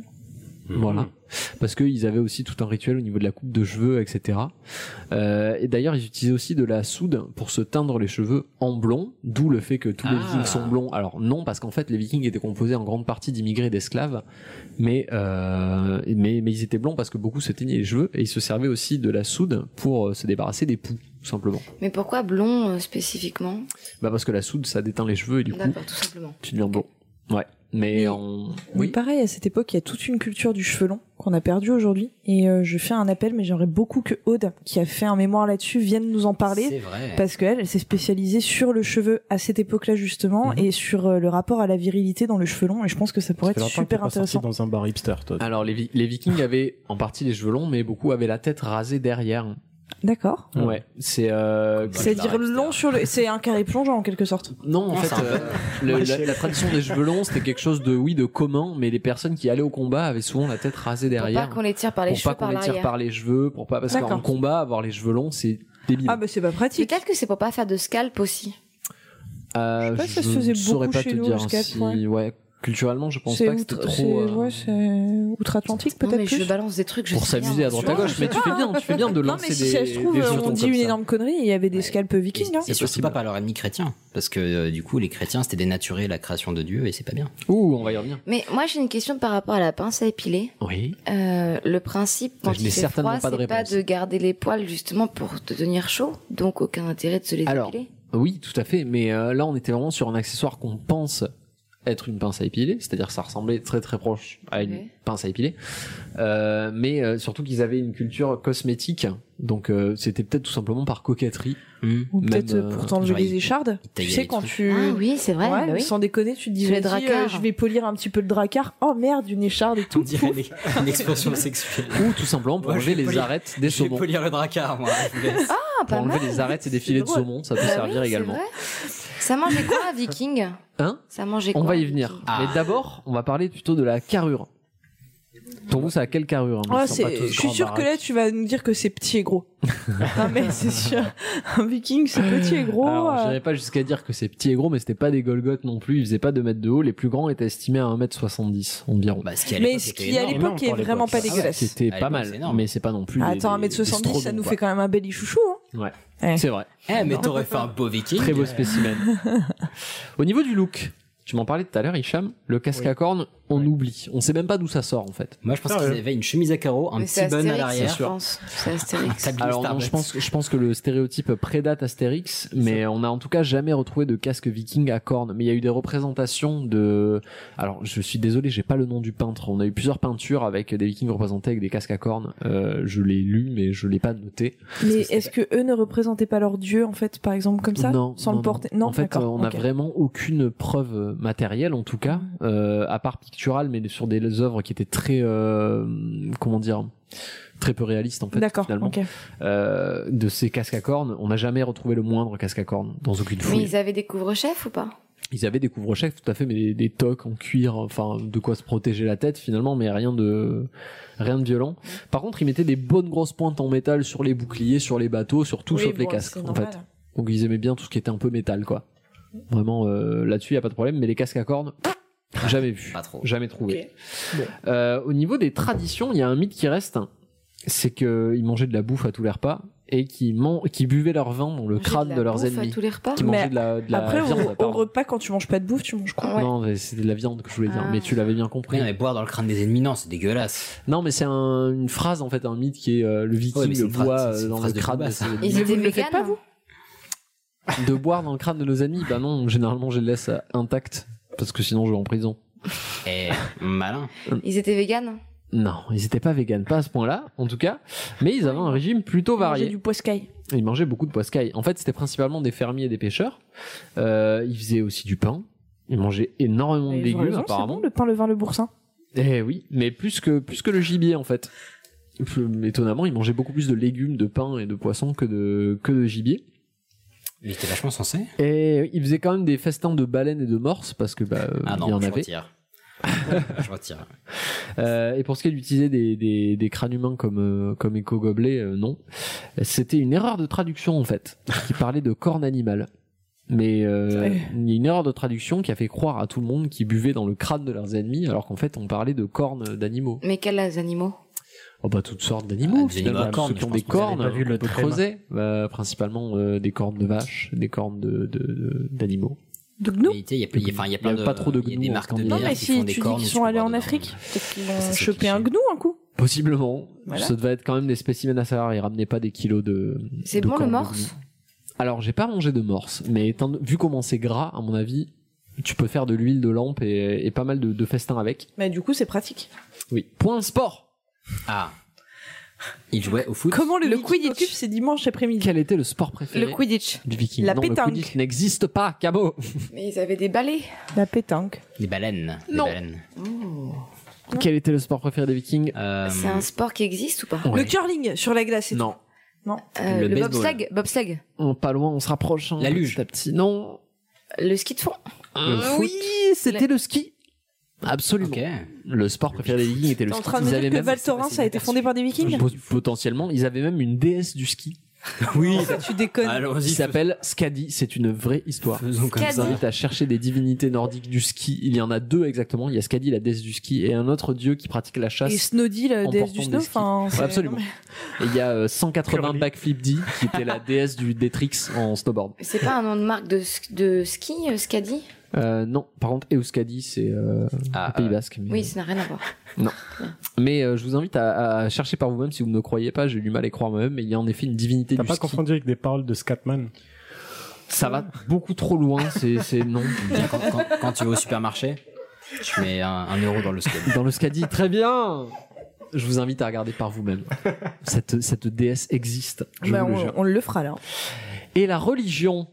Speaker 1: Mm.
Speaker 8: Voilà, parce qu'ils avaient aussi tout un rituel au niveau de la coupe de cheveux, etc. Euh, et d'ailleurs, ils utilisaient aussi de la soude pour se teindre les cheveux en blond, d'où le fait que tous les
Speaker 1: Ah.
Speaker 8: Vikings sont blonds. Alors non, parce qu'en fait, les Vikings étaient composés en grande partie d'immigrés et d'esclaves, mais, euh, mais mais ils étaient blonds parce que beaucoup se teignaient les cheveux et ils se servaient aussi de la soude pour euh, se débarrasser des poux, tout simplement.
Speaker 7: Mais pourquoi blond euh, spécifiquement
Speaker 8: Bah parce que la soude, ça déteint les cheveux et du coup,
Speaker 7: D'accord, tout simplement.
Speaker 8: tu deviens blond. Ouais. Mais en...
Speaker 9: Oui. Pareil, à cette époque, il y a toute une culture du cheveu long qu'on a perdue aujourd'hui. Et euh, je fais un appel, mais j'aimerais beaucoup que Aude, qui a fait un mémoire là-dessus, vienne nous en parler.
Speaker 1: C'est vrai.
Speaker 9: Parce qu'elle, elle s'est spécialisée sur le cheveu à cette époque-là, justement,
Speaker 3: Mhm.
Speaker 9: et sur euh, le rapport à la virilité dans le cheveu long. Et je pense que ça pourrait
Speaker 3: Ça fait
Speaker 9: être
Speaker 3: longtemps que t'es
Speaker 9: super
Speaker 3: pas sorti
Speaker 9: intéressant.
Speaker 3: dans un bar hipster, toi.
Speaker 8: Alors les, Vi- les Vikings avaient en partie les cheveux longs, mais beaucoup avaient la tête rasée derrière.
Speaker 9: D'accord.
Speaker 3: Ouais.
Speaker 8: Ouais, c'est euh,
Speaker 1: Comme
Speaker 9: C'est-à-dire
Speaker 1: Bachelor,
Speaker 9: long
Speaker 1: etc.
Speaker 9: sur le. C'est un carré plongeant, en quelque sorte.
Speaker 8: Non, en
Speaker 1: Non,
Speaker 8: fait,
Speaker 1: c'est un peu-
Speaker 8: euh, le- la, la tradition des cheveux longs, c'était quelque chose de, oui, de commun, mais les personnes qui allaient au combat avaient souvent la tête rasée derrière.
Speaker 7: Pour pas qu'on les tire par les
Speaker 8: Pour
Speaker 7: cheveux
Speaker 8: pas
Speaker 7: par
Speaker 8: qu'on les tire
Speaker 7: l'arrière.
Speaker 8: par les cheveux, pour pas, parce qu'en
Speaker 9: D'accord.
Speaker 8: combat, avoir les cheveux longs, c'est débile.
Speaker 9: Ah, bah c'est pas pratique.
Speaker 7: Peut-être que c'est pour pas faire de scalp aussi.
Speaker 8: Euh,
Speaker 9: je sais pas, ça se
Speaker 8: ne
Speaker 9: faisait
Speaker 8: saurais
Speaker 9: beaucoup
Speaker 8: pas
Speaker 9: chez
Speaker 8: te
Speaker 9: nous,
Speaker 8: dire
Speaker 9: le skate,
Speaker 8: si,
Speaker 9: ouais.
Speaker 8: ouais, culturellement, je pense
Speaker 9: C'est
Speaker 8: pas que c'était
Speaker 9: outre,
Speaker 8: trop,
Speaker 9: c'est-
Speaker 8: euh,
Speaker 9: ouais, c'est outre-Atlantique,
Speaker 7: Non,
Speaker 9: peut-être
Speaker 7: mais je
Speaker 9: plus.
Speaker 7: balance des trucs, je
Speaker 8: pour
Speaker 7: sais rien.
Speaker 8: s'amuser à droite à
Speaker 9: Tu vois,
Speaker 8: gauche,
Speaker 9: je
Speaker 8: mais
Speaker 9: sais
Speaker 8: tu fais
Speaker 9: pas,
Speaker 8: bien, tu fais bien de
Speaker 9: Non, mais
Speaker 8: lancer
Speaker 9: si ça
Speaker 8: des,
Speaker 9: se trouve, euh,
Speaker 8: des jetons
Speaker 9: on dit
Speaker 8: comme
Speaker 9: une
Speaker 8: ça.
Speaker 9: énorme connerie, il y avait des scalpes vikings. hein.
Speaker 1: C'est surtout
Speaker 8: possible.
Speaker 1: pas par leur ennemi chrétien. Parce que euh, du coup, les chrétiens, c'était dénaturer la création de Dieu et c'est pas bien.
Speaker 8: Ouh, on va y revenir.
Speaker 7: Mais moi j'ai une question par rapport à la pince à épiler.
Speaker 8: Oui.
Speaker 7: Euh, le principe quand
Speaker 8: Je n'ai
Speaker 7: il fait
Speaker 8: certainement
Speaker 7: froid,
Speaker 8: pas de
Speaker 7: c'est pas
Speaker 8: réponse.
Speaker 7: de garder les poils justement pour te tenir chaud, donc aucun intérêt de se les
Speaker 8: Alors,
Speaker 7: épiler.
Speaker 8: Oui, tout à fait. Mais euh, là, on était vraiment sur un accessoire qu'on pense être une pince à épiler, c'est-à-dire que ça ressemblait très très proche à une
Speaker 7: Ouais.
Speaker 8: pince à épiler, Euh, mais euh, surtout qu'ils avaient une culture cosmétique, donc euh, c'était peut-être tout simplement par coquetterie.
Speaker 9: Ou
Speaker 8: Même,
Speaker 9: peut-être euh,
Speaker 8: euh,
Speaker 9: pour t'enlever
Speaker 1: genre, il-
Speaker 9: les échardes.
Speaker 1: il taillait
Speaker 9: Tu sais,
Speaker 1: les
Speaker 9: quand
Speaker 1: trucs.
Speaker 9: tu.
Speaker 7: Ah oui, c'est vrai.
Speaker 9: Ouais,
Speaker 7: bah oui.
Speaker 9: sans déconner, tu te dis,
Speaker 7: Les
Speaker 9: vas-y,
Speaker 7: dracarys.
Speaker 9: euh, je vais polir un petit peu le dracard. Oh merde, une écharde et
Speaker 1: On
Speaker 9: tout.
Speaker 1: dirait les- une expression sexuelle.
Speaker 8: Ou tout simplement pour
Speaker 1: Moi, je
Speaker 8: enlever
Speaker 1: vais
Speaker 8: les
Speaker 1: polir-
Speaker 8: arêtes des
Speaker 1: Je vais
Speaker 8: saumons.
Speaker 1: polir le dracard, moi. je vous laisse.
Speaker 7: Ah,
Speaker 8: Pour
Speaker 7: pas
Speaker 8: enlever
Speaker 7: mal.
Speaker 8: les arêtes et des
Speaker 9: C'est
Speaker 8: filets de
Speaker 9: drôle.
Speaker 8: saumon, ça peut
Speaker 7: Bah oui,
Speaker 8: servir
Speaker 7: c'est
Speaker 8: également.
Speaker 7: vrai. Ça mangeait quoi, un viking
Speaker 8: Hein
Speaker 7: Ça mangeait quoi
Speaker 8: On va y
Speaker 7: un
Speaker 8: venir.
Speaker 7: Viking
Speaker 1: Ah.
Speaker 8: Mais d'abord, on va parler plutôt de la carrure. Pour vous, c'est à quelle carrure
Speaker 7: Oh,
Speaker 8: hein
Speaker 9: Ah,
Speaker 8: Ils sont pas
Speaker 9: c'est-
Speaker 8: tous
Speaker 9: je suis
Speaker 8: grands
Speaker 9: sûre que là, tu vas nous dire que c'est petit et gros. non, mais c'est sûr. Un viking, c'est petit et gros.
Speaker 8: Alors,
Speaker 9: euh,
Speaker 8: j'irais pas jusqu'à dire que c'est petit et gros, mais c'était pas des Golgoth non plus. Ils faisaient pas 2 mètres de haut. Les plus grands étaient estimés à 1m70 environ.
Speaker 1: Bah, ce qui à
Speaker 9: Mais
Speaker 1: l'époque
Speaker 9: ce
Speaker 1: était
Speaker 9: qui, à
Speaker 1: énorme.
Speaker 9: l'époque,
Speaker 8: hein,
Speaker 3: Non,
Speaker 9: est
Speaker 3: pour
Speaker 9: vraiment
Speaker 3: l'époque,
Speaker 9: pas
Speaker 1: ça, ouais,
Speaker 9: dégueulasse.
Speaker 8: C'était
Speaker 1: Ah,
Speaker 8: pas
Speaker 1: bon,
Speaker 8: mal,
Speaker 1: c'est énorme.
Speaker 8: mais c'est pas non plus. des-
Speaker 9: Attends,
Speaker 8: des- des
Speaker 9: 1m70, ça
Speaker 8: strobons,
Speaker 9: nous
Speaker 8: quoi.
Speaker 9: fait quand même un bel ichouchou. Hein.
Speaker 8: Ouais.
Speaker 9: Ouais.
Speaker 8: C'est vrai.
Speaker 1: Eh, mais t'aurais fait un beau viking.
Speaker 8: Très
Speaker 9: euh.
Speaker 8: beau spécimen. Au niveau du look, tu m'en parlais tout à l'heure, Hicham. Le casque
Speaker 3: Oui.
Speaker 8: à cornes, on
Speaker 3: Oui.
Speaker 8: oublie. On sait même pas d'où ça sort en fait.
Speaker 1: Moi, je pense
Speaker 3: Ah,
Speaker 1: qu'ils
Speaker 3: ouais.
Speaker 1: avaient une chemise à carreaux, un
Speaker 7: Mais c'est
Speaker 1: petit bun à
Speaker 7: Astérix,
Speaker 1: l'arrière. Ah,
Speaker 7: je pense. C'est
Speaker 1: un
Speaker 7: Astérix.
Speaker 1: tablier
Speaker 8: Alors non,
Speaker 1: Starbucks.
Speaker 8: je pense, je pense que le stéréotype prédate Astérix, mais on a en tout cas jamais retrouvé de casque viking à cornes. Mais il y a eu des représentations de. Alors je suis désolé, j'ai pas le nom du peintre. On a eu plusieurs peintures avec des vikings représentés avec des casques à cornes. Euh, je l'ai lu, mais je l'ai pas noté.
Speaker 9: Mais est-ce que eux ne représentaient pas leur dieu, en fait, par exemple, comme ça
Speaker 8: non,
Speaker 9: Sans
Speaker 8: non,
Speaker 9: le
Speaker 8: non.
Speaker 9: porter Non,
Speaker 8: en fait,
Speaker 9: d'accord,
Speaker 8: euh, on a
Speaker 9: ok. Mm.
Speaker 8: vraiment aucune preuve matérielle, en tout cas, euh, à part picturale, mais sur des œuvres qui étaient très, euh, comment dire, très peu réalistes en fait.
Speaker 9: D'accord,
Speaker 8: finalement.
Speaker 9: ok.
Speaker 8: Euh, de ces casques à cornes, on n'a jamais retrouvé le moindre casque à cornes dans aucune
Speaker 7: Mais
Speaker 8: fouille.
Speaker 7: ils avaient des couvre-chefs ou pas
Speaker 8: Ils avaient des couvre-chefs tout à fait, mais des, des toques en cuir, enfin de quoi se protéger la tête finalement, mais rien de rien de violent. Par contre, ils mettaient des bonnes grosses pointes en métal sur les boucliers, sur les bateaux, sur tout
Speaker 9: Oui,
Speaker 8: sauf les
Speaker 9: bon,
Speaker 8: casques
Speaker 9: c'est
Speaker 8: en
Speaker 9: normal.
Speaker 8: fait. Donc ils aimaient bien tout ce qui était un peu métal quoi. Vraiment euh, là-dessus, il y a pas de problème, mais les casques à cornes, jamais vu.
Speaker 1: Pas trop.
Speaker 8: Jamais trouvé. Euh, au niveau des traditions, il y a un mythe qui reste, c'est qu'ils mangeaient de la bouffe à tous les repas et qu'ils man- qu'ils buvaient leur vin dans le
Speaker 7: Manger
Speaker 8: crâne de,
Speaker 7: la
Speaker 8: leurs
Speaker 7: bouffe à
Speaker 8: ennemis.
Speaker 7: tous les repas
Speaker 8: Qui
Speaker 9: Mais
Speaker 8: mangeaient de la, de la
Speaker 9: Après, au-
Speaker 8: viande.
Speaker 9: au,
Speaker 8: pardon.
Speaker 9: repas, quand tu manges pas de bouffe, tu manges quoi
Speaker 7: Ouais.
Speaker 8: Non, mais c'était de la viande que je voulais dire,
Speaker 7: Ah.
Speaker 8: mais tu l'avais bien
Speaker 1: Oui,
Speaker 8: compris.
Speaker 1: non, mais boire dans le crâne des ennemis, non, c'est dégueulasse.
Speaker 8: Non, mais c'est un- une phrase en fait, un mythe qui est euh,
Speaker 1: Ouais,
Speaker 8: le
Speaker 1: mais c'est
Speaker 8: viking
Speaker 1: une
Speaker 8: boit
Speaker 1: phrase-
Speaker 8: euh,
Speaker 1: c'est une
Speaker 8: dans le
Speaker 1: phrase de
Speaker 8: crâne de
Speaker 1: combat,
Speaker 8: ses
Speaker 1: ça.
Speaker 8: ennemis.
Speaker 7: Ils étaient
Speaker 9: vous ne le faites
Speaker 7: véganes hein.
Speaker 9: pas, vous
Speaker 8: De boire dans le crâne de nos ennemis, bah non, généralement je les laisse euh, intacts parce que sinon je vais en prison.
Speaker 1: Eh, malin.
Speaker 7: Ils étaient véganes
Speaker 8: Non, ils étaient pas véganes, pas à ce point-là, en tout cas, mais ils avaient un régime plutôt varié.
Speaker 9: Manger du poiscaille.
Speaker 8: Ils mangeaient beaucoup de poiscaille. En fait, c'était principalement des fermiers et des pêcheurs. Euh, ils faisaient aussi du pain. Il mangeait énormément
Speaker 9: Mais
Speaker 8: de
Speaker 9: ils ont
Speaker 8: légumes,
Speaker 9: raison, c'est
Speaker 8: apparemment.
Speaker 9: bon, le pain, le vin, le boursin.
Speaker 8: Eh oui, mais plus que, plus que le gibier, en fait. Plus- étonnamment, il mangeait beaucoup plus de légumes, de pain et de poissons que de, que de gibier.
Speaker 1: Il était vachement
Speaker 8: Euh,
Speaker 1: censé.
Speaker 8: Et il faisait quand même des festins de baleines et de morses, parce que, bah, euh,
Speaker 1: Ah
Speaker 8: il y
Speaker 1: non,
Speaker 8: en
Speaker 1: je
Speaker 8: avait.
Speaker 1: retire. je retire.
Speaker 8: Euh, et pour ce qui est d'utiliser des, des, des crânes humains comme, euh, comme éco-gobelets, euh, non. C'était une erreur de traduction en fait, qui parlait de corne animale. Mais euh,
Speaker 9: Ouais.
Speaker 8: il y a une erreur de traduction qui a fait croire à tout le monde qu'ils buvaient dans le crâne de leurs ennemis, alors qu'en fait on parlait de cornes d'animaux.
Speaker 7: Mais quels animaux
Speaker 8: Oh bah toutes sortes d'animaux,
Speaker 1: Ah, des animaux à
Speaker 8: finalement,
Speaker 1: cornes,
Speaker 8: ceux qui
Speaker 1: je
Speaker 8: ont
Speaker 1: pense
Speaker 8: des
Speaker 1: que vous avez
Speaker 8: cornes,
Speaker 1: pas vu le
Speaker 8: on peut
Speaker 1: thème.
Speaker 8: creuser, Bah, principalement euh, des cornes de vaches, des cornes de- de- de- d'animaux.
Speaker 9: De gnou.
Speaker 1: Mais, tu sais, il y a, il y a- enfin, il y a
Speaker 8: Il y a
Speaker 1: plein de.
Speaker 8: pas trop de
Speaker 1: Il y a
Speaker 8: gnous
Speaker 1: des
Speaker 8: en
Speaker 1: marques de
Speaker 8: Scandinavie.
Speaker 9: Non,
Speaker 1: bière
Speaker 9: mais
Speaker 1: qui
Speaker 9: si
Speaker 1: font des
Speaker 9: tu dis
Speaker 1: cornes.
Speaker 9: qu'ils
Speaker 1: et tu
Speaker 9: sont
Speaker 1: peux
Speaker 9: allés
Speaker 1: boire
Speaker 9: en
Speaker 1: dedans.
Speaker 9: Afrique, peut-être qu'ils
Speaker 1: Ça,
Speaker 9: ont
Speaker 1: c'est
Speaker 9: chopé
Speaker 1: cliché.
Speaker 9: un gnou un coup.
Speaker 8: Possiblement.
Speaker 9: Voilà.
Speaker 8: Ça devait être quand même des spécimens à savoir. Ils ramenaient pas des kilos de.
Speaker 7: C'est
Speaker 8: de
Speaker 7: bon le
Speaker 8: cornes de
Speaker 7: morse
Speaker 8: gnou. Alors j'ai pas mangé de morse, mais étant- vu comment c'est gras, à mon avis, tu peux faire de l'huile de lampe et, et pas mal de, de festins avec.
Speaker 9: Mais du coup, c'est pratique.
Speaker 8: Oui. Point sport.
Speaker 1: Ah. Il jouait au foot.
Speaker 9: Comment le,
Speaker 7: Le
Speaker 9: Viking
Speaker 7: Quidditch.
Speaker 9: occupe ses dimanches après-midi
Speaker 8: Quel était le sport préféré
Speaker 7: Le Quidditch.
Speaker 8: du Viking
Speaker 9: La
Speaker 8: Non,
Speaker 9: pétanque.
Speaker 8: le Quidditch n'existe pas, Cabo.
Speaker 7: Mais ils avaient des balais.
Speaker 9: La pétanque.
Speaker 1: Des baleines. des
Speaker 7: Non.
Speaker 1: baleines.
Speaker 9: Hein?
Speaker 8: Quel était le sport préféré des Vikings
Speaker 1: Euh,
Speaker 7: C'est un sport qui existe ou pas
Speaker 8: Ouais.
Speaker 9: Le curling sur la glace. c'est
Speaker 8: Non.
Speaker 7: Euh,
Speaker 1: le
Speaker 7: Le,
Speaker 1: baseball.
Speaker 7: bobsleigh Bobsleigh.
Speaker 8: Oh, pas loin, on se rapproche. hein,
Speaker 1: La luge.
Speaker 8: Petit à petit. Non.
Speaker 7: Le ski de fond.
Speaker 8: Euh,
Speaker 1: foot.
Speaker 8: oui, c'était le ski. Absolument.
Speaker 1: Ok.
Speaker 8: Le sport préféré des Vikings était
Speaker 9: tout.
Speaker 8: le
Speaker 9: T'es en
Speaker 8: ski.
Speaker 9: train de me
Speaker 8: Ils avaient
Speaker 9: dire que
Speaker 8: même-
Speaker 9: Val Thorens
Speaker 1: c'est
Speaker 9: ça a été fondé par des Vikings
Speaker 8: Pot- Potentiellement, ils avaient même une déesse du ski
Speaker 1: Oui.
Speaker 9: Tu déconnes.
Speaker 1: Alors,
Speaker 8: qui s'appelle Skadi. C'est une vraie histoire.
Speaker 1: Faisons comme
Speaker 8: Je vous
Speaker 7: Skadi.
Speaker 1: ça.
Speaker 8: invite à chercher des divinités nordiques du ski. Il y en a deux exactement. Il y a Skadi, la déesse du ski, et un autre dieu qui pratique la
Speaker 9: Et
Speaker 8: chasse.
Speaker 9: Snowdy, la
Speaker 8: en
Speaker 9: déesse du
Speaker 8: portant
Speaker 9: snow.
Speaker 8: des skis.
Speaker 9: Enfin, c'est-
Speaker 8: absolument.
Speaker 9: non,
Speaker 8: Et il y a euh, 180
Speaker 3: Curly.
Speaker 8: Backflip D qui était la déesse du, des tricks en snowboard.
Speaker 7: C'est pas un nom de marque de, sk- de ski, euh, Skadi
Speaker 8: Euh, non, par contre, Euskadi, c'est euh,
Speaker 1: Ah,
Speaker 8: un Pays Basque. mais-
Speaker 7: Oui, ça n'a rien à voir.
Speaker 8: Mais euh, je vous invite à, à chercher par vous-même si vous ne me croyez pas. J'ai eu du mal à y croire moi-même, mais il y a en effet une divinité
Speaker 3: T'as
Speaker 8: du
Speaker 3: pas
Speaker 8: ski.
Speaker 3: confondu avec des paroles de Scatman
Speaker 8: Ça va beaucoup trop loin. C'est c'est- non.
Speaker 1: Bien, quand, quand- quand tu vas au supermarché, tu mets un, un euro dans le scope.
Speaker 8: dans le Skadi. Très bien Je vous invite à regarder par vous-même. Cette, cette déesse existe, je
Speaker 9: Bah,
Speaker 8: vous le
Speaker 9: on,
Speaker 8: jure.
Speaker 9: on le fera là.
Speaker 8: Et la religion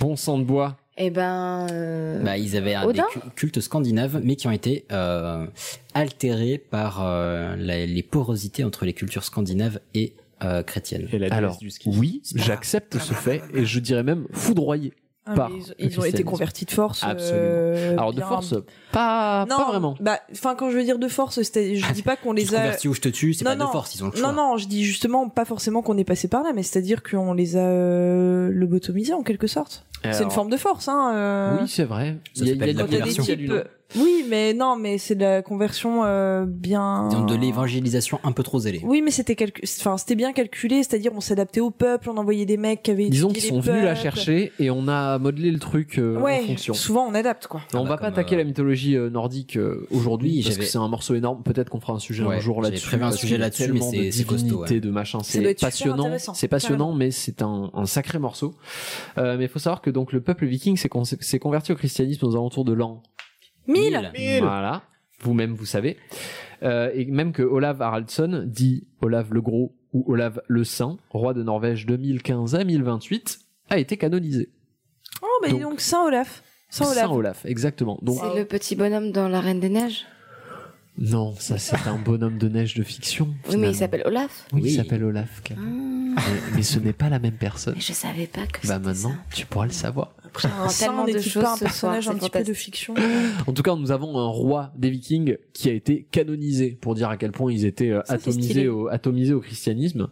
Speaker 8: Bon sang de bois.
Speaker 7: Eh ben. euh,
Speaker 1: Bah, ils avaient un, des
Speaker 7: Odin
Speaker 1: cu- cultes scandinaves, mais qui ont été euh, altérés par euh, la- les porosités entre les cultures scandinaves et euh, chrétiennes.
Speaker 3: et la déesse
Speaker 8: Alors,
Speaker 3: du ski.
Speaker 8: oui, j'accepte ce fait et je dirais même foudroyé.
Speaker 9: Ah,
Speaker 8: Par
Speaker 9: mais ils-
Speaker 8: le
Speaker 9: ils ont été
Speaker 8: christianisme.
Speaker 9: convertis de force. euh,
Speaker 8: Absolument. Alors, de
Speaker 9: bien-
Speaker 8: force, pas,
Speaker 9: Non,
Speaker 8: pas vraiment. Ah,
Speaker 9: Bah, enfin, quand je veux dire de force, c'était- je dis pas qu'on
Speaker 1: Tu
Speaker 9: les
Speaker 1: te
Speaker 9: a.
Speaker 1: convertis ou je te tue, c'est
Speaker 9: Non,
Speaker 1: pas de
Speaker 9: non.
Speaker 1: force, ils ont le choix.
Speaker 9: Non, non, je dis justement pas forcément qu'on est passé par là, mais c'est-à-dire qu'on les a euh, lobotomisés en quelque sorte. C'est une
Speaker 8: Alors,
Speaker 9: forme de force, hein. euh,
Speaker 8: Oui, c'est vrai.
Speaker 1: Ça
Speaker 8: Il y a-
Speaker 1: s'appelle
Speaker 8: il y a
Speaker 1: de la
Speaker 8: du- il y a
Speaker 1: conversion.
Speaker 8: du- il y a du-
Speaker 9: Euh, oui, mais non, mais c'est de la conversion euh, bien.
Speaker 1: Ils ont de l'évangélisation un peu trop zélée.
Speaker 9: Oui, mais c'était calcu- enfin, c'était bien calculé, c'est-à-dire on s'adaptait au peuple, on envoyait des mecs qui avaient.
Speaker 8: Disons
Speaker 9: étudié
Speaker 8: qu'ils
Speaker 9: les
Speaker 8: sont venus la
Speaker 9: peuples.
Speaker 8: chercher et on a modelé le truc euh, en
Speaker 9: Ouais,
Speaker 8: fonction.
Speaker 9: souvent on adapte quoi.
Speaker 8: on
Speaker 1: bah,
Speaker 8: va pas
Speaker 1: comme,
Speaker 8: attaquer
Speaker 1: euh,
Speaker 8: la mythologie euh, nordique euh, aujourd'hui
Speaker 1: Oui,
Speaker 8: parce que
Speaker 1: j'avais-
Speaker 8: c'est un morceau énorme. Peut-être qu'on fera un sujet un
Speaker 1: Ouais,
Speaker 8: jour
Speaker 1: j'avais
Speaker 8: là-dessus.
Speaker 1: prévu un
Speaker 8: parce
Speaker 1: sujet
Speaker 8: qu'il y a
Speaker 1: là-dessus,
Speaker 8: tellement
Speaker 1: mais
Speaker 8: de
Speaker 1: c'est costaud,
Speaker 8: divinité,
Speaker 1: ouais.
Speaker 8: de machin.
Speaker 9: doit
Speaker 8: C'est
Speaker 9: être super
Speaker 8: passionnant.
Speaker 9: intéressant,
Speaker 8: C'est passionnant, mais c'est un, un sacré morceau. Euh, mais il faut savoir que donc le peuple viking s'est con- s'est converti au christianisme aux alentours de l'an.
Speaker 9: Mille.
Speaker 8: Voilà. Vous-même, vous savez. Euh, et même que Olav Haraldsson, dit Olav le Gros ou Olav le Saint, roi de Norvège 2015 à 1028, a été canonisé.
Speaker 9: Oh, bah dis
Speaker 8: Donc-
Speaker 9: donc Saint Olaf. Saint Olaf.
Speaker 8: Saint Olaf, exactement. Donc,
Speaker 7: C'est le petit bonhomme dans La Reine des Neiges
Speaker 8: Non, ça c'est un bonhomme de neige de fiction.
Speaker 7: Oui, mais
Speaker 8: finalement.
Speaker 7: il s'appelle Olaf.
Speaker 8: Oui,
Speaker 1: Oui.
Speaker 8: il s'appelle Olaf. quand
Speaker 7: Ah,
Speaker 8: même. Mais- Mais ce n'est pas la même personne.
Speaker 7: mais je savais pas que
Speaker 8: Bah
Speaker 7: c'était
Speaker 8: maintenant,
Speaker 7: ça.
Speaker 8: tu pourras le savoir.
Speaker 9: Après, un
Speaker 7: Oh,
Speaker 9: saint,
Speaker 7: tellement de
Speaker 9: n'est-il
Speaker 7: choses
Speaker 9: pas un
Speaker 7: ce
Speaker 9: personnage
Speaker 7: soir,
Speaker 9: un
Speaker 7: c'est
Speaker 9: petit peu de fiction.
Speaker 8: En tout cas, nous avons un roi des Vikings qui a été canonisé pour dire à quel point ils étaient euh,
Speaker 9: Ça, c'est
Speaker 8: atomisés
Speaker 9: stylé.
Speaker 8: au, atomisés au christianisme.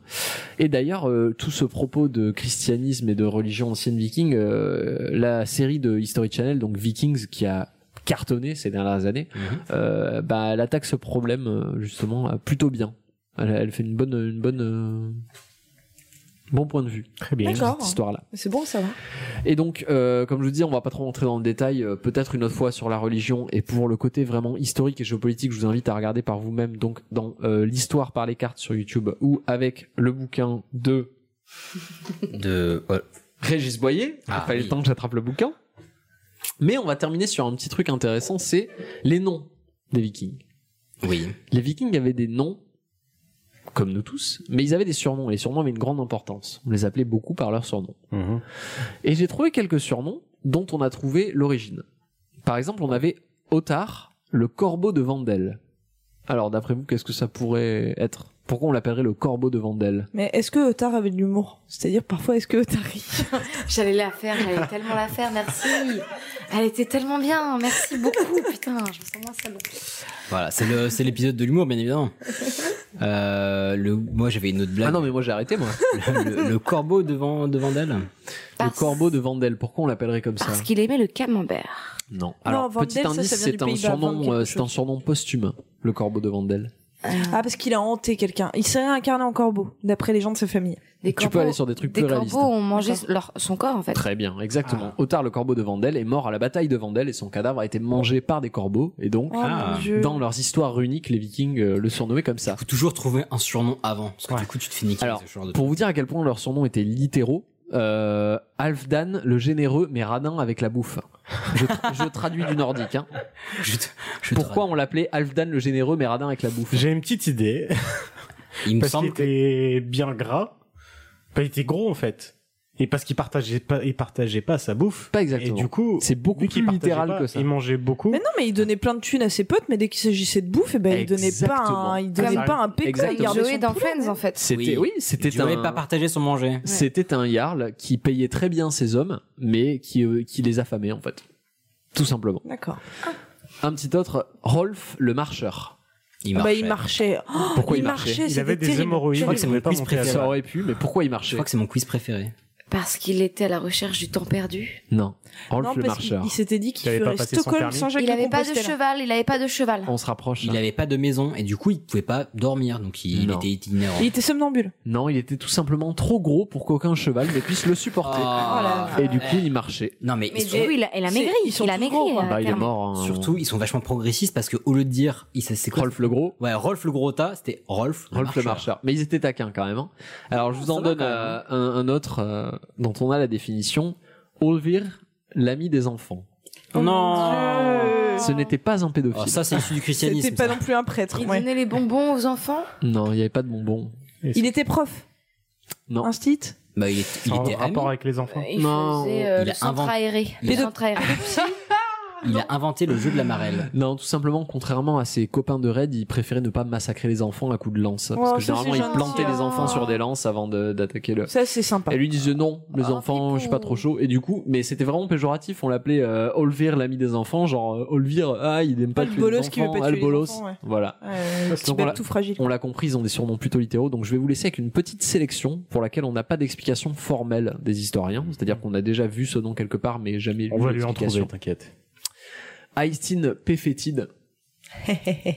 Speaker 8: Et d'ailleurs, euh, tout ce propos de christianisme et de religion ancienne viking, euh, la série de History Channel, donc Vikings, qui a cartonné ces dernières années,
Speaker 1: Mhm.
Speaker 8: euh, bah, elle attaque ce problème euh, justement euh, plutôt bien. Elle, elle fait une bonne, une bonne, euh, bon point de vue
Speaker 3: Très bien.
Speaker 9: D'accord.
Speaker 8: cette histoire-là.
Speaker 9: C'est bon, ça va.
Speaker 8: Et donc, euh, comme je vous dis, on va pas trop rentrer dans le détail. euh, Peut-être une autre fois sur la religion et pour le côté vraiment historique et géopolitique, je vous invite à regarder par vous-même donc dans euh, l'histoire par les cartes sur YouTube ou avec le bouquin de
Speaker 1: De... ouais.
Speaker 8: Régis Boyer.
Speaker 1: Ah,
Speaker 8: Il fallait
Speaker 1: oui.
Speaker 8: le temps que j'attrape le bouquin. Mais on va terminer sur un petit truc intéressant, c'est les noms des Vikings.
Speaker 1: Oui.
Speaker 8: Les Vikings avaient des noms, comme nous tous, mais ils avaient des surnoms. Et les surnoms avaient une grande importance. On les appelait beaucoup par leurs surnoms.
Speaker 3: Mhm.
Speaker 8: Et j'ai trouvé quelques surnoms dont on a trouvé l'origine. Par exemple, on avait Otar, le corbeau de Vandel. Alors, d'après vous, qu'est-ce que ça pourrait être Pourquoi on l'appellerait le corbeau de Vandel
Speaker 9: Mais est-ce que Otar avait de l'humour C'est-à-dire, parfois, est-ce que Otar rit
Speaker 7: J'allais la faire, j'allais tellement la faire, merci. Elle était tellement bien, merci beaucoup, putain, je me sens moins salon.
Speaker 1: Voilà, c'est le, c'est l'épisode de l'humour, bien évidemment. Euh, le, moi, j'avais une autre blague.
Speaker 8: Ah non, mais moi, j'ai arrêté, moi.
Speaker 1: le, le corbeau devant, de Vandel.
Speaker 8: Le corbeau de Vandel, pourquoi on l'appellerait comme ça
Speaker 7: Parce qu'il aimait le camembert.
Speaker 8: Non. Alors,
Speaker 9: Vandel,
Speaker 8: petit
Speaker 9: ça,
Speaker 8: indice,
Speaker 9: ça vient
Speaker 8: c'est
Speaker 9: du
Speaker 8: un
Speaker 9: Pays-Bas,
Speaker 8: surnom,
Speaker 9: vingt
Speaker 8: euh,
Speaker 9: quelque
Speaker 8: c'est un
Speaker 9: chose.
Speaker 8: surnom posthume, le corbeau de Vandel.
Speaker 7: Euh.
Speaker 9: Ah, parce qu'il a hanté quelqu'un. Il s'est réincarné en corbeau, d'après les gens de sa famille.
Speaker 7: Des
Speaker 8: Tu peux aller sur des trucs
Speaker 7: des
Speaker 8: plus réalistes.
Speaker 7: corbeaux ont mangé leur, son corps, en fait.
Speaker 8: Très bien, exactement.
Speaker 9: Ah.
Speaker 8: Otard, le corbeau de Vandel, est mort à la bataille de Vandel et son cadavre a été mangé par des corbeaux. Et donc,
Speaker 9: Oh, mon Dieu.
Speaker 8: dans leurs histoires runiques, les Vikings euh, le surnommaient comme ça.
Speaker 1: Faut toujours trouver un surnom avant, parce que du coup, tu te finis niquer
Speaker 8: Alors,
Speaker 1: ce genre de
Speaker 8: Pour vous dire à quel point leurs surnoms étaient littéraux, euh, Alfdan, le généreux mais radin avec la bouffe. Je, tra- je traduis du nordique. Hein.
Speaker 1: Je te- je te
Speaker 8: Pourquoi on l'appelait Alfdan, le généreux mais radin avec la bouffe
Speaker 3: J'ai une petite idée.
Speaker 1: Il me
Speaker 3: parce
Speaker 1: semble
Speaker 3: qu'il était bien gras. Bah, il était gros en fait. Et parce qu'il partageait pas, il partageait pas sa bouffe.
Speaker 8: Pas exactement.
Speaker 3: Et du coup,
Speaker 8: C'est beaucoup
Speaker 3: vu qu'il
Speaker 8: plus
Speaker 3: partageait
Speaker 8: littéral
Speaker 3: pas,
Speaker 8: que ça.
Speaker 3: Il mangeait beaucoup.
Speaker 9: Mais non, mais il donnait plein de thunes à ses potes, mais dès qu'il s'agissait de bouffe, eh ben, il donnait pas
Speaker 8: Exactement.
Speaker 9: un, il donnait
Speaker 8: Comme-
Speaker 9: pas un péco, il
Speaker 8: Exactement.
Speaker 9: gardait
Speaker 7: Joey
Speaker 9: son
Speaker 7: dans
Speaker 9: poulet.
Speaker 7: Friends, en fait.
Speaker 8: C'était, oui, c'était
Speaker 1: Tu n'avais
Speaker 8: un.
Speaker 1: pas partagé son manger.
Speaker 8: C'était un Jarl qui payait très bien ses hommes, mais qui, euh, qui les affamait en fait. Tout simplement.
Speaker 9: D'accord.
Speaker 8: Un petit autre, Rolf le marcheur.
Speaker 1: Il
Speaker 9: Ah
Speaker 1: marchait.
Speaker 9: bah, il marchait. Oh,
Speaker 8: Pourquoi il marchait
Speaker 3: Il
Speaker 9: c'était
Speaker 3: avait des
Speaker 9: terrible.
Speaker 3: hémorroïdes.
Speaker 1: Je crois que c'est
Speaker 3: il
Speaker 1: mon
Speaker 3: pouvait pas
Speaker 1: quiz
Speaker 3: monter à
Speaker 1: préféré.
Speaker 3: la-
Speaker 8: Ça aurait pu, mais pourquoi il
Speaker 1: Je
Speaker 8: marchait
Speaker 1: crois que c'est mon quiz préféré.
Speaker 7: Parce qu'il était à la recherche du temps perdu.
Speaker 8: Non, Rolf
Speaker 9: Non,
Speaker 8: le
Speaker 9: parce qu'il
Speaker 8: marcheur.
Speaker 9: il s'était dit qu'il
Speaker 3: Il avait pas
Speaker 9: ferait
Speaker 3: passé son
Speaker 9: Stockholm
Speaker 3: permis.
Speaker 9: sans Jacques
Speaker 7: Il avait pas de cheval, il avait pas de cheval.
Speaker 8: On se rapproche.
Speaker 1: Il
Speaker 8: là.
Speaker 1: n'avait pas de maison et du coup, il pouvait pas dormir, donc il, il
Speaker 8: Non.
Speaker 1: était itinérant.
Speaker 9: Il était somnambule.
Speaker 8: Non, il était tout simplement trop gros pour qu'aucun cheval ne puisse le supporter.
Speaker 1: Ah.
Speaker 8: Oh Et du coup, il marchait.
Speaker 1: Non, mais,
Speaker 7: Mais
Speaker 1: sur-
Speaker 7: du coup, il a, il a
Speaker 9: c'est-
Speaker 7: maigri.
Speaker 9: ils sont
Speaker 7: il a
Speaker 9: tous
Speaker 7: maigri.
Speaker 9: gros, quoi.
Speaker 7: euh,
Speaker 8: Bah, il est
Speaker 7: clairement.
Speaker 8: mort. hein.
Speaker 1: surtout, ils sont vachement progressistes parce que au lieu de dire, il c'est quoi
Speaker 8: Rolf le gros.
Speaker 1: Ouais, Rolf le gros tas, c'était Rolf. le
Speaker 8: Rolf le marcheur. Mais ils étaient taquins quand même. hein. Alors je vous
Speaker 9: Ah,
Speaker 8: en donne euh, un,
Speaker 9: hein.
Speaker 8: un autre euh, dont on a la définition. Olvir, l'ami des enfants.
Speaker 7: Oh
Speaker 1: Non.
Speaker 8: Ce n'était pas un pédophile.
Speaker 1: Oh, ça, c'est issu du christianisme.
Speaker 9: C'était pas
Speaker 1: ça.
Speaker 9: non plus un prêtre.
Speaker 7: Il
Speaker 9: ouais.
Speaker 7: donnait les bonbons aux enfants.
Speaker 8: Non, il n'y avait pas de bonbon.
Speaker 9: Il était prof.
Speaker 8: Non.
Speaker 9: Instit.
Speaker 1: Bah, il, est- il
Speaker 3: en
Speaker 1: était ami.
Speaker 3: rapport avec les enfants.
Speaker 7: Il
Speaker 8: Non.
Speaker 7: faisait euh,
Speaker 1: Il
Speaker 7: le
Speaker 1: a
Speaker 7: centre
Speaker 1: inventé-
Speaker 7: aéré.
Speaker 1: il
Speaker 7: Le
Speaker 1: a-
Speaker 7: centre aéré.
Speaker 1: Il a inventé le jeu de la marelle.
Speaker 8: Non, tout simplement, contrairement à ses copains de raid, il préférait ne pas massacrer les enfants à coups de lance. parce
Speaker 9: Oh,
Speaker 8: que
Speaker 9: ça,
Speaker 8: généralement,
Speaker 9: c'est
Speaker 8: il
Speaker 9: gentil.
Speaker 8: plantait les enfants
Speaker 9: Oh.
Speaker 8: sur des lances avant de- d'attaquer le.
Speaker 9: Ça, c'est sympa.
Speaker 8: Et lui disait non, les enfants, je suis pas trop chaud. Et du coup, mais c'était vraiment péjoratif. On l'appelait euh, Olvir, l'ami des enfants. Genre, euh, Olvir, ah, il aime pas
Speaker 9: Ah, le
Speaker 8: tuer les
Speaker 9: bolos qui veut
Speaker 8: enfants.
Speaker 9: pas
Speaker 8: ah, le
Speaker 9: tuer les
Speaker 8: bolos.
Speaker 9: enfants, ouais.
Speaker 8: Voilà.
Speaker 9: Euh,
Speaker 8: Ah, Donc,
Speaker 9: petit
Speaker 8: on
Speaker 9: bête
Speaker 8: l'a-
Speaker 9: tout fragile.
Speaker 8: On l'a compris, ils ont des surnoms plutôt littéraux. Donc, je vais vous laisser avec une petite sélection pour laquelle on n'a pas d'explication formelle des historiens. C'est-à-dire qu'on a déjà vu ce nom quelque part, mais jamais
Speaker 3: On
Speaker 8: lu
Speaker 3: va lui en trouver,
Speaker 8: l'explication.
Speaker 3: t'inquiète.
Speaker 8: Aistin Pefetid,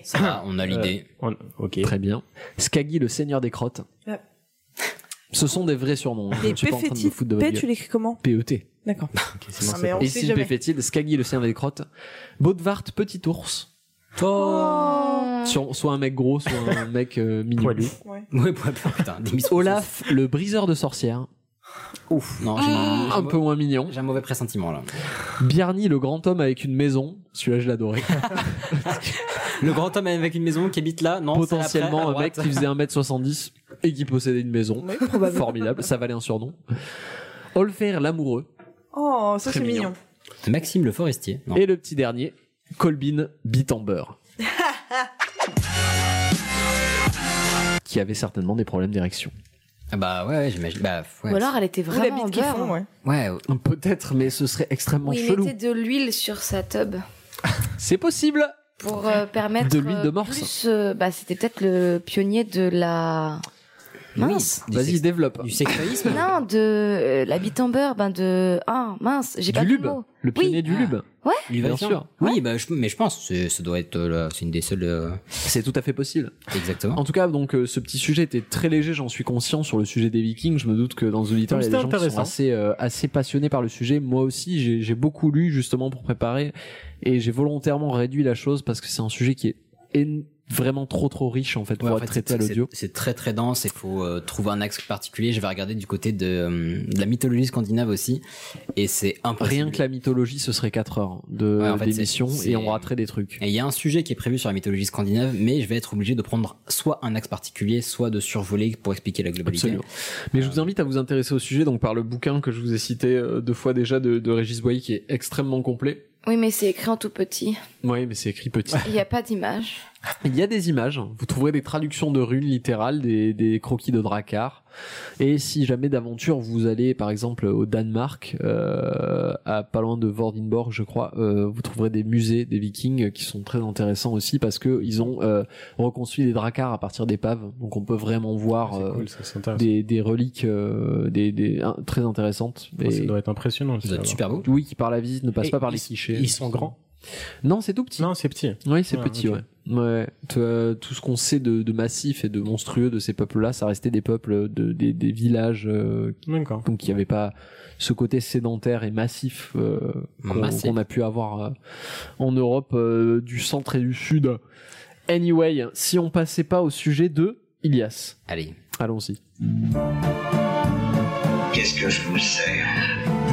Speaker 1: Ça, va, on a
Speaker 8: Euh.
Speaker 1: l'idée.
Speaker 3: On- Ok.
Speaker 8: Très bien. Skaggy, le seigneur des crottes.
Speaker 9: Ouais.
Speaker 8: Ce sont des vrais surnoms. hein. Je
Speaker 9: Les
Speaker 8: ne suis pas en train de me
Speaker 9: péfétides.
Speaker 8: foutre de votre
Speaker 9: P, tu
Speaker 8: gueule. E
Speaker 9: l'écris comment
Speaker 8: PET.
Speaker 9: D'accord.
Speaker 3: sinon,
Speaker 9: Ah, mais on sait
Speaker 8: Ici,
Speaker 9: jamais.
Speaker 8: Péfétide, Skaggy, le seigneur des crottes. Baudvart, petit ours.
Speaker 9: Oh.
Speaker 8: Sur- soit un mec gros, soit un mec euh, mignon.
Speaker 3: Poilu.
Speaker 1: Ouais, ouais, putain, des missions.
Speaker 8: Olaf, le briseur de sorcières.
Speaker 1: Ouf. Non, j'ai
Speaker 9: Ah.
Speaker 1: j'ai
Speaker 8: Ah, Un peu moins mignon.
Speaker 1: J'ai un mauvais pressentiment là.
Speaker 8: Bjarni, le grand homme avec une maison. Celui-là, je l'adorais.
Speaker 1: Le grand homme avec une maison qui habite là, non c'est
Speaker 8: Potentiellement,
Speaker 1: après, à
Speaker 8: un mec
Speaker 1: droite.
Speaker 8: qui faisait 1m70 et qui possédait une maison. Formidable. Ça valait un surnom. Olfer, l'amoureux.
Speaker 9: Oh, ça
Speaker 8: Très
Speaker 9: c'est
Speaker 8: mignon.
Speaker 9: mignon.
Speaker 1: Maxime le forestier. Non.
Speaker 8: Et le petit dernier, Colbin Bit en beurre. qui avait certainement des problèmes d'érection.
Speaker 1: Ah Bah ouais, ouais, j'imagine. Bah ouais.
Speaker 7: Ou alors elle était
Speaker 9: Ou la
Speaker 7: vraiment en
Speaker 9: bite qu'ils
Speaker 7: beurre. hein.
Speaker 9: font, ouais.
Speaker 1: Ouais,
Speaker 8: Euh, Peut-être, mais ce serait extrêmement
Speaker 7: Ou il
Speaker 8: chelou.
Speaker 7: mettait de l'huile sur sa tube
Speaker 8: C'est possible
Speaker 7: pour euh, permettre
Speaker 8: De l'huile de
Speaker 7: euh,
Speaker 8: morse.
Speaker 7: plus, euh, bah, c'était peut-être le pionnier de la mince.
Speaker 1: Du
Speaker 8: Vas-y,
Speaker 1: sexe-
Speaker 8: développe.
Speaker 1: Du sexualisme
Speaker 7: Non, de euh, la bite en beurre, ben de ah mince, j'ai pas
Speaker 8: du
Speaker 7: le
Speaker 8: lube.
Speaker 7: mot.
Speaker 8: Le
Speaker 7: Oui.
Speaker 8: pionnier du
Speaker 1: Ah.
Speaker 8: lube.
Speaker 1: Il va
Speaker 8: Bien
Speaker 1: bien.
Speaker 8: sûr.
Speaker 1: Oui, bah, je- mais je pense, c'est- ça doit être, euh, la- c'est une des seules, euh,
Speaker 8: C'est tout à fait possible.
Speaker 1: exactement.
Speaker 8: En tout cas, donc, euh, ce petit sujet était très léger, j'en suis conscient, sur le sujet des vikings. Je me doute que dans les auditeurs,
Speaker 3: Donc,
Speaker 8: il y a des gens
Speaker 3: c'était
Speaker 8: qui sont
Speaker 3: intéressant.
Speaker 8: assez, euh, assez passionnés par le sujet. Moi aussi, j'ai- j'ai beaucoup lu, justement, pour préparer. Et j'ai volontairement réduit la chose parce que c'est un sujet qui est en- vraiment trop, trop riche, en fait, pour
Speaker 1: Ouais, en
Speaker 8: être
Speaker 1: fait,
Speaker 8: traité à
Speaker 1: c'est-
Speaker 8: l'audio.
Speaker 1: c'est- C'est très très dense et faut euh, trouver un axe particulier. Je vais regarder du côté de, euh, de la mythologie scandinave aussi. Et c'est impossible.
Speaker 8: Rien que la mythologie, ce serait 4 heures de
Speaker 1: Ouais, en fait, c'est-
Speaker 8: d'émission
Speaker 1: c'est-
Speaker 8: et on raterait des trucs.
Speaker 1: Et il y a un sujet qui est prévu sur la mythologie scandinave, mais je vais être obligé de prendre soit un axe particulier, soit de survoler pour expliquer la globalité.
Speaker 8: Absolument. Mais je vous invite à vous euh, intéresser au sujet donc par le bouquin que je vous ai cité euh, deux fois déjà de, de Régis Boyer qui est extrêmement complet
Speaker 7: Oui, mais c'est écrit en tout petit.
Speaker 8: Oui, mais c'est écrit petit.
Speaker 7: Il n'y a pas d'image.
Speaker 8: Il y a des images. Vous trouverez des traductions de runes littérales, des, des croquis de Drakkar. Et si jamais d'aventure vous allez, par exemple, au Danemark, euh, à pas loin de Vordingborg, je crois, euh, vous trouverez des musées des Vikings qui sont très intéressants aussi parce que ils ont euh, reconstruit des Drakkar à partir d'épaves. Donc on peut vraiment voir euh,
Speaker 3: C'est cool, ça, c'est intéressant.
Speaker 8: des, des reliques euh, des, des- un- très intéressantes.
Speaker 3: Enfin, ça doit être impressionnant.
Speaker 1: Ça doit être super beau.
Speaker 8: Oui, qui par la visite ne passe
Speaker 3: Et
Speaker 8: pas par
Speaker 3: ils-
Speaker 8: les clichés.
Speaker 3: Ils sont grands.
Speaker 8: Non, c'est tout petit.
Speaker 3: Non, c'est petit.
Speaker 8: Oui, c'est
Speaker 3: Ouais,
Speaker 8: petit,
Speaker 3: ok.
Speaker 8: ouais. Ouais. T- euh, Tout ce qu'on sait de, de massif et de monstrueux de ces peuples-là, ça restait des peuples, de, des, des villages, euh,
Speaker 3: D'accord.
Speaker 8: donc il n'y avait pas ce côté sédentaire et massif euh, qu'on
Speaker 1: Massif.
Speaker 8: qu'on a pu avoir euh, en Europe euh, du centre et du sud. Anyway, si on passait pas au sujet de Ilias,
Speaker 1: Allez.
Speaker 8: allons-y.
Speaker 10: Qu'est-ce que je vous sers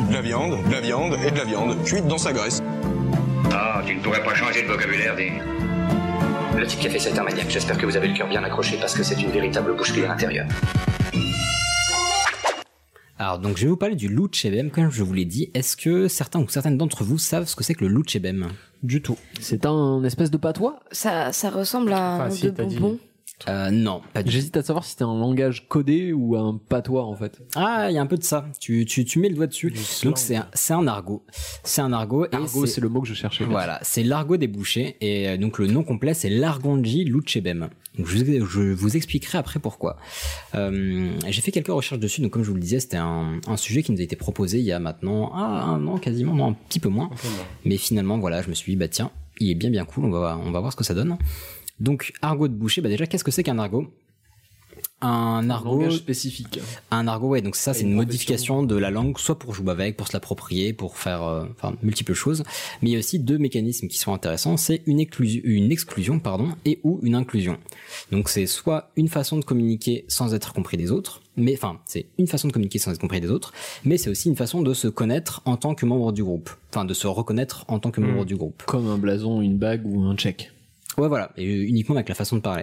Speaker 11: De la viande, de la viande et de la viande cuite dans sa graisse.
Speaker 12: Ah, tu ne pourrais pas changer de vocabulaire, dis. Le type qui a fait cet armagnac, j'espère que vous avez le cœur bien accroché parce que c'est une véritable boucherie à l'intérieur.
Speaker 1: Alors donc je vais vous parler du Louchebem, comme je vous l'ai dit. Est-ce que certains ou certaines d'entre vous savent ce que c'est que le Louchebem
Speaker 8: Du tout. C'est un espèce de patois
Speaker 7: Ça, ça ressemble à un
Speaker 8: Enfin,
Speaker 7: rond
Speaker 8: si,
Speaker 7: de
Speaker 8: t'as dit-
Speaker 7: bonbon.
Speaker 1: Euh, non, pas du
Speaker 8: J'hésite à savoir si c'était un langage codé ou un patois en fait.
Speaker 1: Ah, il y a un peu de ça. Tu, tu, tu mets le doigt dessus. Donc c'est un, c'est un argot. C'est un argot. et
Speaker 8: Argot, c'est le mot que je cherchais.
Speaker 1: Voilà, c'est l'argot des bouchers. Et euh, donc le nom complet, c'est l'argonji luchebem. Donc, je, vous- je vous expliquerai après pourquoi. Euh, J'ai fait quelques recherches dessus. Donc comme je vous le disais, c'était un, un sujet qui nous a été proposé il y a maintenant ah, un an quasiment, non, un petit peu moins. Mais finalement, voilà, je me suis dit, bah tiens, il est bien bien cool, on va, on va voir ce que ça donne. Donc, argot de boucher, bah déjà, qu'est-ce que c'est qu'un argot Un argot.
Speaker 8: langage spécifique.
Speaker 1: Un argot, ouais, donc ça, c'est
Speaker 8: Une
Speaker 1: une,
Speaker 8: profession.
Speaker 1: modification de la langue, soit pour jouer avec, pour se l'approprier, pour faire euh, enfin, multiples choses. Mais il y a aussi deux mécanismes qui sont intéressants, c'est une, éclusi- une exclusion pardon, et ou une inclusion. Donc c'est soit une façon de communiquer sans être compris des autres, mais enfin, c'est une façon de communiquer sans être compris des autres, mais c'est aussi une façon de se connaître en tant que membre du groupe, enfin de se reconnaître en tant que membre du groupe.
Speaker 8: Comme un blason, une bague ou un tchèque.
Speaker 1: Ouais, voilà, et euh, uniquement avec la façon de parler.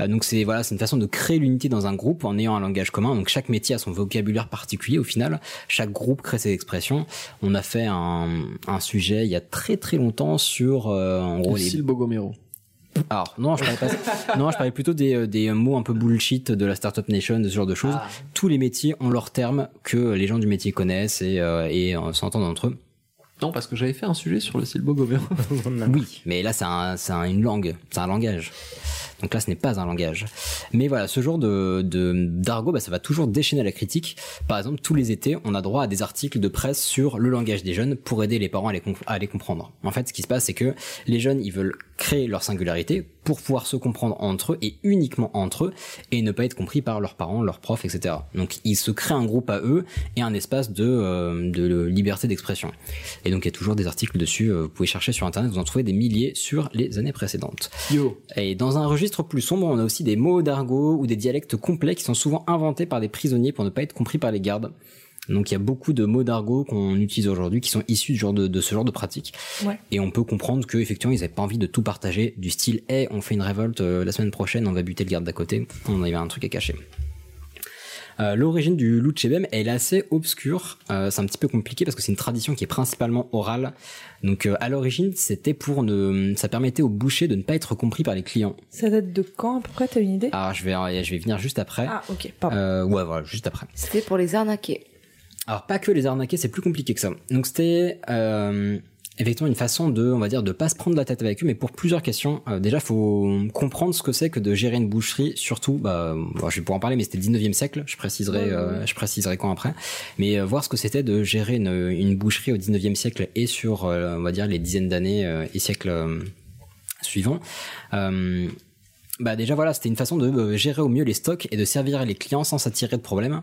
Speaker 1: Euh, donc c'est voilà, c'est une façon de créer l'unité dans un groupe en ayant un langage commun. Donc chaque métier a son vocabulaire particulier au final. Chaque groupe crée ses expressions. On a fait un, un sujet il y a très très longtemps sur euh, en gros les
Speaker 8: Lucille Bogomero.
Speaker 1: alors, non, je parlais pas. non, je parlais plutôt des, euh, des mots un peu bullshit de la Startup Nation, de ce genre de choses. Tous les métiers ont leurs termes que les gens du métier connaissent et, euh, et euh, s'entendent entre eux.
Speaker 8: Non, parce que j'avais fait un sujet sur le Lucille Bogomero.
Speaker 1: Oui, mais là, c'est un- c'est un- une langue, c'est un langage. Donc là, ce n'est pas un langage. Mais voilà, ce genre de de- d'argot, bah, ça va toujours déchaîner la critique. Par exemple, tous les étés, on a droit à des articles de presse sur le langage des jeunes pour aider les parents à les, com- à les comprendre. En fait, ce qui se passe, c'est que les jeunes, ils veulent créer leur singularité pour pouvoir se comprendre entre eux et uniquement entre eux et ne pas être compris par leurs parents, leurs profs, etc. Donc, ils se créent un groupe à eux et un espace de, euh, de liberté d'expression. Et donc, il y a toujours des articles dessus. euh, Vous pouvez chercher sur Internet, vous en trouvez des milliers sur les années précédentes.
Speaker 8: Yo.
Speaker 1: Et dans un registre plus sombre, on a aussi des mots d'argot ou des dialectes complets qui sont souvent inventés par des prisonniers pour ne pas être compris par les gardes. Donc il y a beaucoup de mots d'argot qu'on utilise aujourd'hui qui sont issus de, genre de, de ce genre de pratiques.
Speaker 9: Ouais.
Speaker 1: Et on peut comprendre que effectivement ils n'avaient pas envie de tout partager du style « Hey, on fait une révolte euh, la semaine prochaine, on va buter le garde d'à côté ». On avait un truc à cacher. Euh, L'origine du Luchebem, elle est assez obscure. Euh, c'est un petit peu compliqué parce que c'est une tradition qui est principalement orale. Donc euh, à l'origine, c'était pour ne, ça permettait aux bouchers de ne pas être compris par les clients.
Speaker 9: Ça date de quand à peu près T'as une idée
Speaker 1: Ah, je vais, je vais venir juste après.
Speaker 9: Ah, ok, pardon.
Speaker 1: Euh, ouais, voilà, juste après.
Speaker 7: C'était pour les arnaquer.
Speaker 1: Alors pas que les arnaquer, c'est plus compliqué que ça. Donc c'était euh, effectivement une façon de, on va dire, de pas se prendre la tête avec eux, mais pour plusieurs questions. Euh, déjà, faut comprendre ce que c'est que de gérer une boucherie, surtout. Bah, bon, je vais pouvoir en parler, mais c'était le 19e siècle. Je préciserai, euh, je préciserai quand après. Mais euh, voir ce que c'était de gérer une, une boucherie au 19e siècle et sur, euh, on va dire, les dizaines d'années euh, et siècles euh, suivants. Euh, bah déjà voilà, c'était une façon de euh, gérer au mieux les stocks et de servir les clients sans s'attirer de problèmes.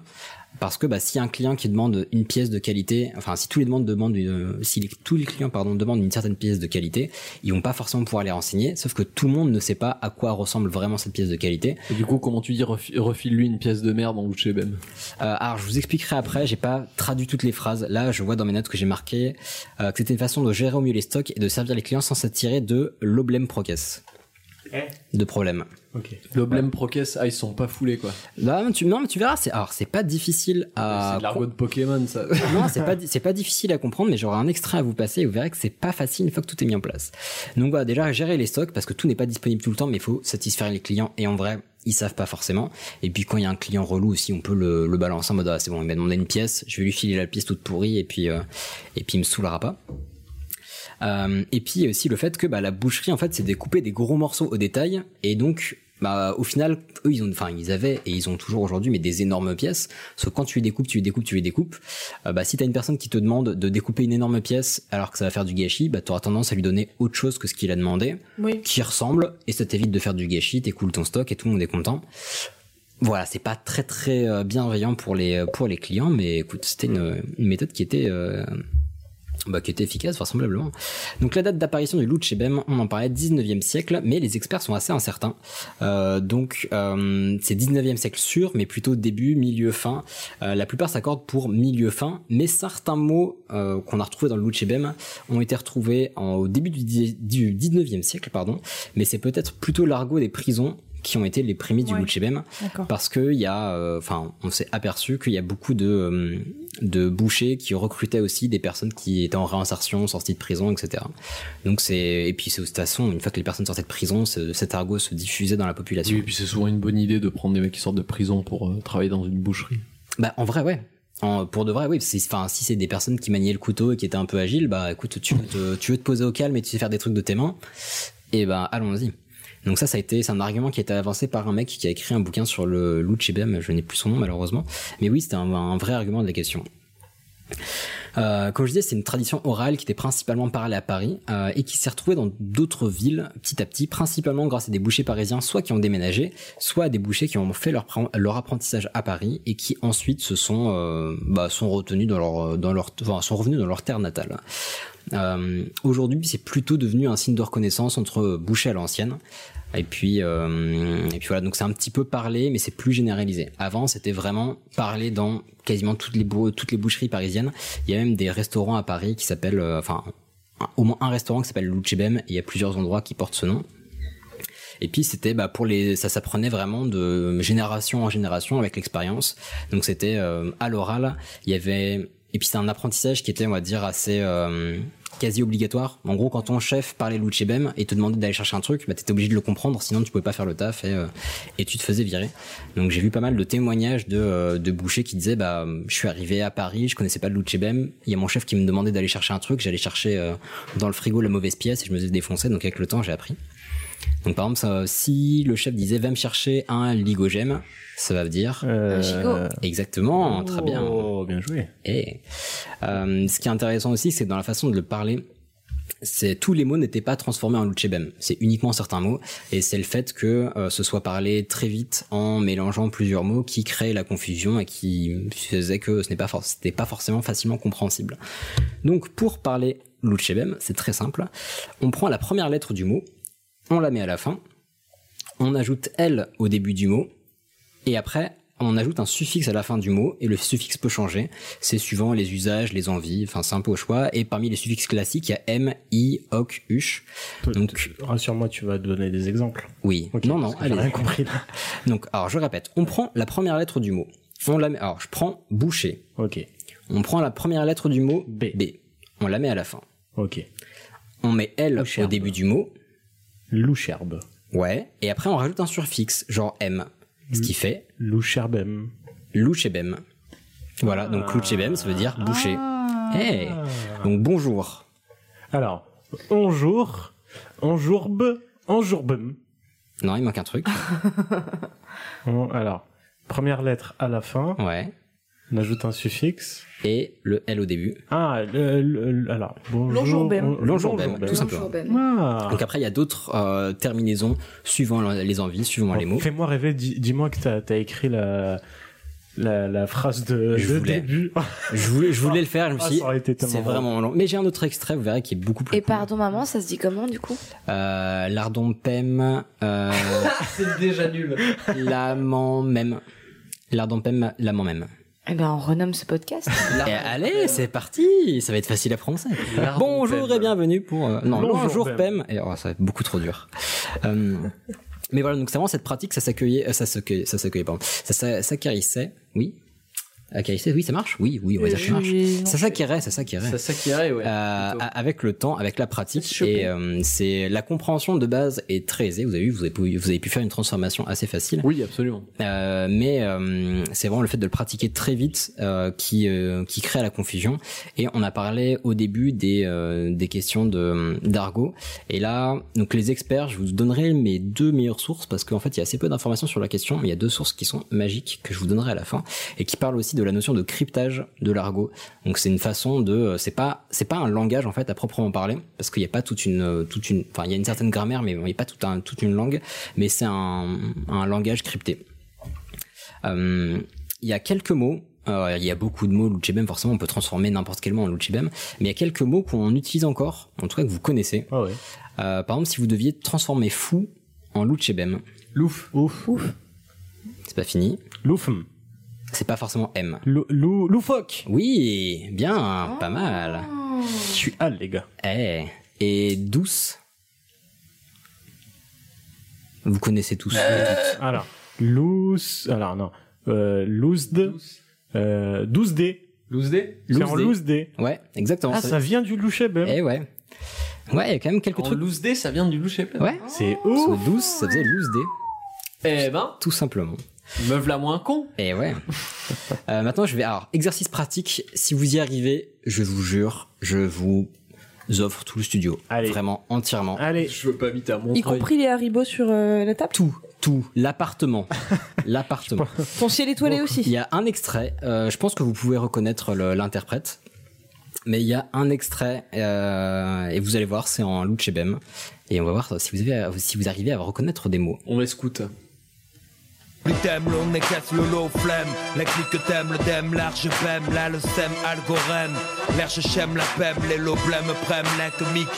Speaker 1: Parce que bah, si un client qui demande une pièce de qualité, enfin si tous les demandes demandent une, euh, si les- tous les clients pardon demandent une certaine pièce de qualité, ils vont pas forcément pouvoir les renseigner. Sauf que tout le monde ne sait pas à quoi ressemble vraiment cette pièce de qualité.
Speaker 8: Et du coup, comment tu dis refi- refile-lui une pièce de Ben. merde en Bem
Speaker 1: Euh, alors, je vous expliquerai après. J'ai pas traduit toutes les phrases. Là, je vois dans mes notes que j'ai marqué euh, que c'était une façon de gérer au mieux les stocks et de servir les clients sans s'attirer de l'oblème process.
Speaker 8: Eh.
Speaker 1: de problèmes.
Speaker 8: Okay. Le blême Prokes, ah, ils sont pas foulés quoi.
Speaker 1: Non, mais Bah, tu, non, mais tu verras, c'est, alors c'est pas difficile à.
Speaker 8: C'est de l'argot de Pokémon ça.
Speaker 1: non, c'est pas, c'est pas difficile à comprendre, mais j'aurai un extrait à vous passer et vous verrez que c'est pas facile une fois que tout est mis en place. Donc voilà, déjà gérer les stocks parce que tout n'est pas disponible tout le temps, mais il faut satisfaire les clients et en vrai, ils savent pas forcément. Et puis quand il y a un client relou aussi, on peut le, le balancer en mode ah, c'est bon, il m'a demandé une pièce, je vais lui filer la pièce toute pourrie et puis, euh, et puis il me saoulera pas. Euh, et puis aussi le fait que bah, la boucherie en fait c'est découper des gros morceaux au détail et donc bah, au final eux ils ont enfin ils avaient et ils ont toujours aujourd'hui mais des énormes pièces sauf quand tu les découpes tu les découpes tu les découpes euh, bah si t'as une personne qui te demande de découper une énorme pièce alors que ça va faire du gâchis bah t'auras tendance à lui donner autre chose que ce qu'il a demandé
Speaker 9: oui.
Speaker 1: qui ressemble et ça t'évite de faire du gâchis t'écoules ton stock et tout le monde est content voilà, c'est pas très très euh, bienveillant pour les euh, pour les clients, mais écoute, c'était une, une méthode qui était euh bah, qui était efficace vraisemblablement. Donc la date d'apparition du Bem, on en parlait 19e siècle, mais les experts sont assez incertains. Euh, donc euh, c'est 19e siècle sûr, mais plutôt début, milieu, fin. Euh, la plupart s'accordent pour milieu, fin, mais certains mots euh, qu'on a retrouvés dans le Bem ont été retrouvés en, au début du, du 19e siècle, pardon, mais c'est peut-être plutôt l'argot des prisons qui ont été les prémices ouais. du Lucebem parce que il y a enfin euh, on s'est aperçu qu'il y a beaucoup de euh, de bouchers qui recrutaient aussi des personnes qui étaient en réinsertion sorties de prison etc donc c'est et puis c'est de toute façon une fois que les personnes sortaient de prison cet argot se diffusait dans la population
Speaker 8: oui, et puis c'est souvent une bonne idée de prendre des mecs qui sortent de prison pour euh, travailler dans une boucherie
Speaker 1: bah en vrai ouais en, pour de vrai, oui. Enfin, si c'est des personnes qui maniaient le couteau et qui étaient un peu agiles, bah écoute, tu veux te, tu veux te poser au calme et tu sais faire des trucs de tes mains, et ben bah, allons-y. Donc ça, ça a été, c'est un argument qui a été avancé par un mec qui a écrit un bouquin sur le Lucebem, je n'ai plus son nom malheureusement, mais oui, c'était un, un, vrai argument de la question. Euh, comme je disais, c'est une tradition orale qui était principalement parlée à Paris euh, et qui s'est retrouvée dans d'autres villes petit à petit, principalement grâce à des bouchers parisiens, soit qui ont déménagé, soit à des bouchers qui ont fait leur, leur apprentissage à Paris et qui ensuite se sont, euh, bah, sont retenus dans leur, euh, dans leur, enfin, sont revenus dans leur terre natale. Euh, Aujourd'hui, c'est plutôt devenu un signe de reconnaissance entre boucher à l'ancienne. Et puis, euh, et puis voilà, donc c'est un petit peu parlé, mais c'est plus généralisé. Avant, c'était vraiment parlé dans quasiment toutes les, toutes les boucheries parisiennes. Il y a même des restaurants à Paris qui s'appellent, euh, enfin, un, au moins un restaurant qui s'appelle Lucebem, et il y a plusieurs endroits qui portent ce nom. Et puis c'était bah, pour les, ça s'apprenait vraiment de génération en génération avec l'expérience. Donc c'était euh, à l'oral, il y avait et puis c'est un apprentissage qui était, on va dire, assez euh, quasi obligatoire. En gros, quand ton chef parlait Lucebem et te demandait d'aller chercher un truc, bah, t'étais obligé de le comprendre, sinon tu pouvais pas faire le taf et, euh, et tu te faisais virer. Donc j'ai vu pas mal de témoignages de, de bouchers qui disaient, bah, je suis arrivé à Paris, je connaissais pas le Lucebem, il y a mon chef qui me demandait d'aller chercher un truc, j'allais chercher euh, dans le frigo la mauvaise pièce et je me faisais défoncer, donc avec le temps j'ai appris. Donc par exemple, ça, si le chef disait va me chercher un ligogème, ça va dire
Speaker 9: euh... Chico.
Speaker 1: Exactement, très bien.
Speaker 3: Oh, bien joué.
Speaker 1: Et euh, ce qui est intéressant aussi, c'est dans la façon de le parler. C'est tous les mots n'étaient pas transformés en lucebem. C'est uniquement certains mots, et c'est le fait que euh, ce soit parlé très vite en mélangeant plusieurs mots qui crée la confusion et qui faisait que ce n'est pas, for pas forcément facilement compréhensible. Donc pour parler lucebem, c'est très simple. On prend la première lettre du mot on la met à la fin, on ajoute L au début du mot, et après, on ajoute un suffixe à la fin du mot, et le suffixe peut changer, c'est suivant les usages, les envies, enfin c'est un peu au choix, et parmi les suffixes classiques, il y a M, I, OC, UCH.
Speaker 3: Donc, rassure-moi, tu vas donner des exemples.
Speaker 1: Oui, okay, non, non,
Speaker 3: allez. rien compris là.
Speaker 1: Donc, alors je répète, on prend la première lettre du mot, on la met, alors je prends boucher.
Speaker 3: Ok.
Speaker 1: On prend la première lettre du mot
Speaker 3: B.
Speaker 1: B. On la met à la fin.
Speaker 3: Ok.
Speaker 1: On met L Loucherbe. au début du mot.
Speaker 3: Loucherbe.
Speaker 1: Ouais, et après on rajoute un surfixe, genre M. Ce qui fait.
Speaker 3: Loucherbem.
Speaker 1: Louchebem. Voilà, donc ah. louchebem, ça veut dire boucher. Ah. Hey. Donc bonjour.
Speaker 3: Alors, bonjour, enjourbe, enjourbem.
Speaker 1: Non, il manque un truc.
Speaker 3: bon, alors, première lettre à la fin.
Speaker 1: Ouais.
Speaker 3: On ajoute un suffixe.
Speaker 1: Et le L au début.
Speaker 3: Ah, le, le alors, bonjour.
Speaker 1: L'enjourbem. tout simplement.
Speaker 3: Ah.
Speaker 1: Donc après, il y a d'autres euh, terminaisons suivant les envies, suivant
Speaker 3: bon,
Speaker 1: les mots.
Speaker 3: Fais-moi rêver, dis-moi dis que t'as as écrit la, la, la, phrase de,
Speaker 1: je
Speaker 3: de
Speaker 1: voulais.
Speaker 3: début.
Speaker 1: je voulais, je voulais le faire, je me suis ah, dit, c'est vraiment long. Mais j'ai un autre extrait, vous verrez, qui est beaucoup plus
Speaker 7: Et cool. pardon maman, ça se dit comment du coup
Speaker 1: euh, Lardon pem. Euh,
Speaker 8: c'est déjà nul.
Speaker 1: L'amant même. Lardon pem, l'amant même.
Speaker 7: Eh ben, on renomme ce podcast.
Speaker 1: et
Speaker 8: Euh.
Speaker 1: allez, c'est parti. Ça va être facile à prononcer. Bonjour Pem. et bienvenue pour. Euh, non, bonjour, bonjour Pem. Pem. Et oh, ça va être beaucoup trop dur. Euh, mais voilà, donc c'est vraiment cette pratique, ça s'accueillait, euh, ça s'accueillait, ça s'accueillait, pardon, ça s'a- s'acquérissait, oui. Acquérissait, oui, ça marche Oui, oui, on va
Speaker 8: Oui,
Speaker 1: dire que ça
Speaker 8: oui,
Speaker 1: marche.
Speaker 8: oui, non,
Speaker 1: ça s'acquérait, ça s'acquérait.
Speaker 8: Ça s'acquérait, ouais,
Speaker 1: Euh,
Speaker 8: plutôt.
Speaker 1: a- avec le temps, avec la pratique. Et euh, c'est la compréhension de base est très aisée. Vous avez vu, vous avez pu, vous avez pu faire une transformation assez facile.
Speaker 8: Oui, absolument.
Speaker 1: Euh, mais euh, c'est vraiment le fait de le pratiquer très vite euh, qui euh, qui crée la confusion. Et on a parlé au début des euh, des questions de d'argot. Et là, donc les experts, je vous donnerai mes deux meilleures sources parce qu'en fait il y a assez peu d'informations sur la question, mais il y a deux sources qui sont magiques que je vous donnerai à la fin et qui parlent aussi de la notion de cryptage de l'argot. Donc c'est une façon de euh, c'est pas c'est pas un langage en fait à proprement parler parce qu'il n'y a pas toute une euh, toute une enfin il y a une certaine grammaire mais bon, il n'y a pas toute un, toute une langue, mais c'est un un langage crypté. Euh, il y a quelques mots. euh, il y a beaucoup de mots Luchebem, forcément, on peut transformer n'importe quel mot en Luchebem, mais il y a quelques mots qu'on utilise encore, en tout cas que vous connaissez.
Speaker 3: Ah
Speaker 1: Euh, par exemple, si vous deviez transformer fou en Luchebem.
Speaker 8: Louf.
Speaker 3: Ouf. Ouf.
Speaker 1: C'est pas fini.
Speaker 3: Loufm.
Speaker 1: C'est pas forcément M.
Speaker 3: Loufoque.
Speaker 1: Oui, bien, pas mal.
Speaker 7: Oh.
Speaker 3: Je suis hal, les gars.
Speaker 1: Eh, et douce. Vous connaissez tous.
Speaker 3: Alors, loose. Alors, non. Euh, loosed. Euh, 12D.
Speaker 8: Loosed
Speaker 3: C'est en loosed.
Speaker 1: Ouais, exactement.
Speaker 3: Ah, ça vient du Louchebem.
Speaker 1: Eh ouais. Ouais, il y a quand même quelques
Speaker 8: trucs. Loose day, ça vient du louche
Speaker 1: Ouais.
Speaker 3: C'est
Speaker 1: ouf. Douce, ça faisait loose day.
Speaker 8: Eh ben.
Speaker 1: Tout simplement.
Speaker 8: Meuf la moins con.
Speaker 1: Et Eh ouais. Euh, maintenant, je vais. Alors, exercice pratique. Si vous y arrivez, je vous jure, je vous offre tout le studio. Vraiment, entièrement.
Speaker 3: Allez.
Speaker 8: Je veux pas vite à
Speaker 9: Y compris les haribots sur euh, la table
Speaker 1: Tout. Tout. L'appartement. L'appartement.
Speaker 9: Ton ciel étoilé aussi.
Speaker 1: Il y a un extrait. euh, je pense que vous pouvez reconnaître le- l'interprète. Mais il y a un extrait euh, et vous allez voir, c'est en Luchebem. Et on va voir si vous, avez, si vous arrivez à reconnaître des mots.
Speaker 8: On escoute.
Speaker 13: Les thèmes, l'on éclate le lot, flemme. La clique t'aime, le dème, large bème, la le sème, algorème. L'erche chème, la pème, les lots blême, prème, l'incomique.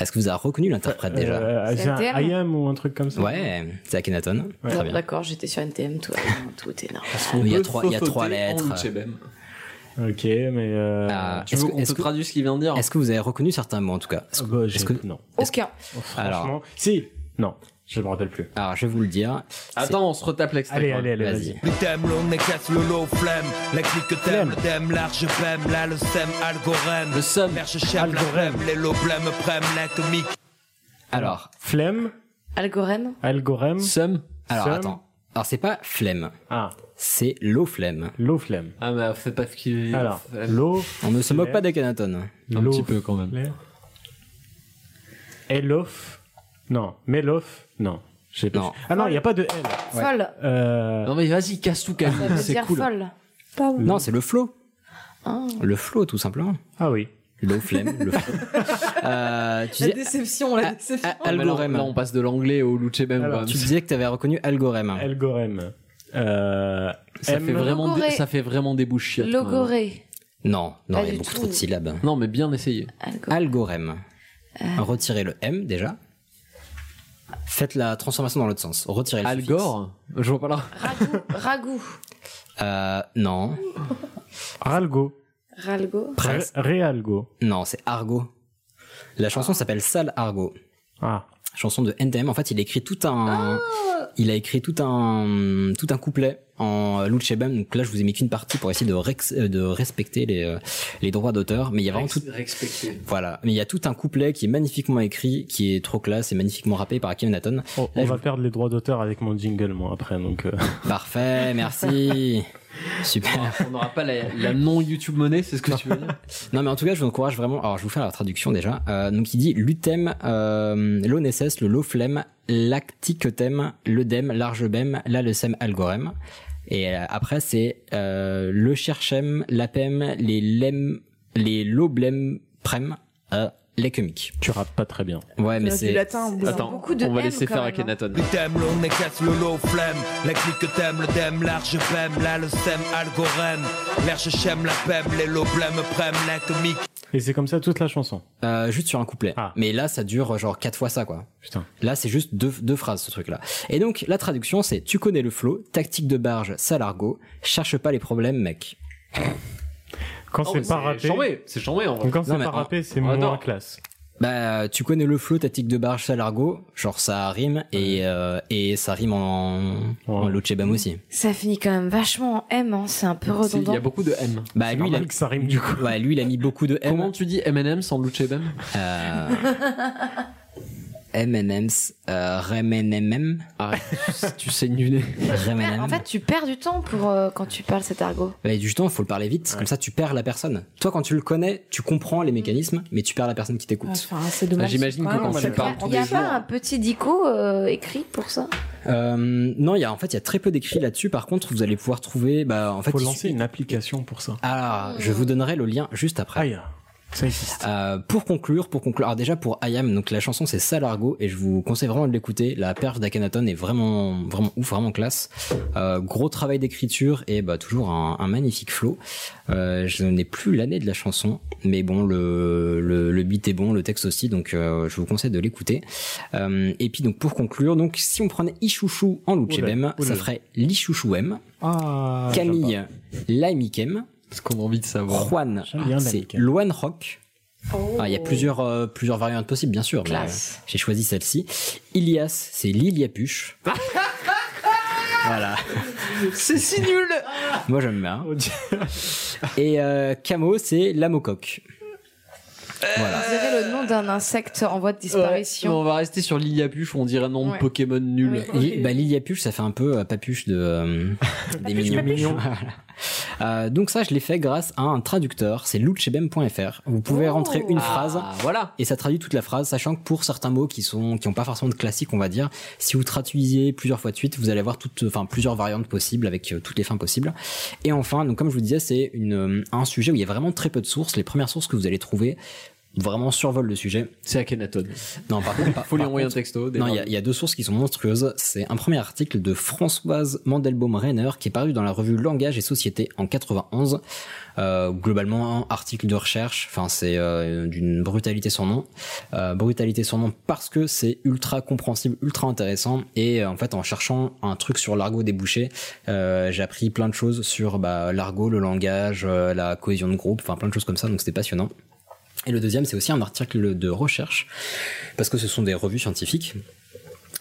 Speaker 1: Est-ce que vous avez reconnu l'interprète déjà
Speaker 3: Euh, c'est un IAM ou un truc comme ça.
Speaker 1: Ouais, c'est Akhenaton. Très bien.
Speaker 7: D'accord, j'étais sur NTM, tout, tout est énorme.
Speaker 1: qu'on Il y a peut trois- il y a trois
Speaker 8: faufoter en
Speaker 1: lettres. Ah,
Speaker 8: Louchebem.
Speaker 3: Ok, mais. Euh...
Speaker 8: Tu veux qu'on te traduise ce qu'il vient de dire
Speaker 1: Est-ce que vous avez reconnu certains mots en tout cas
Speaker 9: Ah
Speaker 1: Est-ce
Speaker 9: bah,
Speaker 1: que- est-ce que-
Speaker 3: oh, bah, Non.
Speaker 7: Aucun.
Speaker 1: Alors-
Speaker 3: Franchement. Si. Non. Je me rappelle plus.
Speaker 1: Alors, je vais vous le dire.
Speaker 8: Attends, on se retape l'extrait.
Speaker 3: Allez, allez, allez,
Speaker 1: Vas-y.
Speaker 3: vas-y.
Speaker 13: Les thèmes, l'on éclate le lot, flemme. La clique t'aime, le dème, large bème, la le sème, algorème. Le
Speaker 8: somme.
Speaker 13: L'erche chème, la pème, les lots blême, prème, l'incomique.
Speaker 1: Alors.
Speaker 3: Flemme.
Speaker 7: Algorem
Speaker 3: Algorème.
Speaker 8: Sum.
Speaker 1: Alors,
Speaker 3: Sum.
Speaker 1: attends. Alors, c'est pas flemme.
Speaker 3: Ah.
Speaker 1: C'est l'eau flemme.
Speaker 3: L'eau flemme.
Speaker 8: Ah, mais fais pas ce qu'il.
Speaker 3: Alors,
Speaker 8: Euh,
Speaker 3: l'eau.
Speaker 1: On ne se moque pas d'Akhenaton.
Speaker 8: Un petit peu quand même.
Speaker 3: flemme. Et l'off. Non. Mais l'off. Non. Je sais pas.
Speaker 1: Non.
Speaker 3: Ah non, il n'y a pas de L.
Speaker 7: Folle.
Speaker 3: Euh...
Speaker 8: Non, mais vas-y, casse tout, calme.
Speaker 7: Ça veut
Speaker 8: C'est
Speaker 7: dire
Speaker 8: cool.
Speaker 7: folle.
Speaker 1: Non, c'est le flow.
Speaker 7: Ah.
Speaker 1: Le flow, tout simplement.
Speaker 3: Ah oui.
Speaker 1: L'eau flemme. le flow. Euh, tu
Speaker 9: La
Speaker 1: disais,
Speaker 9: déception, la déception.
Speaker 1: Ah,
Speaker 8: Ah, mais là, on-
Speaker 1: algorème.
Speaker 8: Là, on passe de l'anglais au Louchebem.
Speaker 3: Alors,
Speaker 8: quand même.
Speaker 1: tu disais que tu avais reconnu algorème.
Speaker 3: Algorème. Euh...
Speaker 8: Ça
Speaker 3: M.
Speaker 8: fait, vraiment
Speaker 7: Logoré.
Speaker 8: des, ça fait vraiment des bouches chiottes. quand même.
Speaker 7: Logoré.
Speaker 1: Non, non,
Speaker 7: Pas
Speaker 1: il y a
Speaker 7: du
Speaker 1: beaucoup
Speaker 7: tout.
Speaker 1: trop de syllabes.
Speaker 8: Non, mais bien essayé.
Speaker 7: Algoré.
Speaker 1: Algorème.
Speaker 7: Euh.
Speaker 1: Retirez le M déjà. Faites la transformation dans l'autre sens. Retirez le Ah,
Speaker 8: Algor Je vois pas là.
Speaker 7: Ragout. Ragout.
Speaker 1: suffixe. Euh, non.
Speaker 3: Ralgo.
Speaker 7: Ralgo.
Speaker 1: Presque.
Speaker 3: Ré- Réalgo.
Speaker 1: Non, c'est Argo. La chanson s'appelle Sale Argo.
Speaker 3: Ah.
Speaker 1: Chanson de NTM. En fait, il a écrit tout un, il a écrit tout un, tout un couplet en Luchebem. Donc là, je vous ai mis qu'une partie pour essayer de, rex- euh, de respecter les, euh, les droits d'auteur. Mais il y a vraiment tout,
Speaker 8: Respecté.
Speaker 1: voilà. Mais il y a tout un couplet qui est magnifiquement écrit, qui est trop classe et magnifiquement rappé par Akhenaton.
Speaker 3: oh, On, on
Speaker 1: Là, je
Speaker 3: va perdre les droits d'auteur avec mon jingle, moi, après. Donc, euh,
Speaker 1: Parfait, merci. Super.
Speaker 8: Ah, On n'aura pas la, la non-YouTube monnaie, c'est ce que tu veux dire
Speaker 1: Non, mais en tout cas, je vous encourage vraiment. Alors, je vous fais la traduction déjà. Euh, donc, il dit l'utem, euh, l'onss, le loflem, l'actiquetem, l'œdem, l'argebem, l'alesem, algorem. Et euh, après, c'est euh, le cherchem, l'apem, les lem, les loblem, prem, euh, les comiques.
Speaker 3: tu rappes pas très bien.
Speaker 1: Ouais, mais
Speaker 9: du
Speaker 1: c'est.
Speaker 9: latin, au bout d'un
Speaker 8: Attends,
Speaker 7: beaucoup de
Speaker 8: on va
Speaker 7: M
Speaker 8: laisser
Speaker 7: quand
Speaker 8: faire
Speaker 7: même, hein.
Speaker 8: Akhenaton.
Speaker 13: Les thèmes, l'on éclate le lot, flemme. La clique t'aime, le dème, large bème, la le sème, algorème. L'erche chème, la pème, les lots blême, prème, l'incomique.
Speaker 3: Et c'est comme ça toute la chanson.
Speaker 1: Euh, juste sur un couplet.
Speaker 3: Ah.
Speaker 1: Mais là, ça dure genre quatre fois ça, quoi.
Speaker 3: Putain.
Speaker 1: Là, c'est juste deux, deux phrases, ce truc-là. Et donc, la traduction, c'est Tu connais le flow, tactique de barge, salargo, cherche pas les problèmes, mec.
Speaker 3: Quand
Speaker 8: Oh, mais
Speaker 3: c'est pas rappé.
Speaker 1: Oh,
Speaker 8: chambé, C'est chambé, en vrai.
Speaker 3: Quand
Speaker 1: Non,
Speaker 3: c'est
Speaker 1: mais
Speaker 3: pas
Speaker 1: en-
Speaker 3: rappé, c'est
Speaker 8: Ah,
Speaker 3: moins
Speaker 8: non.
Speaker 3: classe.
Speaker 1: Bah, tu connais le flow tactique de barge salargo, genre ça rime et euh, et ça rime en, en Locebam aussi.
Speaker 7: Ça finit quand même vachement en M, hein, c'est un peu
Speaker 8: C'est-
Speaker 7: redondant.
Speaker 8: Il y a beaucoup de M.
Speaker 1: Bah lui il a
Speaker 3: ça rime du coup.
Speaker 1: Ouais, lui il a mis beaucoup de M.
Speaker 8: Comment tu dis M&M sans Lucebem
Speaker 1: Euh, M&M's, euh, Remenemem.
Speaker 3: Ah
Speaker 8: tu saignes du nez.
Speaker 7: En fait, tu perds du temps pour euh, quand tu parles cet argot.
Speaker 1: Mais du temps, faut le parler vite, comme ça tu perds la personne. Toi, quand tu le connais, tu comprends les mécanismes, mais tu perds la personne qui t'écoute.
Speaker 9: Enfin, c'est dommage.
Speaker 8: Ah, j'imagine que
Speaker 9: Ouais,
Speaker 8: quand
Speaker 9: on
Speaker 8: tu
Speaker 9: va le
Speaker 8: parles
Speaker 9: faire.
Speaker 8: tous
Speaker 7: Il y a
Speaker 8: les jours-
Speaker 7: pas un petit dico euh, écrit pour ça
Speaker 1: Euh, non, il y a en fait il y a très peu d'écrits là-dessus. Par contre, vous allez pouvoir trouver. Bah en fait,
Speaker 3: Faut
Speaker 1: il
Speaker 3: lancer
Speaker 1: suffit-
Speaker 3: une application pour ça.
Speaker 1: Ah, je vous donnerai le lien juste après.
Speaker 3: Aïe, ça existe.
Speaker 1: Euh, pour conclure, pour conclure, alors déjà pour IAM, donc la chanson c'est Salargo et je vous conseille vraiment de l'écouter. La perf d'Akhenaton est vraiment, vraiment ouf, vraiment classe. Euh, gros travail d'écriture et bah toujours un, un magnifique flow. Euh, je n'ai plus l'année de la chanson, mais bon le, le le beat est bon, le texte aussi, donc euh, je vous conseille de l'écouter. Euh, et puis donc pour conclure, donc si on prenait Ichouchou en Louchebem,
Speaker 3: Oula, oula.
Speaker 1: ça ferait Lichouchouem,
Speaker 3: Ah,
Speaker 1: Camille Laimikem,
Speaker 8: Ce qu'on a envie de savoir.
Speaker 1: Juan,
Speaker 3: J'aime bien
Speaker 1: c'est
Speaker 3: Laimikem.
Speaker 1: Luan Rock. Ah, il y a plusieurs, euh, plusieurs variantes possibles, bien sûr. mais,
Speaker 7: Classe.
Speaker 1: euh, J'ai choisi celle-ci. Ilias, c'est Lilia Puche. voilà.
Speaker 9: C'est si nul.
Speaker 1: Moi, j'aime bien.
Speaker 3: Oh, Dieu.
Speaker 1: Et euh, Camo, c'est Lamocoque.
Speaker 7: On dirait le nom d'un insecte en voie de
Speaker 8: Mais
Speaker 7: disparition.
Speaker 8: on va rester sur Liliapuche, on dirait nom
Speaker 7: Ouais.
Speaker 8: de Pokémon nul.
Speaker 1: Li- bah, Lilia Puche, ça fait un peu euh, papuche de, euh, des mignons. Voilà. Euh, donc ça, je l'ai fait grâce à un traducteur. C'est lookchebem.fr. Vous pouvez rentrer une phrase.
Speaker 8: Oh. Ah, voilà.
Speaker 1: et ça traduit toute la phrase, sachant que pour certains mots qui sont qui n'ont pas forcément de classique, on va dire, si vous traduisez plusieurs fois de suite, vous allez avoir toutes, enfin plusieurs variantes possibles avec euh, toutes les fins possibles. Et enfin, donc comme je vous disais, c'est une euh, un sujet où il y a vraiment très peu de sources. Les premières sources que vous allez trouver vraiment survolent le sujet.
Speaker 8: C'est Akhenaton.
Speaker 1: Non, par contre, pas-
Speaker 8: Faut lui
Speaker 1: par
Speaker 8: envoyer un
Speaker 1: contre-
Speaker 8: texto.
Speaker 1: non, il y, a- il y a deux sources qui sont monstrueuses. C'est un premier article de Françoise Mandelbaum-Renner qui est paru dans la revue Langage et Société en 91. Euh, globalement, un article de recherche. Enfin, c'est euh, d'une brutalité sans nom. Euh, brutalité sans nom parce que c'est ultra compréhensible, ultra intéressant. Et euh, en fait, en cherchant un truc sur l'argot des bouchers, euh, j'ai appris plein de choses sur bah, l'argot, le langage, euh, la cohésion de groupe, enfin plein de choses comme ça. Donc c'était passionnant. Et le deuxième, c'est aussi un article de recherche, parce que ce sont des revues scientifiques.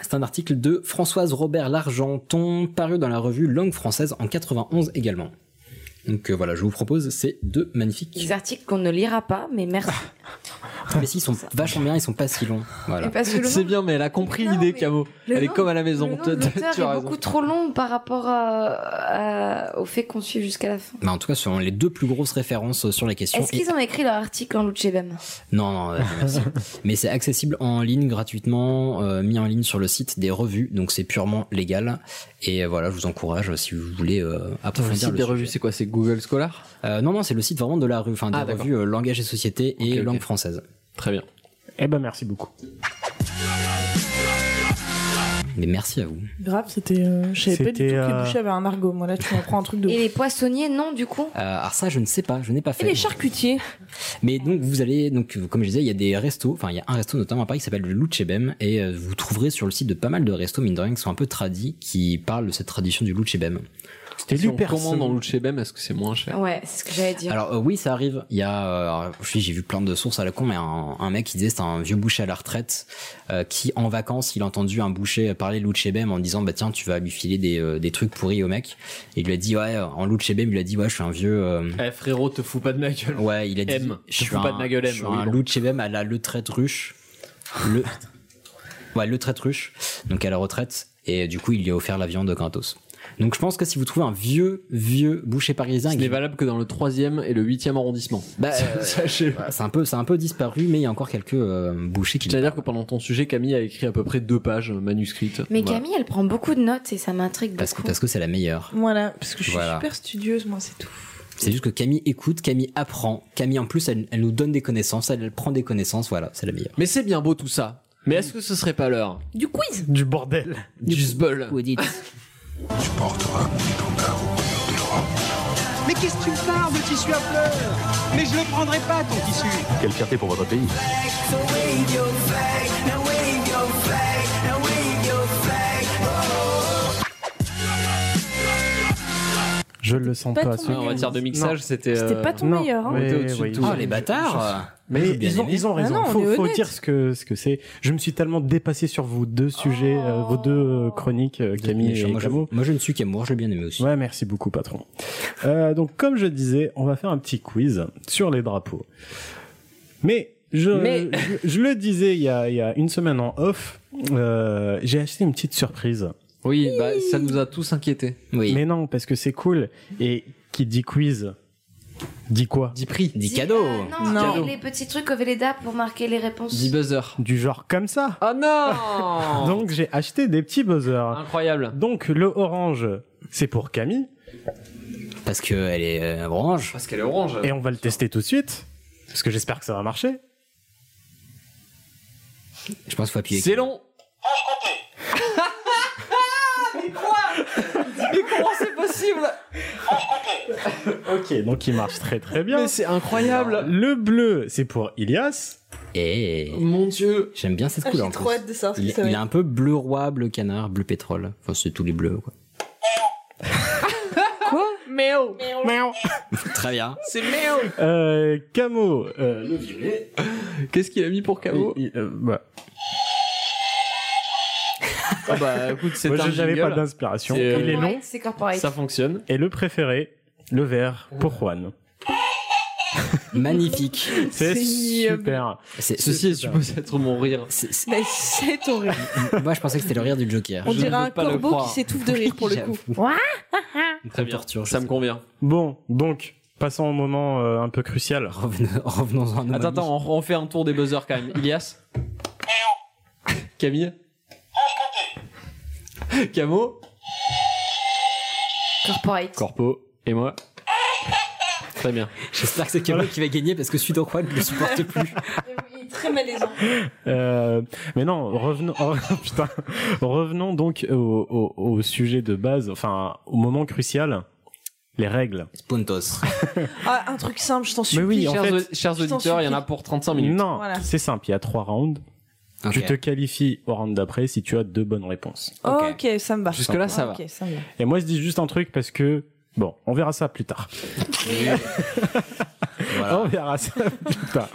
Speaker 1: C'est un article de Françoise Robert Largenton, paru dans la revue Langue française en 91 également. Donc euh, voilà, je vous propose ces deux magnifiques. Ah,
Speaker 7: Des articles qu'on ne lira pas, mais merci.
Speaker 8: Ah,
Speaker 1: Mais si, ils sont vachement bien, ils sont pas si longs. Voilà.
Speaker 7: Et parce que le
Speaker 8: C'est
Speaker 7: nom-
Speaker 8: bien, mais elle a compris
Speaker 7: Non,
Speaker 8: l'idée,
Speaker 7: mais
Speaker 8: Camo.
Speaker 7: le
Speaker 8: Elle est
Speaker 7: nom-
Speaker 8: comme à la
Speaker 7: le nom
Speaker 8: maison.
Speaker 7: de
Speaker 8: Tu as- tu
Speaker 7: l'auteur
Speaker 8: as
Speaker 7: est
Speaker 8: raison.
Speaker 7: beaucoup trop long par rapport à- à- au fait qu'on suive jusqu'à la fin.
Speaker 1: Mais en tout cas, ce sont les deux plus grosses références euh, sur la question.
Speaker 7: Est-ce qu'ils ont écrit leur article en Lucebem
Speaker 1: Non, non, euh, merci. mais c'est accessible en ligne gratuitement, euh, mis en ligne sur le site des revues, donc c'est purement légal. Et euh, voilà, je vous encourage euh, si vous voulez euh,
Speaker 8: Le
Speaker 1: approfondir
Speaker 8: site
Speaker 1: le
Speaker 8: des
Speaker 1: sujet.
Speaker 8: revues, c'est quoi C'est Google Scholar
Speaker 1: Euh, non, non, c'est le site vraiment de la revue, enfin des
Speaker 8: Ah, d'accord.
Speaker 1: revues euh, Langage et Société et
Speaker 8: Ok, ok.
Speaker 1: Langue Française.
Speaker 8: Très bien.
Speaker 3: Eh ben merci beaucoup.
Speaker 1: Mais merci à vous.
Speaker 9: Grave, c'était. euh, je savais pas du
Speaker 3: C'était,
Speaker 9: tout que
Speaker 3: euh,
Speaker 9: les bouchers avaient un argot. Moi là, tu m'en prends un truc de.
Speaker 7: Et
Speaker 9: ouf.
Speaker 7: les poissonniers, non, du coup
Speaker 1: Euh, alors ça, je ne sais pas, je n'ai pas
Speaker 9: Et
Speaker 1: fait.
Speaker 9: les charcutiers.
Speaker 1: Mais donc vous allez, donc euh, comme je disais, il y a des restos, enfin il y a un resto notamment à Paris qui s'appelle le Louchebem et euh, vous trouverez sur le site de pas mal de restos mine de rien qui sont un peu tradis, qui parlent de cette tradition du Louchebem.
Speaker 3: C'était
Speaker 8: Si on
Speaker 3: Luperce.
Speaker 8: commande en Lucebem, est-ce que c'est moins cher
Speaker 7: Ouais, c'est ce que j'allais dire.
Speaker 1: Alors euh, oui, ça arrive. Il y a, euh, alors, je sais, j'ai vu plein de sources à la con, mais un, un mec qui disait c'est un vieux boucher à la retraite euh, qui en vacances il a entendu un boucher parler louchebem en disant bah tiens tu vas lui filer des, euh, des trucs pourris au mec. Et il lui a dit ouais euh, en louchebem il lui a dit ouais je suis un vieux. euh,
Speaker 8: Eh frérot, te fous pas de ma gueule.
Speaker 1: ouais il a dit
Speaker 8: M.
Speaker 1: je
Speaker 8: Te
Speaker 1: suis
Speaker 8: fous
Speaker 1: un,
Speaker 8: pas de ma gueule, M.
Speaker 1: je suis
Speaker 8: Oui,
Speaker 1: un
Speaker 8: bon.
Speaker 1: louchebem à la le traite ruche. Le ouais le traite ruche donc à la retraite et du coup il lui a offert la viande gratos. Donc je pense que si vous trouvez un vieux vieux boucher parisien
Speaker 8: Ce
Speaker 1: et
Speaker 8: n'est
Speaker 1: que-
Speaker 8: valable que dans le 3 et le 8 arrondissement.
Speaker 1: Bah, euh,
Speaker 8: Sachez.
Speaker 1: Voilà, c'est un peu, c'est un peu disparu, mais il y a encore quelques euh, bouchers qui.
Speaker 8: C'est-à-dire que pendant ton sujet, Camille a écrit à peu près deux pages euh, manuscrites.
Speaker 7: Mais
Speaker 8: Voilà.
Speaker 7: Camille, elle prend beaucoup de notes et ça m'intrigue
Speaker 1: Parce que
Speaker 7: beaucoup.
Speaker 1: parce que c'est la meilleure.
Speaker 9: Voilà, parce que je suis
Speaker 1: Voilà.
Speaker 9: super studieuse, moi, c'est tout.
Speaker 1: C'est juste que Camille écoute, Camille apprend, Camille en plus elle, elle nous donne des connaissances, elle, elle prend des connaissances, voilà, c'est la meilleure.
Speaker 8: Mais c'est bien beau tout ça. Mais est-ce que ce serait pas l'heure
Speaker 9: Du quiz.
Speaker 3: Du bordel.
Speaker 8: du zbeul
Speaker 1: Vous dites.
Speaker 10: Mais qu'est-ce que tu me parles de tissu à fleurs Mais je le prendrai pas ton tissu
Speaker 14: Quelle fierté pour votre pays.
Speaker 3: Je le sens pas.
Speaker 8: Ah, en matière de mixage, c'était. euh,
Speaker 9: C'était pas ton
Speaker 3: Non.
Speaker 9: meilleur. hein.
Speaker 3: Ouais,
Speaker 8: On était au-dessus
Speaker 3: ouais,
Speaker 8: de tout.
Speaker 3: ils-
Speaker 8: Ah, les
Speaker 1: bâtards
Speaker 3: Mais
Speaker 1: Ils ont bien
Speaker 3: ils ont,
Speaker 1: aimé.
Speaker 3: ils ont raison.
Speaker 9: Ah non, on
Speaker 3: faut,
Speaker 9: est
Speaker 3: faut
Speaker 9: honnête.
Speaker 3: dire ce que ce que c'est. Je me suis tellement dépassé sur vos deux
Speaker 9: Oh.
Speaker 3: sujets, euh, vos deux euh, chroniques, euh, Camille
Speaker 1: Méchant,
Speaker 3: et
Speaker 1: moi, je,
Speaker 3: Camo.
Speaker 1: moi, je ne suis qu'amour, je l'ai bien aimé aussi.
Speaker 3: Ouais, merci beaucoup, patron. Euh, donc, comme je disais, on va faire un petit quiz sur les drapeaux. Mais je,
Speaker 8: Mais-
Speaker 3: je, je le disais il y, a, il y a une semaine en off, euh, j'ai acheté une petite surprise.
Speaker 8: Oui, bah, ça nous a tous inquiétés.
Speaker 1: Oui.
Speaker 3: Mais non, parce que c'est cool. Et qui dit quiz, dit quoi
Speaker 8: Dit prix.
Speaker 1: Dit cadeau.
Speaker 7: ah, Non,
Speaker 3: Non.
Speaker 7: avec les petits trucs au Véleda pour marquer les réponses.
Speaker 8: buzzer.
Speaker 3: Du genre comme ça.
Speaker 8: Oh non
Speaker 3: Donc j'ai acheté des petits buzzers.
Speaker 8: Incroyable.
Speaker 3: Donc le orange, c'est pour Camille.
Speaker 1: Parce qu'elle est euh, orange.
Speaker 8: Parce qu'elle est orange.
Speaker 3: Et on va le tester tout de suite. Parce que j'espère que ça va marcher.
Speaker 1: Je pense qu'il faut appuyer.
Speaker 8: C'est long. Mais comment c'est possible
Speaker 3: Ok, donc il marche très très bien.
Speaker 8: Mais c'est incroyable.
Speaker 3: Le bleu, c'est pour Ilias.
Speaker 1: Et
Speaker 8: Mon dieu.
Speaker 1: Eh, j'aime bien cette
Speaker 9: Ah,
Speaker 1: couleur.
Speaker 9: J'ai
Speaker 1: en
Speaker 9: trop
Speaker 1: plus.
Speaker 9: hâte de savoir ce
Speaker 1: Il,
Speaker 9: que ça
Speaker 1: il
Speaker 9: va
Speaker 1: est un peu bleu roi, bleu canard, bleu pétrole. Enfin, c'est tous les bleus, quoi.
Speaker 8: Mais oh.
Speaker 1: Très bien.
Speaker 8: C'est mais oh.
Speaker 3: Euh, Camo, euh, le violet.
Speaker 8: Qu'est-ce qu'il a mis pour Camo
Speaker 3: Il- il- euh, bah,
Speaker 8: Ah Bah écoute, c'est
Speaker 3: moi,
Speaker 8: un
Speaker 3: je- j'avais pas
Speaker 8: jingle.
Speaker 3: d'inspiration.
Speaker 8: C'est, euh,
Speaker 3: Il est long.
Speaker 7: Corporate, C'est corporate.
Speaker 8: Ça fonctionne.
Speaker 3: Et le préféré, le vert, pour Juan.
Speaker 1: Magnifique.
Speaker 3: C'est
Speaker 9: C'est ignoble.
Speaker 3: super.
Speaker 1: C'est-
Speaker 8: Ceci est supposé être mon rire.
Speaker 1: c'est- c'est-
Speaker 9: Mais c'est horrible.
Speaker 1: moi, je pensais que c'était le rire du Joker.
Speaker 9: On
Speaker 8: Je
Speaker 9: dirait
Speaker 8: ne
Speaker 9: un
Speaker 8: peux pas le
Speaker 9: corbeau
Speaker 8: croire.
Speaker 9: qui s'étouffe de rire pour le coup. Ouah
Speaker 8: Très bien.
Speaker 1: Torture, je
Speaker 8: Ça
Speaker 1: sais
Speaker 8: me
Speaker 1: pas.
Speaker 8: convient.
Speaker 3: Bon, donc, passons au moment euh, un peu crucial.
Speaker 1: Revenons- Revenons-en à nos
Speaker 8: Attends,
Speaker 1: mamies.
Speaker 8: attends, on, on fait un tour des buzzers quand même. Ilias Camille Camo
Speaker 7: Corporate.
Speaker 8: Corpo Et moi Très bien.
Speaker 1: J'espère que c'est Camo qui va gagner parce que suite au Juan, je ne supporte plus.
Speaker 9: Il est très malaisant.
Speaker 3: Euh, mais non, revenons, oh, putain. revenons donc au, au- au sujet de base, enfin, au moment crucial, les règles.
Speaker 1: Puntos.
Speaker 9: Ah, un truc simple, je t'en supplie.
Speaker 3: oui, en
Speaker 8: chers,
Speaker 3: fait-
Speaker 8: au- chers
Speaker 9: Je t'en
Speaker 8: auditeurs, il y en a
Speaker 9: supplie.
Speaker 8: pour 35 minutes.
Speaker 3: Non,
Speaker 9: Voilà.
Speaker 3: c'est simple, il y a trois rounds.
Speaker 1: Ok.
Speaker 3: Tu te qualifies au round d'après si tu as deux bonnes réponses.
Speaker 1: Ok.
Speaker 9: ok, ça me va.
Speaker 8: Jusque-là, ça va.
Speaker 9: Ok, ça me va.
Speaker 3: Et moi, je dis juste un truc parce que, bon, on verra ça plus tard.
Speaker 1: Voilà.
Speaker 3: On verra ça plus tard.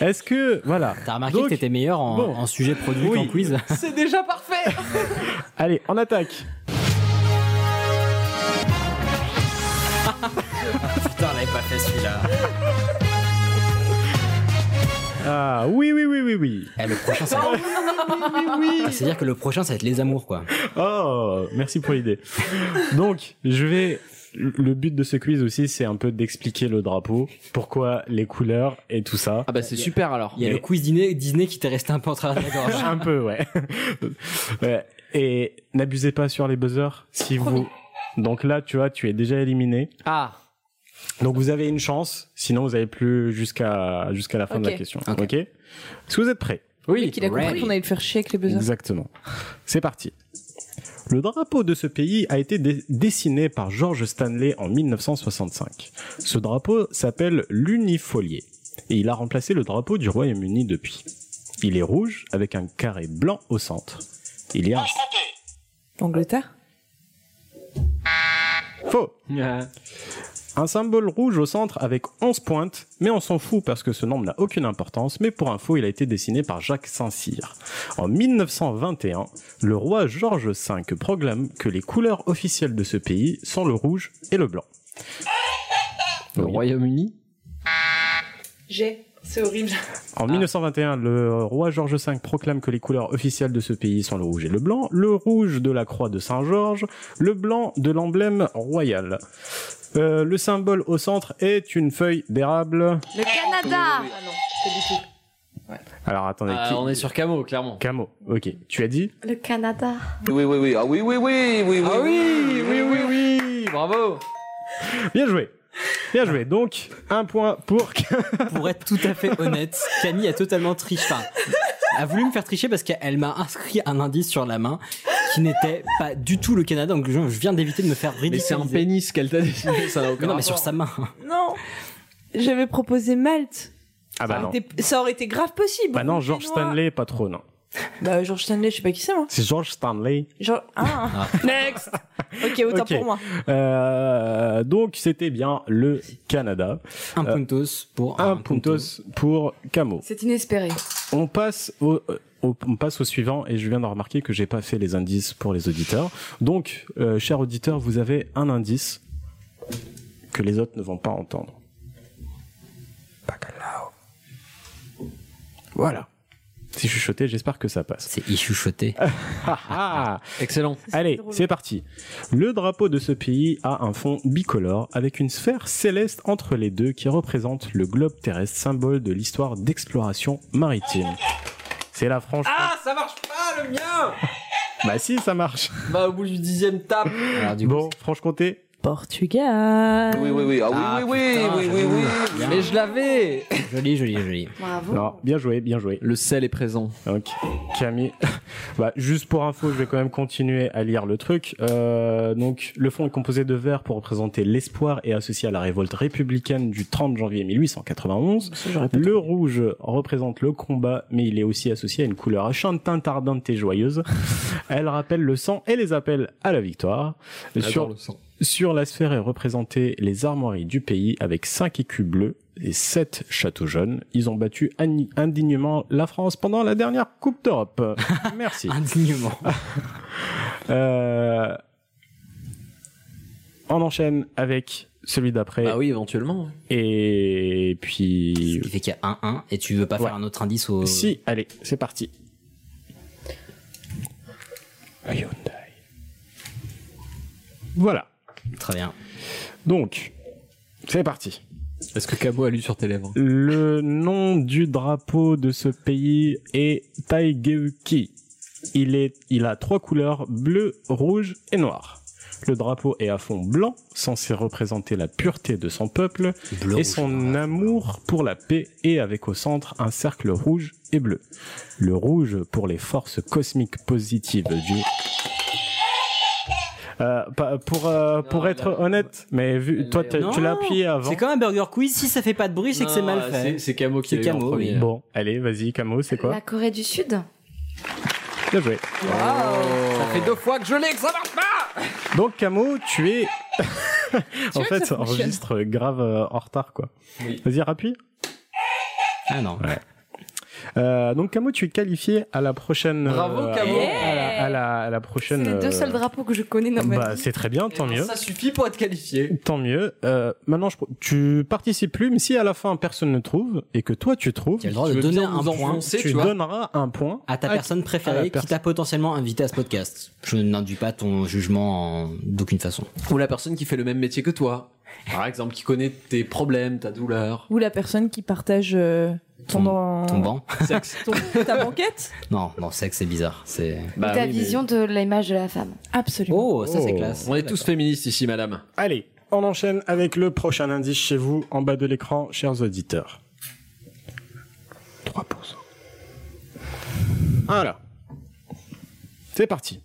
Speaker 3: Est-ce que, voilà.
Speaker 1: T'as remarqué
Speaker 3: Donc,
Speaker 1: que t'étais meilleur en,
Speaker 3: bon.
Speaker 1: en sujet produit
Speaker 3: Oui.
Speaker 1: qu'en quiz
Speaker 9: C'est déjà parfait.
Speaker 3: Allez, on attaque.
Speaker 1: Putain, on l'avait pas fait celui-là.
Speaker 3: Ah, oui, oui, oui, oui, oui.
Speaker 1: Eh, le prochain, ça va. C'est-à-dire que le prochain, ça va être les amours, quoi.
Speaker 3: Oh, merci pour l'idée. Donc, je vais. Le but de ce quiz aussi, c'est un peu d'expliquer le drapeau, pourquoi les couleurs et tout ça.
Speaker 8: Ah bah c'est super alors.
Speaker 1: Il y a le quiz Disney, Disney qui t'est resté un peu en travers de la gorge.
Speaker 3: un peu, ouais. Ouais. Et n'abusez pas sur les buzzers si vous. Donc là, tu vois, tu es déjà éliminé.
Speaker 8: Ah
Speaker 3: Donc vous avez une chance, sinon vous avez plus jusqu'à jusqu'à la fin de la
Speaker 9: Ok.
Speaker 3: question.
Speaker 1: Ok.
Speaker 3: Ok. Est-ce que vous êtes prêts
Speaker 8: Oui,
Speaker 9: Qu'il a compris
Speaker 1: Ready.
Speaker 9: qu'on allait le faire chier avec les buzzers.
Speaker 3: Exactement. C'est parti. Le drapeau de ce pays a été dé- dessiné par George Stanley en 1965. Ce drapeau s'appelle l'unifolié et il a remplacé le drapeau du Royaume-Uni depuis. Il est rouge avec un carré blanc au centre. Il y a un...
Speaker 9: Angleterre
Speaker 3: faux
Speaker 8: Ah.
Speaker 3: un symbole rouge au centre avec 11 pointes, mais on s'en fout parce que ce nombre n'a aucune importance, mais pour info, il a été dessiné par Jacques Saint-Cyr. En 1921, le roi Georges V proclame que les couleurs officielles de ce pays sont le rouge et le blanc.
Speaker 8: le
Speaker 3: Oui.
Speaker 8: Royaume-Uni
Speaker 9: J'ai. C'est horrible.
Speaker 3: En 1921, le roi Georges V proclame que les couleurs officielles de ce pays sont le rouge et le blanc, le rouge de la croix de Saint-Georges, le blanc de l'emblème royal. Euh, le symbole au centre est une feuille d'érable.
Speaker 7: Le Canada.
Speaker 9: Ah non, pas du tout.
Speaker 3: Alors attendez,
Speaker 8: Ah,
Speaker 3: qui-
Speaker 8: On est sur Camo, clairement.
Speaker 3: Camo, ok. Tu as dit
Speaker 7: Le Canada.
Speaker 12: Oui, oui, oui, ah oui, oui, oui, oui,
Speaker 8: Ah oui, oui, oui, oui, bravo
Speaker 3: Bien joué Bien joué. Donc, un point pour...
Speaker 1: Pour être tout à fait honnête, Camille a totalement triché. Enfin, a voulu me faire tricher parce qu'elle m'a inscrit un indice sur la main qui n'était pas du tout le Canada. Donc je je viens d'éviter de me faire
Speaker 8: Mais c'est un
Speaker 1: ridiculiser.
Speaker 8: pénis qu'elle t'a dessiné, ça n'a aucun
Speaker 1: Mais non, mais sur
Speaker 8: rapport.
Speaker 1: sa main.
Speaker 9: Non J'avais proposé Malte.
Speaker 3: Ah bah non.
Speaker 9: T'es- Ça aurait été grave possible.
Speaker 3: Bah non, George
Speaker 9: Noir.
Speaker 3: Stanley, pas trop, non.
Speaker 9: Bah, George Stanley, je sais pas qui c'est, moi.
Speaker 3: C'est George Stanley.
Speaker 9: Genre, ah, next Ok, autant
Speaker 3: Ok.
Speaker 9: pour moi.
Speaker 3: Euh, donc c'était bien le Canada.
Speaker 1: Un
Speaker 8: Euh,
Speaker 1: puntos pour
Speaker 3: un puntos pour Camo.
Speaker 7: C'est inespéré.
Speaker 3: On passe au, euh, au- on passe au suivant et je viens de remarquer que j'ai pas fait les indices pour les auditeurs. Donc, euh, chers auditeurs, vous avez un indice que les autres ne vont pas entendre. Bacalao. Voilà. C'est chuchoté, j'espère que ça passe. Ah,
Speaker 1: C'est chuchoté.
Speaker 8: Excellent.
Speaker 3: Allez, c'est parti. Le drapeau de ce pays a un fond bicolore avec une sphère céleste entre les deux qui représente le globe terrestre, symbole de l'histoire d'exploration maritime. C'est la France.
Speaker 8: Ah, ça marche pas le mien
Speaker 3: Bah si, ça marche.
Speaker 8: Bah, au bout du dixième tape.
Speaker 3: bon, Franche-Comté.
Speaker 9: Portugal.
Speaker 8: Oui, oui, oui.
Speaker 3: ah oui, oui, oui, oui, oui.
Speaker 8: Mais je l'avais.
Speaker 1: Joli, joli, joli.
Speaker 7: Bravo.
Speaker 3: Non, bien joué, bien joué.
Speaker 8: Le sel est présent.
Speaker 3: Ok. Camille. Bah, juste pour info, je vais quand même continuer à lire le truc. Euh, donc, le fond est composé de vert pour représenter l'espoir et associé à la révolte républicaine du 30 janvier 1891. Le rouge représente le combat, mais il est aussi associé à une couleur chantante, ardente et joyeuse. Elle rappelle le sang et les appelle à la victoire.
Speaker 8: J'adore le sang.
Speaker 3: Sur la sphère est représenté les armoiries du pays avec cinq écus bleus et sept châteaux jaunes. Ils ont battu ani- indignement la France pendant la dernière Coupe d'Europe. Merci.
Speaker 1: indignement.
Speaker 3: Euh, on enchaîne avec celui d'après.
Speaker 8: Ah oui, éventuellement.
Speaker 3: Et puis...
Speaker 1: Ce qui fait qu'il y a un 1 et tu veux pas faire un autre indice au...
Speaker 3: Si, allez, c'est parti. Hyundai. Voilà.
Speaker 1: Très bien.
Speaker 3: Donc, c'est parti.
Speaker 8: Est-ce que Cabo a lu sur tes lèvres
Speaker 3: Le nom du drapeau de ce pays est Taigeuki. Il, est, il a trois couleurs, bleu, rouge et noir. Le drapeau est à fond blanc, censé représenter la pureté de son peuple
Speaker 1: Bleu,
Speaker 3: et
Speaker 1: rouge,
Speaker 3: son amour pour la paix et avec au centre un cercle rouge et bleu. Le rouge pour les forces cosmiques positives du... Euh, pas- pour euh, pour être honnête, mais vu, toi t'as- tu l'as appuyé avant.
Speaker 1: C'est comme un burger quiz, si ça fait pas de bruit, c'est que c'est
Speaker 8: Non,
Speaker 1: mal fait.
Speaker 8: c'est- c'est Camo qui
Speaker 1: C'est
Speaker 8: l'a eu en
Speaker 1: Camo,
Speaker 8: premier.
Speaker 7: Euh,
Speaker 1: oui.
Speaker 3: Bon, allez, vas-y, Camo, c'est quoi
Speaker 7: La Corée du Sud
Speaker 3: Bien joué.
Speaker 1: Ah.
Speaker 8: Ça fait deux fois que je l'ai que ça marche pas
Speaker 3: Donc, Camo, tu es. en
Speaker 8: vois que
Speaker 3: fait,
Speaker 8: ça
Speaker 3: ça enregistre grave euh, en retard, quoi. Vas-y, rappuie.
Speaker 1: Ah non.
Speaker 3: Euh, donc, Camo, tu es qualifié à la prochaine.
Speaker 8: Bravo,
Speaker 3: euh,
Speaker 8: Camo.
Speaker 3: à, la, à la- à la prochaine.
Speaker 7: C'est les
Speaker 3: euh,
Speaker 7: deux seuls drapeaux que je connais dans ma
Speaker 3: Bah,
Speaker 7: vie.
Speaker 3: c'est très bien, tant mieux.
Speaker 8: Ça suffit pour être qualifié.
Speaker 3: Tant mieux. Euh, maintenant, je... pro- tu participes plus, mais si à la fin personne ne trouve et que toi tu trouves,
Speaker 1: Tu as le droit
Speaker 8: Tu
Speaker 1: de
Speaker 8: veux
Speaker 1: donner
Speaker 8: bien
Speaker 1: un
Speaker 8: nous
Speaker 1: point
Speaker 8: enfoncer, Ah,
Speaker 3: tu
Speaker 8: tu vois.
Speaker 3: donneras un point
Speaker 1: à ta personne
Speaker 3: à la
Speaker 1: préférée qui
Speaker 3: personne.
Speaker 1: t'a potentiellement invité à ce podcast. Je n'induis pas ton jugement en- d'aucune façon.
Speaker 8: Ou la personne qui fait le même métier que toi. Par exemple, qui connaît tes problèmes, ta douleur.
Speaker 9: Ou la personne qui partage euh, ton, ton,
Speaker 8: Oh.
Speaker 1: Ton banc
Speaker 8: Sexe.
Speaker 9: ton- ta banquette.
Speaker 1: Non, non, c'est que c'est bizarre. C'est.
Speaker 8: Bah
Speaker 7: Ou ta vision de l'image de la femme.
Speaker 9: Absolument.
Speaker 1: Oh, ça c'est
Speaker 3: Oh.
Speaker 1: classe.
Speaker 8: On est tous féministes ici, madame.
Speaker 3: Allez, on enchaîne avec le prochain indice chez vous, en bas de l'écran, chers auditeurs. 3%. Voilà. C'est parti.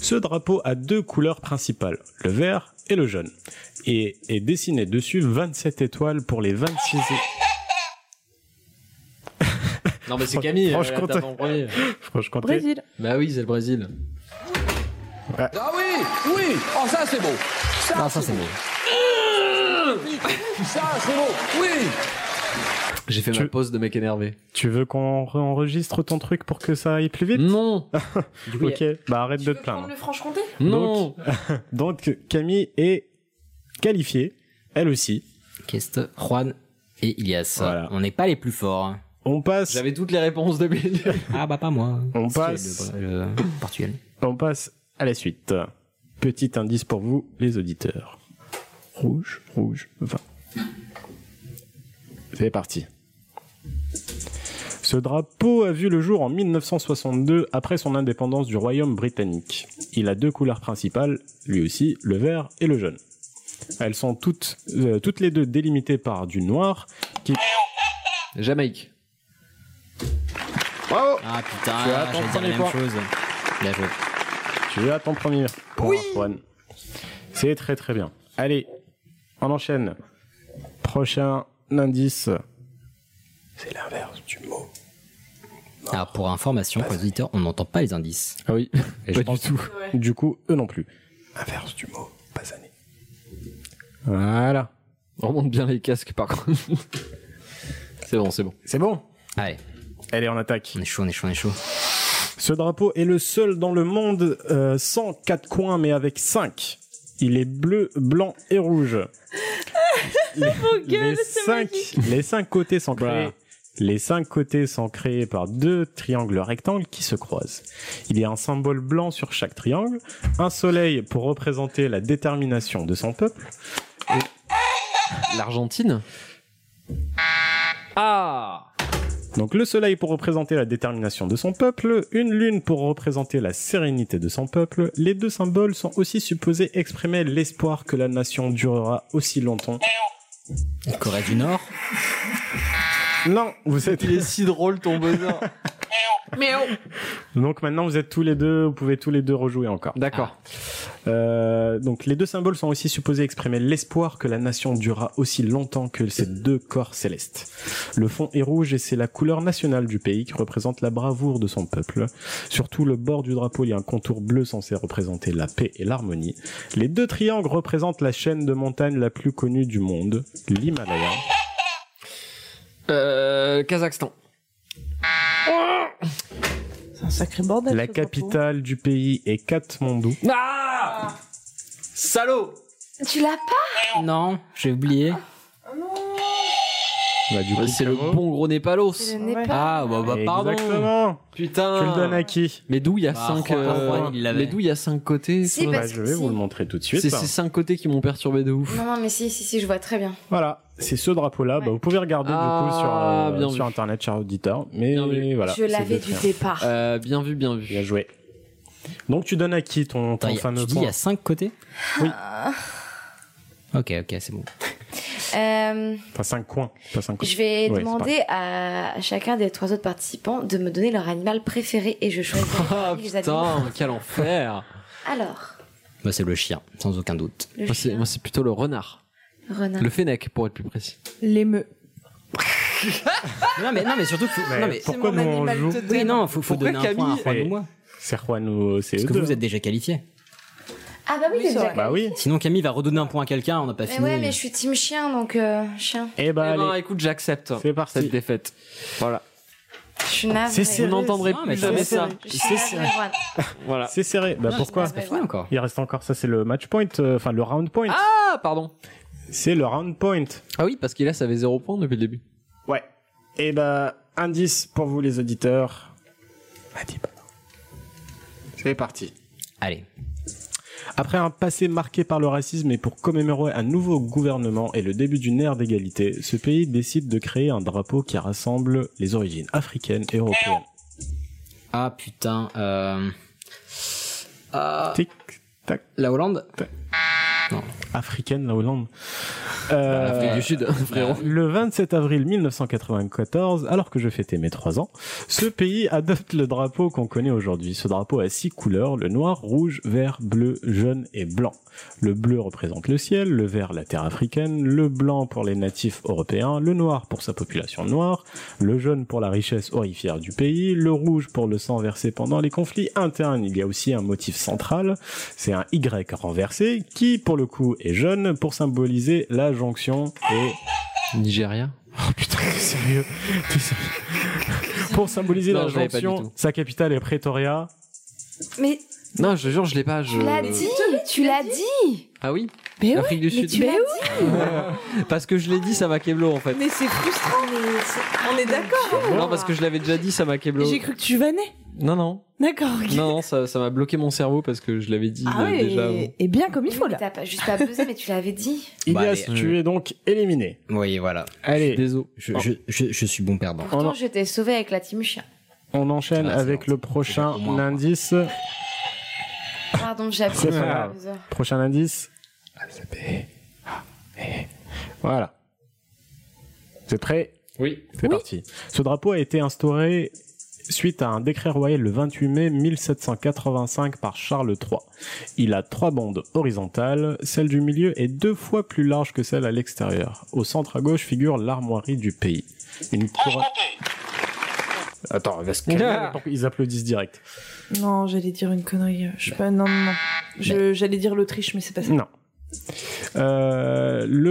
Speaker 3: Ce drapeau a deux couleurs principales, le vert et le jaune, et est dessiné dessus 27 étoiles pour les 26...
Speaker 8: Non, mais c'est Camille.
Speaker 3: Franche
Speaker 8: euh, la
Speaker 3: Comté.
Speaker 8: table en premier.
Speaker 3: Franche comté.
Speaker 9: Brésil.
Speaker 8: Bah oui, c'est le Brésil.
Speaker 3: Ouais.
Speaker 8: Ah oui, oui. Oh, ça c'est beau.
Speaker 1: Ah, ça c'est beau.
Speaker 8: Ça c'est beau. Oui. J'ai fait ma
Speaker 3: Tu-
Speaker 8: pause de mec énervé.
Speaker 3: Tu veux qu'on enregistre ton truc pour que ça aille plus
Speaker 9: Mm.
Speaker 3: vite
Speaker 8: Non.
Speaker 3: Ok, bah arrête de te plaindre.
Speaker 9: Prendre le Franche-Comté
Speaker 8: Non.
Speaker 3: Donc Camille est qualifiée, elle aussi.
Speaker 1: Qu'est-ce que- Juan et Ilias.
Speaker 3: Voilà.
Speaker 1: On n'est pas les plus forts.
Speaker 3: On passe,
Speaker 8: J'avais toutes les réponses depuis. le début.
Speaker 1: Ah bah pas moi.
Speaker 3: On
Speaker 1: Parce que
Speaker 3: passe.
Speaker 1: le- le Portugal.
Speaker 3: on passe à la suite. Petit indice pour vous, les auditeurs. Rouge, rouge, vin. C'est parti. Ce drapeau a vu le jour en 1962 après son indépendance du Royaume britannique. Il a deux couleurs principales, lui aussi, le vert et le jaune. Elles sont toutes, euh, toutes les deux délimitées par du noir.
Speaker 8: Jamaïque.
Speaker 3: Bravo
Speaker 1: Ah
Speaker 3: Oh. Tu
Speaker 1: putain,
Speaker 3: as
Speaker 1: j'allais
Speaker 3: ton
Speaker 1: dire la
Speaker 3: premier
Speaker 1: même
Speaker 3: point.
Speaker 1: chose. Bien joué.
Speaker 3: Tu as ton premier point, Juan. C'est très très bien. Allez, on enchaîne. Prochain indice. C'est l'inverse du mot
Speaker 1: Alors pour information, pour les auditeurs, on n'entend pas les indices.
Speaker 8: Ah oui,
Speaker 1: Et
Speaker 8: pas du tout.
Speaker 3: Du coup, eux non plus.
Speaker 8: Inverse du mot, basané.
Speaker 3: Voilà.
Speaker 8: On remonte bien les casques par contre. c'est bon, c'est bon.
Speaker 3: C'est bon
Speaker 1: Allez.
Speaker 3: Allez, on attaque.
Speaker 1: On est chaud, on est chaud, on est chaud.
Speaker 3: Ce drapeau est le seul dans le monde euh, sans quatre coins, mais avec cinq. Il est bleu, blanc et rouge. les, les cinq, les cinq côtés sont créés. Les cinq côtés sont créés par deux triangles rectangles qui se croisent. Il y a un symbole blanc sur chaque triangle, un soleil pour représenter la détermination de son peuple. et-
Speaker 8: L'Argentine Ah
Speaker 3: Donc le soleil pour représenter la détermination de son peuple, une lune pour représenter la sérénité de son peuple, les deux symboles sont aussi supposés exprimer l'espoir que la nation durera aussi longtemps.
Speaker 1: Corée du Nord
Speaker 3: Non, vous êtes...
Speaker 8: Il est si drôle ton buzzer
Speaker 3: Donc maintenant vous êtes tous les deux, vous pouvez tous les deux rejouer encore.
Speaker 8: D'accord.
Speaker 3: Euh, donc les deux symboles sont aussi supposés exprimer l'espoir que la nation durera aussi longtemps que ces deux corps célestes. Le fond est rouge et c'est la couleur nationale du pays qui représente la bravoure de son peuple. Sur tout le bord du drapeau, il y a un contour bleu censé représenter la paix et l'harmonie. Les deux triangles représentent la chaîne de montagnes la plus connue du monde, l'Himalaya.
Speaker 8: Euh, Kazakhstan.
Speaker 9: C'est un sacré bordel.
Speaker 3: La capitale du pays est Katmandou.
Speaker 8: Ah Salaud
Speaker 7: Tu l'as pas
Speaker 1: Non, j'ai oublié.
Speaker 3: Bah, du coup,
Speaker 8: C'est le bon gros Népalos.
Speaker 7: C'est le Népal.
Speaker 1: Ah, bah, bah pardon.
Speaker 3: Exactement.
Speaker 8: Putain.
Speaker 3: Tu le donnes à qui
Speaker 8: Mais d'où il y a
Speaker 1: Ah,
Speaker 8: cinq
Speaker 1: Juan,
Speaker 8: euh,
Speaker 1: Juan, il l'avait.
Speaker 8: Mais d'où il y a cinq côtés
Speaker 7: Si,
Speaker 8: sur la-
Speaker 7: parce
Speaker 3: Bah, Je vais vous le montrer tout de suite.
Speaker 8: C'est ces cinq côtés qui m'ont perturbé de ouf.
Speaker 7: Non, non, mais si, si, si, je vois très bien.
Speaker 3: Voilà, c'est ce drapeau-là. Bah, vous pouvez regarder du coup sur,
Speaker 8: Ah,
Speaker 3: euh,
Speaker 8: bien
Speaker 3: sur
Speaker 8: vu.
Speaker 3: internet, cher auditeur. Mais
Speaker 8: Bien vu.
Speaker 3: voilà.
Speaker 7: je l'avais du départ.
Speaker 8: Euh, bien vu, bien vu.
Speaker 3: Bien joué. Donc tu donnes à qui ton, ton
Speaker 1: Attends, il y a-
Speaker 3: fameux
Speaker 1: tu dis il y
Speaker 3: point
Speaker 1: a cinq côtés
Speaker 3: Oui.
Speaker 1: Ok, ok, c'est bon.
Speaker 7: Euh,
Speaker 3: Enfin cinq coins, pas cinq coins.
Speaker 7: je vais
Speaker 3: Ouais, c'est
Speaker 7: demander à chacun des trois autres participants de me donner leur animal préféré et je choisis
Speaker 8: Ah
Speaker 7: les animaux.
Speaker 8: putain, quel enfer.
Speaker 7: Alors,
Speaker 1: Bah, c'est le chien, sans aucun doute.
Speaker 7: le
Speaker 8: Moi, Ah, c'est-
Speaker 7: chien,
Speaker 8: Moi, c'est plutôt le renard.
Speaker 7: le renard.
Speaker 8: Le fennec, pour être plus précis.
Speaker 9: L'émeu.
Speaker 1: Non, mais, non, mais surtout, faut-
Speaker 3: Ah. Mais
Speaker 1: non, mais,
Speaker 3: pourquoi
Speaker 9: C'est
Speaker 3: nous
Speaker 9: mon
Speaker 3: on
Speaker 9: animal
Speaker 3: joue
Speaker 9: totem.
Speaker 1: oui, non, faut, faut
Speaker 8: Pourquoi
Speaker 1: donner un point à
Speaker 8: Camille
Speaker 1: Juan
Speaker 3: est-
Speaker 1: ou moi.
Speaker 3: C'est Juan ou c'est
Speaker 1: Parce
Speaker 3: eux
Speaker 1: que
Speaker 3: deux.
Speaker 1: vous êtes déjà qualifié.
Speaker 7: Ah bah oui,
Speaker 9: Oui,
Speaker 7: il est
Speaker 9: c'est
Speaker 7: déjà
Speaker 9: vrai.
Speaker 3: Bah oui.
Speaker 1: Sinon, Camille va redonner un point à quelqu'un, on n'a pas
Speaker 7: Mais
Speaker 1: fini.
Speaker 7: ouais, mais je suis team chien, donc euh, chien.
Speaker 3: Eh bah
Speaker 8: Eh ben,
Speaker 3: allez,
Speaker 8: écoute, j'accepte
Speaker 3: c'est parti.
Speaker 8: cette défaite. Voilà.
Speaker 7: Je suis navrée.
Speaker 3: C'est serré.
Speaker 8: Vous n'entendrez
Speaker 1: Ah,
Speaker 8: plus
Speaker 1: mais
Speaker 8: jamais
Speaker 1: c'est-
Speaker 8: ça. Ah.
Speaker 7: Je suis navrée, Juan.
Speaker 8: Voilà.
Speaker 3: C'est serré. Bah
Speaker 1: Non,
Speaker 3: pourquoi
Speaker 1: C'est pas fini encore.
Speaker 3: Il reste encore ça, c'est le match point, euh, enfin le round point.
Speaker 8: Ah, pardon.
Speaker 3: C'est le round point.
Speaker 8: Ah oui, parce qu'il a, ça avait zéro point depuis le début.
Speaker 3: Ouais. Et bah indice pour vous les auditeurs. Adib. C'est parti.
Speaker 1: Allez.
Speaker 3: Après un passé marqué par le racisme et pour commémorer un nouveau gouvernement et le début d'une ère d'égalité, ce pays décide de créer un drapeau qui rassemble les origines africaines et européennes.
Speaker 1: Ah putain. Euh... Ah,
Speaker 3: Tic tac,
Speaker 1: la Hollande
Speaker 3: africaine la Hollande. Euh,
Speaker 8: L'Afrique du Sud,
Speaker 1: Bah,
Speaker 8: frérot.
Speaker 3: Bah, le 27 avril 1994, alors que je fêtais mes 3 ans, ce pays adopte le drapeau qu'on connaît aujourd'hui. Ce drapeau a six couleurs, le noir, rouge, vert, bleu, jaune et blanc. Le bleu représente le ciel, le vert la terre africaine, le blanc pour les natifs européens, le noir pour sa population noire, le jaune pour la richesse aurifère du pays, le rouge pour le sang versé pendant les conflits internes. Il y a aussi un motif central, c'est un Y renversé qui pour le coup est jaune pour symboliser la jonction et
Speaker 8: Nigeria.
Speaker 3: Oh putain, t'es sérieux, T'es sérieux Pour symboliser
Speaker 8: Non,
Speaker 3: la
Speaker 8: je l'avais pas du
Speaker 3: jonction,
Speaker 8: tout.
Speaker 3: sa capitale est Pretoria.
Speaker 7: Mais
Speaker 8: Non, je te jure, je l'ai pas. Je...
Speaker 7: tu l'as dit, tu l'as dit.
Speaker 8: Ah oui
Speaker 9: Mais
Speaker 8: L'Afrique du
Speaker 7: Mais
Speaker 8: Sud.
Speaker 7: tu l'as dit.
Speaker 8: Parce que je l'ai dit, ça m'a Keblo en fait.
Speaker 9: Mais c'est frustrant. On est d'accord.
Speaker 8: Non, parce que je l'avais déjà dit, ça m'a Keblo.
Speaker 9: J'ai cru que tu vannais.
Speaker 8: Non, non.
Speaker 9: D'accord. ok.
Speaker 8: Non, non, ça ça m'a bloqué mon cerveau parce que je l'avais dit
Speaker 9: Ah
Speaker 8: euh,
Speaker 9: ouais,
Speaker 8: déjà.
Speaker 9: et, et bien comme il faut là.
Speaker 7: T'as pas, juste pas buzzé, mais tu l'avais dit.
Speaker 1: Bah,
Speaker 3: Ilias,
Speaker 8: allez.
Speaker 3: tu es donc éliminé.
Speaker 1: Oui, voilà.
Speaker 3: Allez,
Speaker 8: Désolé.
Speaker 1: Je,
Speaker 3: Oh.
Speaker 1: je, je, je suis bon perdant.
Speaker 7: Pourtant,
Speaker 3: en-
Speaker 7: je t'ai sauvé avec la team chien.
Speaker 3: on enchaîne
Speaker 1: Ah, c'est
Speaker 3: avec
Speaker 1: bon.
Speaker 3: le prochain
Speaker 1: Au moins, quoi.
Speaker 3: indice.
Speaker 7: Pardon, j'appuie
Speaker 3: C'est
Speaker 7: sur
Speaker 3: pas
Speaker 7: le
Speaker 3: grave.
Speaker 7: buzzer.
Speaker 3: Prochain indice. E. Voilà. C'est prêt
Speaker 8: Oui.
Speaker 3: C'est parti. Ce drapeau a été instauré suite à un décret royal le 28 mai 1785 par Charles III. Il a trois bandes horizontales, celle du milieu est deux fois plus large que celle à l'extérieur. Au centre à gauche figure l'armoirie du pays. Une couronne... Attends, il va se calmer. Ils applaudissent direct.
Speaker 9: Non, j'allais dire une connerie. Je sais pas, non, non, non. Je- J'allais dire l'Autriche, mais c'est pas ça.
Speaker 3: Non. Euh, le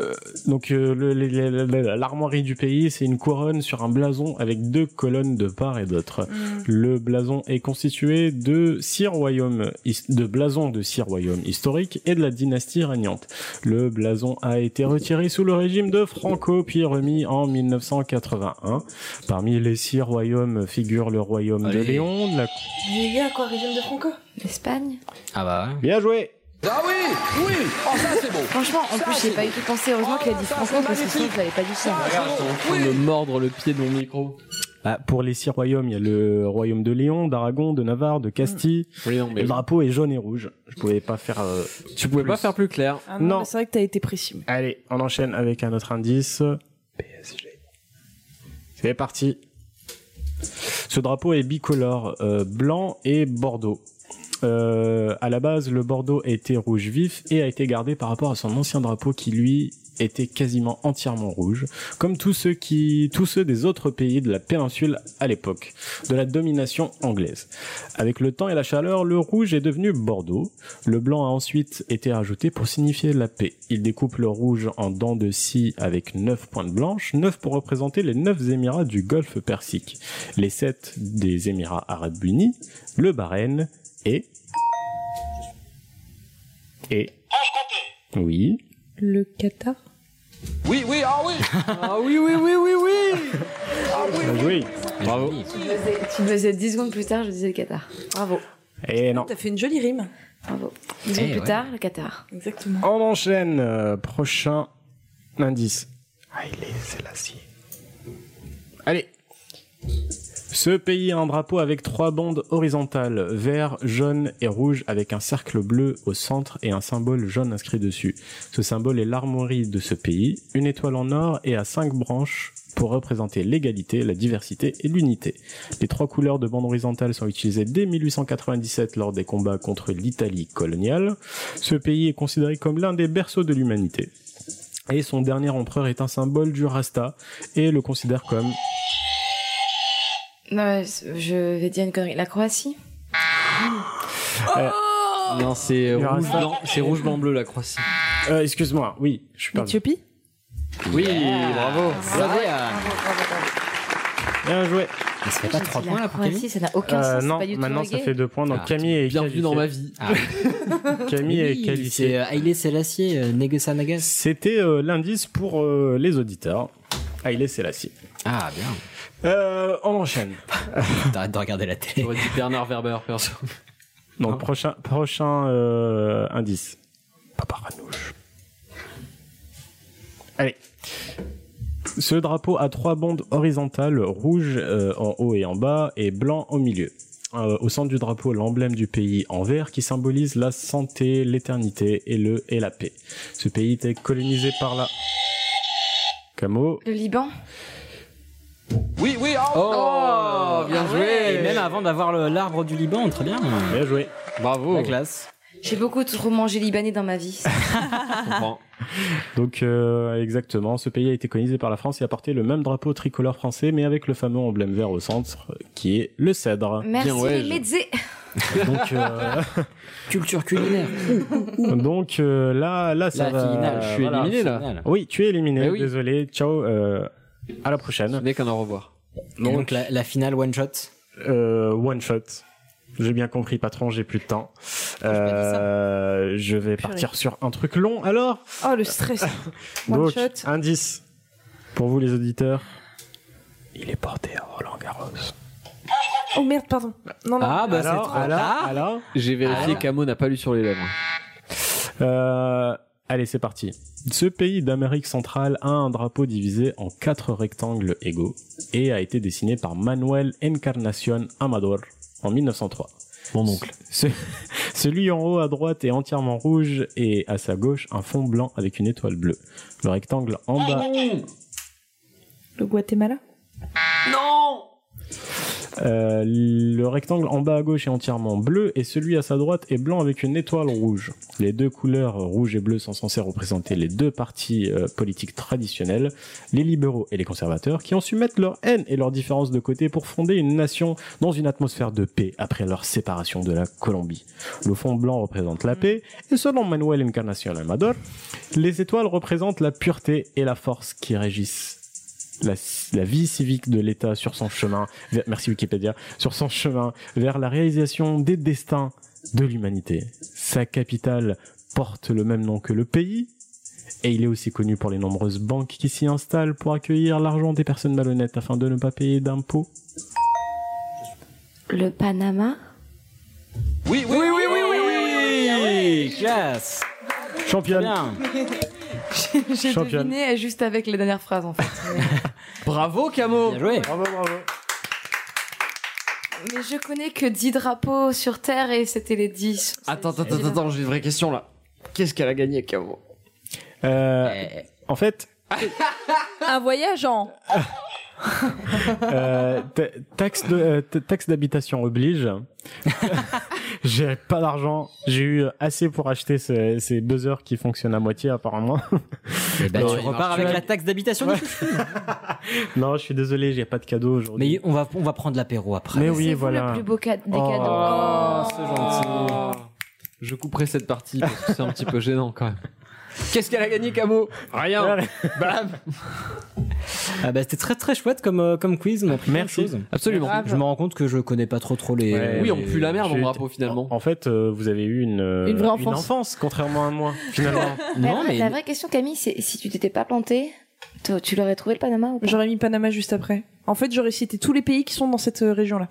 Speaker 3: euh, donc euh, le- les- les- les- l'armoirie du pays, c'est une couronne sur un blason avec deux colonnes de part et d'autre.
Speaker 9: Mm.
Speaker 3: Le blason est constitué de six royaumes, his- de blasons de six royaumes historiques et de la dynastie régnante. Le blason a été retiré sous le régime de Franco puis remis en 1981. Parmi les six royaumes figure le royaume de
Speaker 1: Allez.
Speaker 3: Léon. de La...
Speaker 9: Les gars, quoi, régime de Franco
Speaker 7: L'Espagne
Speaker 1: Ah bah ouais.
Speaker 3: Bien joué.
Speaker 13: Ah oui, oui, oh ça c'est beau.
Speaker 7: Franchement, en plus, j'ai pas eu tout pensé. Heureusement qu'il a dit Franco, parce que sinon, je l'avais pas dit ça.
Speaker 8: me mordre le pied de mon micro.
Speaker 3: Bah, pour les six royaumes, il y a le royaume de Léon, d'Aragon, de Navarre, de Castille.
Speaker 8: mais-
Speaker 3: Et le drapeau est jaune et rouge. Je pouvais pas faire. euh,
Speaker 8: Tu pouvais pas faire plus clair.
Speaker 9: Ah
Speaker 3: Non.
Speaker 9: mais C'est vrai que t'as été précis. mais-
Speaker 3: Allez, on enchaîne avec un autre indice. PSG. C'est parti. Ce drapeau est bicolore, euh, blanc et bordeaux. Euh, à la base, le bordeaux était rouge vif et a été gardé par rapport à son ancien drapeau qui lui était quasiment entièrement rouge, comme tous ceux qui, tous ceux des autres pays de la péninsule à l'époque de la domination anglaise. Avec le temps et la chaleur, le rouge est devenu bordeaux. Le blanc a ensuite été ajouté pour signifier la paix. Il découpe le rouge en dents de scie avec 9 pointes blanches, 9 pour représenter les 9 émirats du golfe Persique, les 7 des émirats arabes unis, le Bahreïn et... Et... Oui.
Speaker 9: Le Qatar
Speaker 13: Oui, oui, ah oui.
Speaker 8: ah oui, oui, oui, oui, oui.
Speaker 3: Bien joué. Bravo.
Speaker 7: Tu me faisais- tu me faisais 10 secondes plus tard, je disais le Qatar. Bravo.
Speaker 3: Et non.
Speaker 9: T'as fait une jolie rime.
Speaker 7: Bravo. 10 secondes
Speaker 3: Eh
Speaker 7: plus
Speaker 3: ouais.
Speaker 7: tard, le Qatar.
Speaker 9: Exactement.
Speaker 3: On enchaîne. euh, prochain indice. Ah, il est, c'est l'acier. Allez. Ce pays a un drapeau avec trois bandes horizontales, vert, jaune et rouge, avec un cercle bleu au centre et un symbole jaune inscrit dessus. Ce symbole est l'armoirie de ce pays, une étoile en or et à cinq branches pour représenter l'égalité, la diversité et l'unité. Les trois couleurs de bande horizontale sont utilisées dès 1897 lors des combats contre l'Italie coloniale. Ce pays est considéré comme l'un des berceaux de l'humanité. Et son dernier empereur est un symbole du Rasta et le considère comme
Speaker 7: Non, mais c'est- je vais dire une connerie. La Croatie
Speaker 3: Euh,
Speaker 1: Oh.
Speaker 8: Non, c'est
Speaker 3: Il y aura
Speaker 8: rouge,
Speaker 3: ça.
Speaker 8: blanc, c'est rouge, blanc, bleu, la Croatie.
Speaker 3: Euh, Excuse-moi, oui, je suis perdu.
Speaker 9: L'Éthiopie
Speaker 8: Oui, bravo.
Speaker 3: Bien joué. Euh,
Speaker 1: Il se fait
Speaker 7: pas trois points, là, pour Camille Croatie, ça n'a aucun
Speaker 14: Euh,
Speaker 7: sens, c'est
Speaker 3: Non,
Speaker 7: pas du tout
Speaker 3: maintenant ça
Speaker 7: reggae.
Speaker 3: fait deux points. Donc
Speaker 1: Ah,
Speaker 3: Camille est
Speaker 8: Bienvenue
Speaker 3: qualifié.
Speaker 8: dans ma vie.
Speaker 3: Camille est
Speaker 1: C'est
Speaker 3: qualifiée.
Speaker 1: euh, Haile Selassie, euh, Negesa Nagas.
Speaker 3: C'était euh, l'indice pour euh, les auditeurs. Haile Selassie.
Speaker 1: Ah bien.
Speaker 3: Euh, on enchaîne.
Speaker 1: T'arrêtes de regarder la télé.
Speaker 8: J'aurais dit Bernard Werber, perso.
Speaker 3: Donc prochain, prochain euh, indice. Papa Ranouche. Allez. Ce drapeau a trois bandes horizontales, rouge euh, en haut et en bas et blanc au milieu. Euh, au centre du drapeau, l'emblème du pays en vert qui symbolise la santé, l'éternité et le et la paix. Ce pays était colonisé par la Camo.
Speaker 7: Le Liban
Speaker 13: Oui, oui, ah
Speaker 8: Oh, bien
Speaker 1: ah Et
Speaker 8: joué.
Speaker 1: même avant d'avoir le- l'arbre du Liban, très bien.
Speaker 3: Bien joué.
Speaker 8: Bravo.
Speaker 1: La classe.
Speaker 7: J'ai beaucoup trop mangé libanais dans ma
Speaker 14: Ah,
Speaker 7: vie.
Speaker 8: Comprends.
Speaker 3: Donc euh, exactement, ce pays a été colonisé par la France et a porté le même drapeau tricolore français, mais avec le fameux emblème vert au centre, euh, qui est le cèdre.
Speaker 7: Merci
Speaker 8: ouais,
Speaker 7: les
Speaker 8: je-
Speaker 7: mezzés.
Speaker 3: Donc, euh,
Speaker 1: Culture culinaire.
Speaker 3: donc euh, là, là, ça
Speaker 1: La
Speaker 3: va.
Speaker 1: finale,
Speaker 8: je suis éliminé, là.
Speaker 1: finale.
Speaker 3: Oui, tu es éliminé.
Speaker 8: Eh oui.
Speaker 3: Désolé. Ciao. euh, à la prochaine.
Speaker 8: Ce n'est qu'un au revoir.
Speaker 1: Et Donc, la, la finale one shot.
Speaker 3: Euh, one shot. J'ai bien compris, patron. J'ai plus de temps. Euh, je vais partir sur un truc long. Alors,
Speaker 9: Oh, le stress. One
Speaker 3: donc
Speaker 9: shot.
Speaker 3: indice pour vous les auditeurs. Il est porté à Roland Garros.
Speaker 9: Oh merde, pardon. Non, non.
Speaker 1: Ah bah c'est
Speaker 3: alors,
Speaker 1: trop
Speaker 3: alors,
Speaker 1: tard.
Speaker 3: alors
Speaker 8: J'ai vérifié
Speaker 1: Ah.
Speaker 8: qu'Amo n'a pas lu sur les lèvres.
Speaker 3: Euh, Allez, c'est parti. Ce pays d'Amérique centrale a un drapeau divisé en quatre rectangles égaux et a été dessiné par Manuel Encarnacion Amador en 1903.
Speaker 8: Mon oncle.
Speaker 3: Ce- Celui en haut à droite est entièrement rouge et à sa gauche un fond blanc avec une étoile bleue. Le rectangle en bas
Speaker 9: Le Guatemala
Speaker 3: Euh, le rectangle en bas à gauche est entièrement bleu et celui à sa droite est blanc avec une étoile rouge. Les deux couleurs euh, rouge et bleu sont censées représenter les deux partis euh, politiques traditionnels, les libéraux et les conservateurs, qui ont su mettre leur haine et leurs différences de côté pour fonder une nation dans une atmosphère de paix après leur séparation de la Colombie. Le fond blanc représente la paix et selon Manuel Encarnacion Amador, les étoiles représentent la pureté et la force qui régissent la, la, vie civique de l'État sur son chemin, vers, merci Wikipédia, sur son chemin vers la réalisation des destins de l'humanité. Sa capitale porte le même nom que le pays, et il est aussi connu pour les nombreuses banques qui s'y installent pour accueillir l'argent des personnes malhonnêtes afin de ne pas payer d'impôts.
Speaker 7: Le Panama
Speaker 1: Oui, oui, oui, oui, oui, oui, oui, oui, oui classe
Speaker 3: Championne
Speaker 14: J'ai deviné juste avec les dernières phrases en fait.
Speaker 8: bravo Camo
Speaker 1: Bien joué.
Speaker 3: Bravo, bravo.
Speaker 14: Mais je connais que 10 drapeaux sur Terre et c'était les 10.
Speaker 8: Attends, attends, attends, attends j'ai une vraie question là. Qu'est-ce qu'elle a gagné Camo
Speaker 3: euh, eh. En fait...
Speaker 14: Un voyage en...
Speaker 3: euh, taxe de euh, taxe d'habitation oblige. j'ai pas d'argent. J'ai eu assez pour acheter ce, ces buzzers qui fonctionnent à moitié apparemment.
Speaker 1: Et bah, non, tu repars avec la taxe d'habitation. Ouais.
Speaker 3: non, je suis désolé, j'ai pas de cadeau aujourd'hui.
Speaker 1: Mais on va on va prendre l'apéro après.
Speaker 3: Mais oui, voilà.
Speaker 7: Le plus beau ca des
Speaker 3: oh,
Speaker 7: cadeaux. Oh,
Speaker 8: c'est gentil. Je couperai cette partie parce que c'est un petit peu gênant quand même. Qu'est-ce qu'elle a gagné, Camo Rien. Bam.
Speaker 1: Ah bah, c'était très très chouette comme euh, comme quiz, on a pris
Speaker 3: Merci.
Speaker 1: Chose.
Speaker 8: Absolument.
Speaker 1: Ah, je me rends compte que je connais pas trop trop les.
Speaker 8: Ouais,
Speaker 1: les...
Speaker 8: Oui, on pue la merde, on drapeau finalement.
Speaker 3: En, en fait, euh, vous avez eu une euh,
Speaker 14: une, vraie enfance.
Speaker 3: une enfance, contrairement à moi finalement.
Speaker 7: non, mais la vraie question, Camille, c'est si tu t'étais pas planté, tu l'aurais trouvé le Panama ou pas
Speaker 14: J'aurais mis Panama juste après. En fait, j'aurais cité tous les pays qui sont dans cette euh, région-là.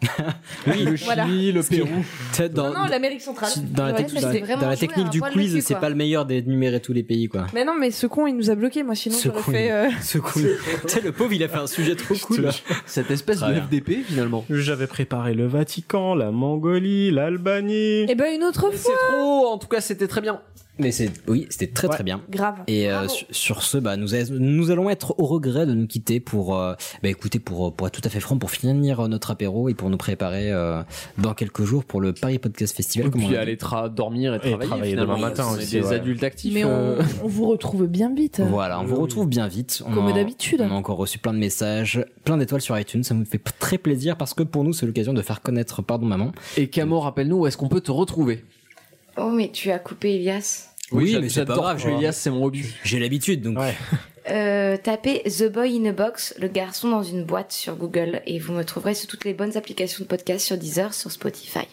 Speaker 8: oui, le Chili, voilà. le Pérou.
Speaker 14: Dans, non, non l'Amérique centrale.
Speaker 1: Dans la, tec dans dans la technique du quiz, c'est pas le meilleur d'énumérer tous les pays, quoi.
Speaker 14: Mais non, mais ce con, il nous a bloqué, moi, sinon j'aurais fait. Euh...
Speaker 1: Ce con. tu sais, le pauvre, il a fait un sujet trop cool.
Speaker 8: Cette espèce de FDP, finalement.
Speaker 3: J'avais préparé le Vatican, la Mongolie, l'Albanie.
Speaker 14: Eh ben, une autre fois.
Speaker 8: C'est trop. En tout cas, c'était très bien.
Speaker 1: Mais c'est oui, c'était très ouais, très bien.
Speaker 14: Grave.
Speaker 1: Et euh, sur, sur ce, bah nous, a, nous allons être au regret de nous quitter pour euh, bah écoutez pour pour être tout à fait franc pour finir euh, notre apéro et pour nous préparer euh, dans quelques jours pour le Paris Podcast Festival.
Speaker 8: Et puis aller dormir et travailler, et travailler
Speaker 3: demain matin
Speaker 8: on
Speaker 3: aussi.
Speaker 8: Des ouais. adultes actifs. euh,
Speaker 14: Mais on, on, vous retrouve bien vite.
Speaker 1: euh, Voilà, on oui. vous retrouve bien vite.
Speaker 14: Comme d'habitude.
Speaker 1: On a encore reçu plein de messages, plein d'étoiles sur iTunes. Ça nous fait très plaisir parce que pour nous c'est l'occasion de faire connaître pardon maman.
Speaker 8: Et Camo, rappelle-nous où est-ce qu'on peut te retrouver.
Speaker 7: Oh, mais tu as coupé Elias.
Speaker 1: Oui, oui mais c'est pas grave. hein.
Speaker 8: Elias, c'est mon hobby.
Speaker 1: J'ai l'habitude, donc.
Speaker 3: Ouais.
Speaker 7: Euh, tapez The Boy in a Box, le garçon dans une boîte sur Google, et vous me trouverez sur toutes les bonnes applications de podcast, sur Deezer, sur Spotify.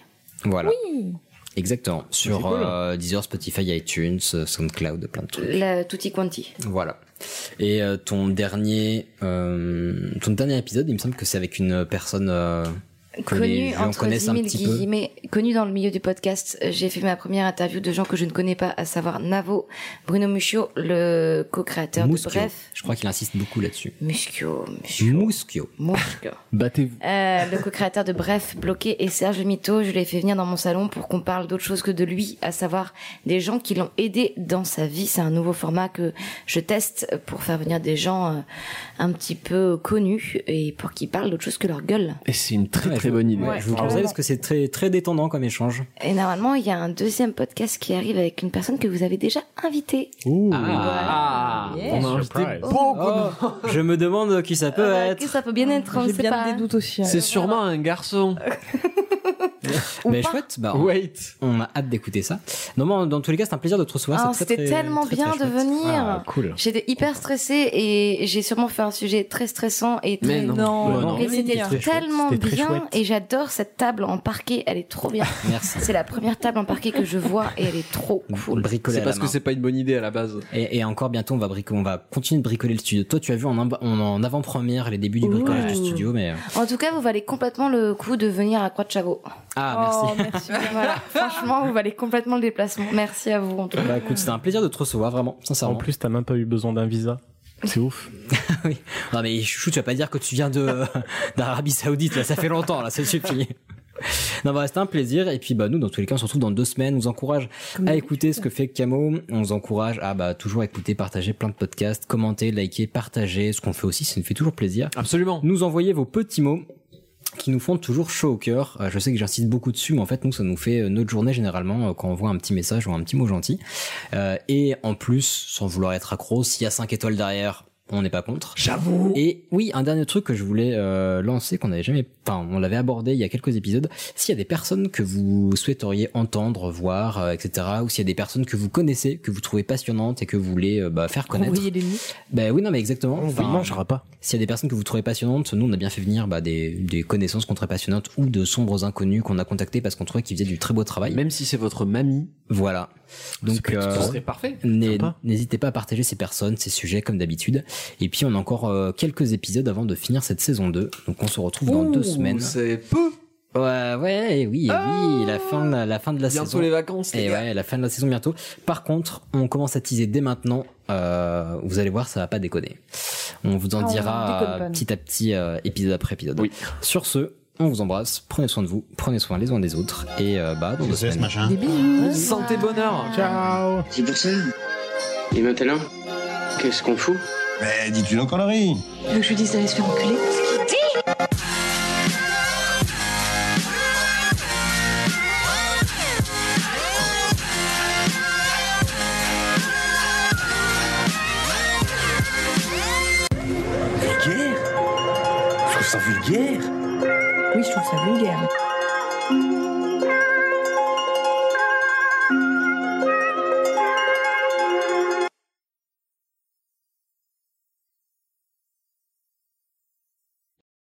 Speaker 1: Voilà.
Speaker 14: Oui.
Speaker 1: Exactement. Sur cool. euh, Deezer, Spotify, iTunes, euh, SoundCloud, plein de trucs.
Speaker 7: La Tutti Quanti.
Speaker 1: Voilà. Et euh, ton dernier, euh, ton dernier épisode, il me semble que c'est avec une personne euh,
Speaker 7: connu entre guillemets, guillemets, connu dans le milieu du podcast. euh, J'ai fait ma première interview de gens que je ne connais pas, à savoir Navo, Bruno Muschio, le co-créateur de Bref.
Speaker 1: Je crois qu'il insiste beaucoup là-dessus.
Speaker 7: Muschio,
Speaker 1: Muschio.
Speaker 7: Muschio.
Speaker 1: Battez-vous.
Speaker 7: Euh, le co-créateur de Bref, Bloqué et Serge Mito, je l'ai fait venir dans mon salon pour qu'on parle d'autre chose que de lui, à savoir des gens qui l'ont aidé dans sa vie. C'est un nouveau format que je teste pour faire venir des gens euh, un petit peu connus et pour qu'ils parlent d'autre chose que leur gueule.
Speaker 8: Et c'est une très ouais, très bonne idée.
Speaker 1: Ouais, je vous conseille parce que c'est très très détendant comme échange.
Speaker 7: Et normalement, il y a un deuxième podcast qui arrive avec une personne que vous avez déjà invitée.
Speaker 1: Ouh.
Speaker 8: Ah,
Speaker 1: yeah. on a invité beaucoup. Oh. je me demande qui ça peut euh, être.
Speaker 7: Ah, Qui Ah, bah, ça peut bien être.
Speaker 14: J'ai bien
Speaker 7: hein.
Speaker 14: pas. des doutes aussi.
Speaker 8: C'est sûrement un garçon.
Speaker 1: Mais pas. chouette, bah,
Speaker 8: Wait.
Speaker 1: on a hâte d'écouter ça. Non, mais dans tous les cas, c'est un plaisir de te recevoir.
Speaker 7: Ah, C'était tellement très, bien très de venir.
Speaker 1: Ah, cool.
Speaker 7: J'étais hyper stressée et j'ai sûrement fait un sujet très stressant et très.
Speaker 8: Mais non. non. non.
Speaker 7: Et c'était tellement bien et j'adore cette table en parquet, elle est trop bien.
Speaker 1: Merci.
Speaker 7: C'est la première table en parquet que je vois et elle est trop
Speaker 1: Bah,
Speaker 7: cool.
Speaker 1: Bricoler.
Speaker 8: C'est parce que c'est pas une bonne idée à la base.
Speaker 1: Et, et encore bientôt on va bricoler, on va continuer de bricoler le studio. Toi tu as vu en, en avant-première les débuts du bricolage Ouh. du studio, mais euh,
Speaker 7: en tout cas vous valez complètement le coup de venir à Croix de Chavot.
Speaker 1: Ah
Speaker 14: oh, merci. merci.
Speaker 7: voilà. Franchement vous valez complètement le déplacement. Merci à vous en tout cas.
Speaker 1: Bah écoute c'était un plaisir de te recevoir vraiment, sincèrement.
Speaker 3: En plus t'as même pas eu besoin d'un visa. C'est ouf.
Speaker 1: oui. Non mais chouchou, tu vas pas dire que tu viens de euh, d'Arabie Saoudite là, ça fait longtemps là, ça suffit. Non, bah, c'était un plaisir. Et puis, bah, nous, dans tous les cas, on se retrouve dans deux semaines. On vous encourage Comme à écouter ce que fait Camo. On vous encourage à, bah, toujours écouter, partager plein de podcasts, commenter, liker, partager. Ce qu'on fait aussi, ça nous fait toujours plaisir.
Speaker 8: Absolument.
Speaker 1: Nous envoyer vos petits mots qui nous font toujours chaud au cœur. Euh, je sais que j'insiste beaucoup dessus, mais en fait, nous, ça nous fait euh, notre journée généralement euh, quand on voit un petit message ou un petit mot gentil. Euh, et en plus, sans vouloir être accro, s'il y a 5 étoiles derrière, on n'est pas contre.
Speaker 13: J'avoue.
Speaker 1: Et oui, un dernier truc que je voulais euh, lancer, qu'on n'avait jamais, enfin, on l'avait abordé il y a quelques épisodes. S'il y a des personnes que vous souhaiteriez entendre, voir, euh, etc., ou s'il y a des personnes que vous connaissez, que vous trouvez passionnantes et que vous voulez euh, bah, faire connaître.
Speaker 14: Envoyez les nuits.
Speaker 1: Ben oui, non, mais exactement.
Speaker 3: On vous mangera pas.
Speaker 1: S'il y a des personnes que vous trouvez passionnantes, nous on a bien fait venir bah, des, des connaissances qu'on trouvait passionnantes ou de sombres inconnus qu'on a contactés parce qu'on trouvait qu'ils faisaient du très beau travail.
Speaker 15: Même si c'est votre mamie.
Speaker 1: Voilà. Donc, euh,
Speaker 15: ce serait parfait.
Speaker 1: n'hé- N'hésitez pas à partager ces personnes, ces sujets comme d'habitude. Et puis on a encore euh, quelques épisodes avant de finir cette saison 2. Donc on se retrouve dans
Speaker 15: Ouh,
Speaker 1: deux semaines.
Speaker 15: C'est peu. Ah
Speaker 1: Ouais, ouais, et oui, et oui, la fin de la, la fin de la
Speaker 15: Bientôt
Speaker 1: saison.
Speaker 15: les vacances, les
Speaker 1: Et
Speaker 15: gars.
Speaker 1: ouais, la fin de la saison bientôt. Par contre, on commence à teaser dès maintenant. euh, vous allez voir, ça va pas déconner. On vous en
Speaker 14: Ah, on
Speaker 1: dira
Speaker 14: déconne
Speaker 1: euh,
Speaker 14: pas, nous.
Speaker 1: petit à petit, euh, épisode après épisode. Sur ce, on vous embrasse. Prenez soin de vous, prenez soin les uns des autres. Et euh, bah, dans
Speaker 15: Qu'est-ce
Speaker 1: deux
Speaker 15: que c'est, ce
Speaker 1: semaines.
Speaker 15: machin Des
Speaker 14: bisous.
Speaker 15: Santé, bonheur.
Speaker 3: Ciao.
Speaker 5: C'est pour ça. Et maintenant, qu'est-ce qu'on fout
Speaker 11: Mais dis-tu nos conneries
Speaker 6: Tu veux que je lui dise d'aller se faire enculer
Speaker 5: Vulgaire Je trouve ça vulgaire
Speaker 6: Oui, je trouve ça vulgaire.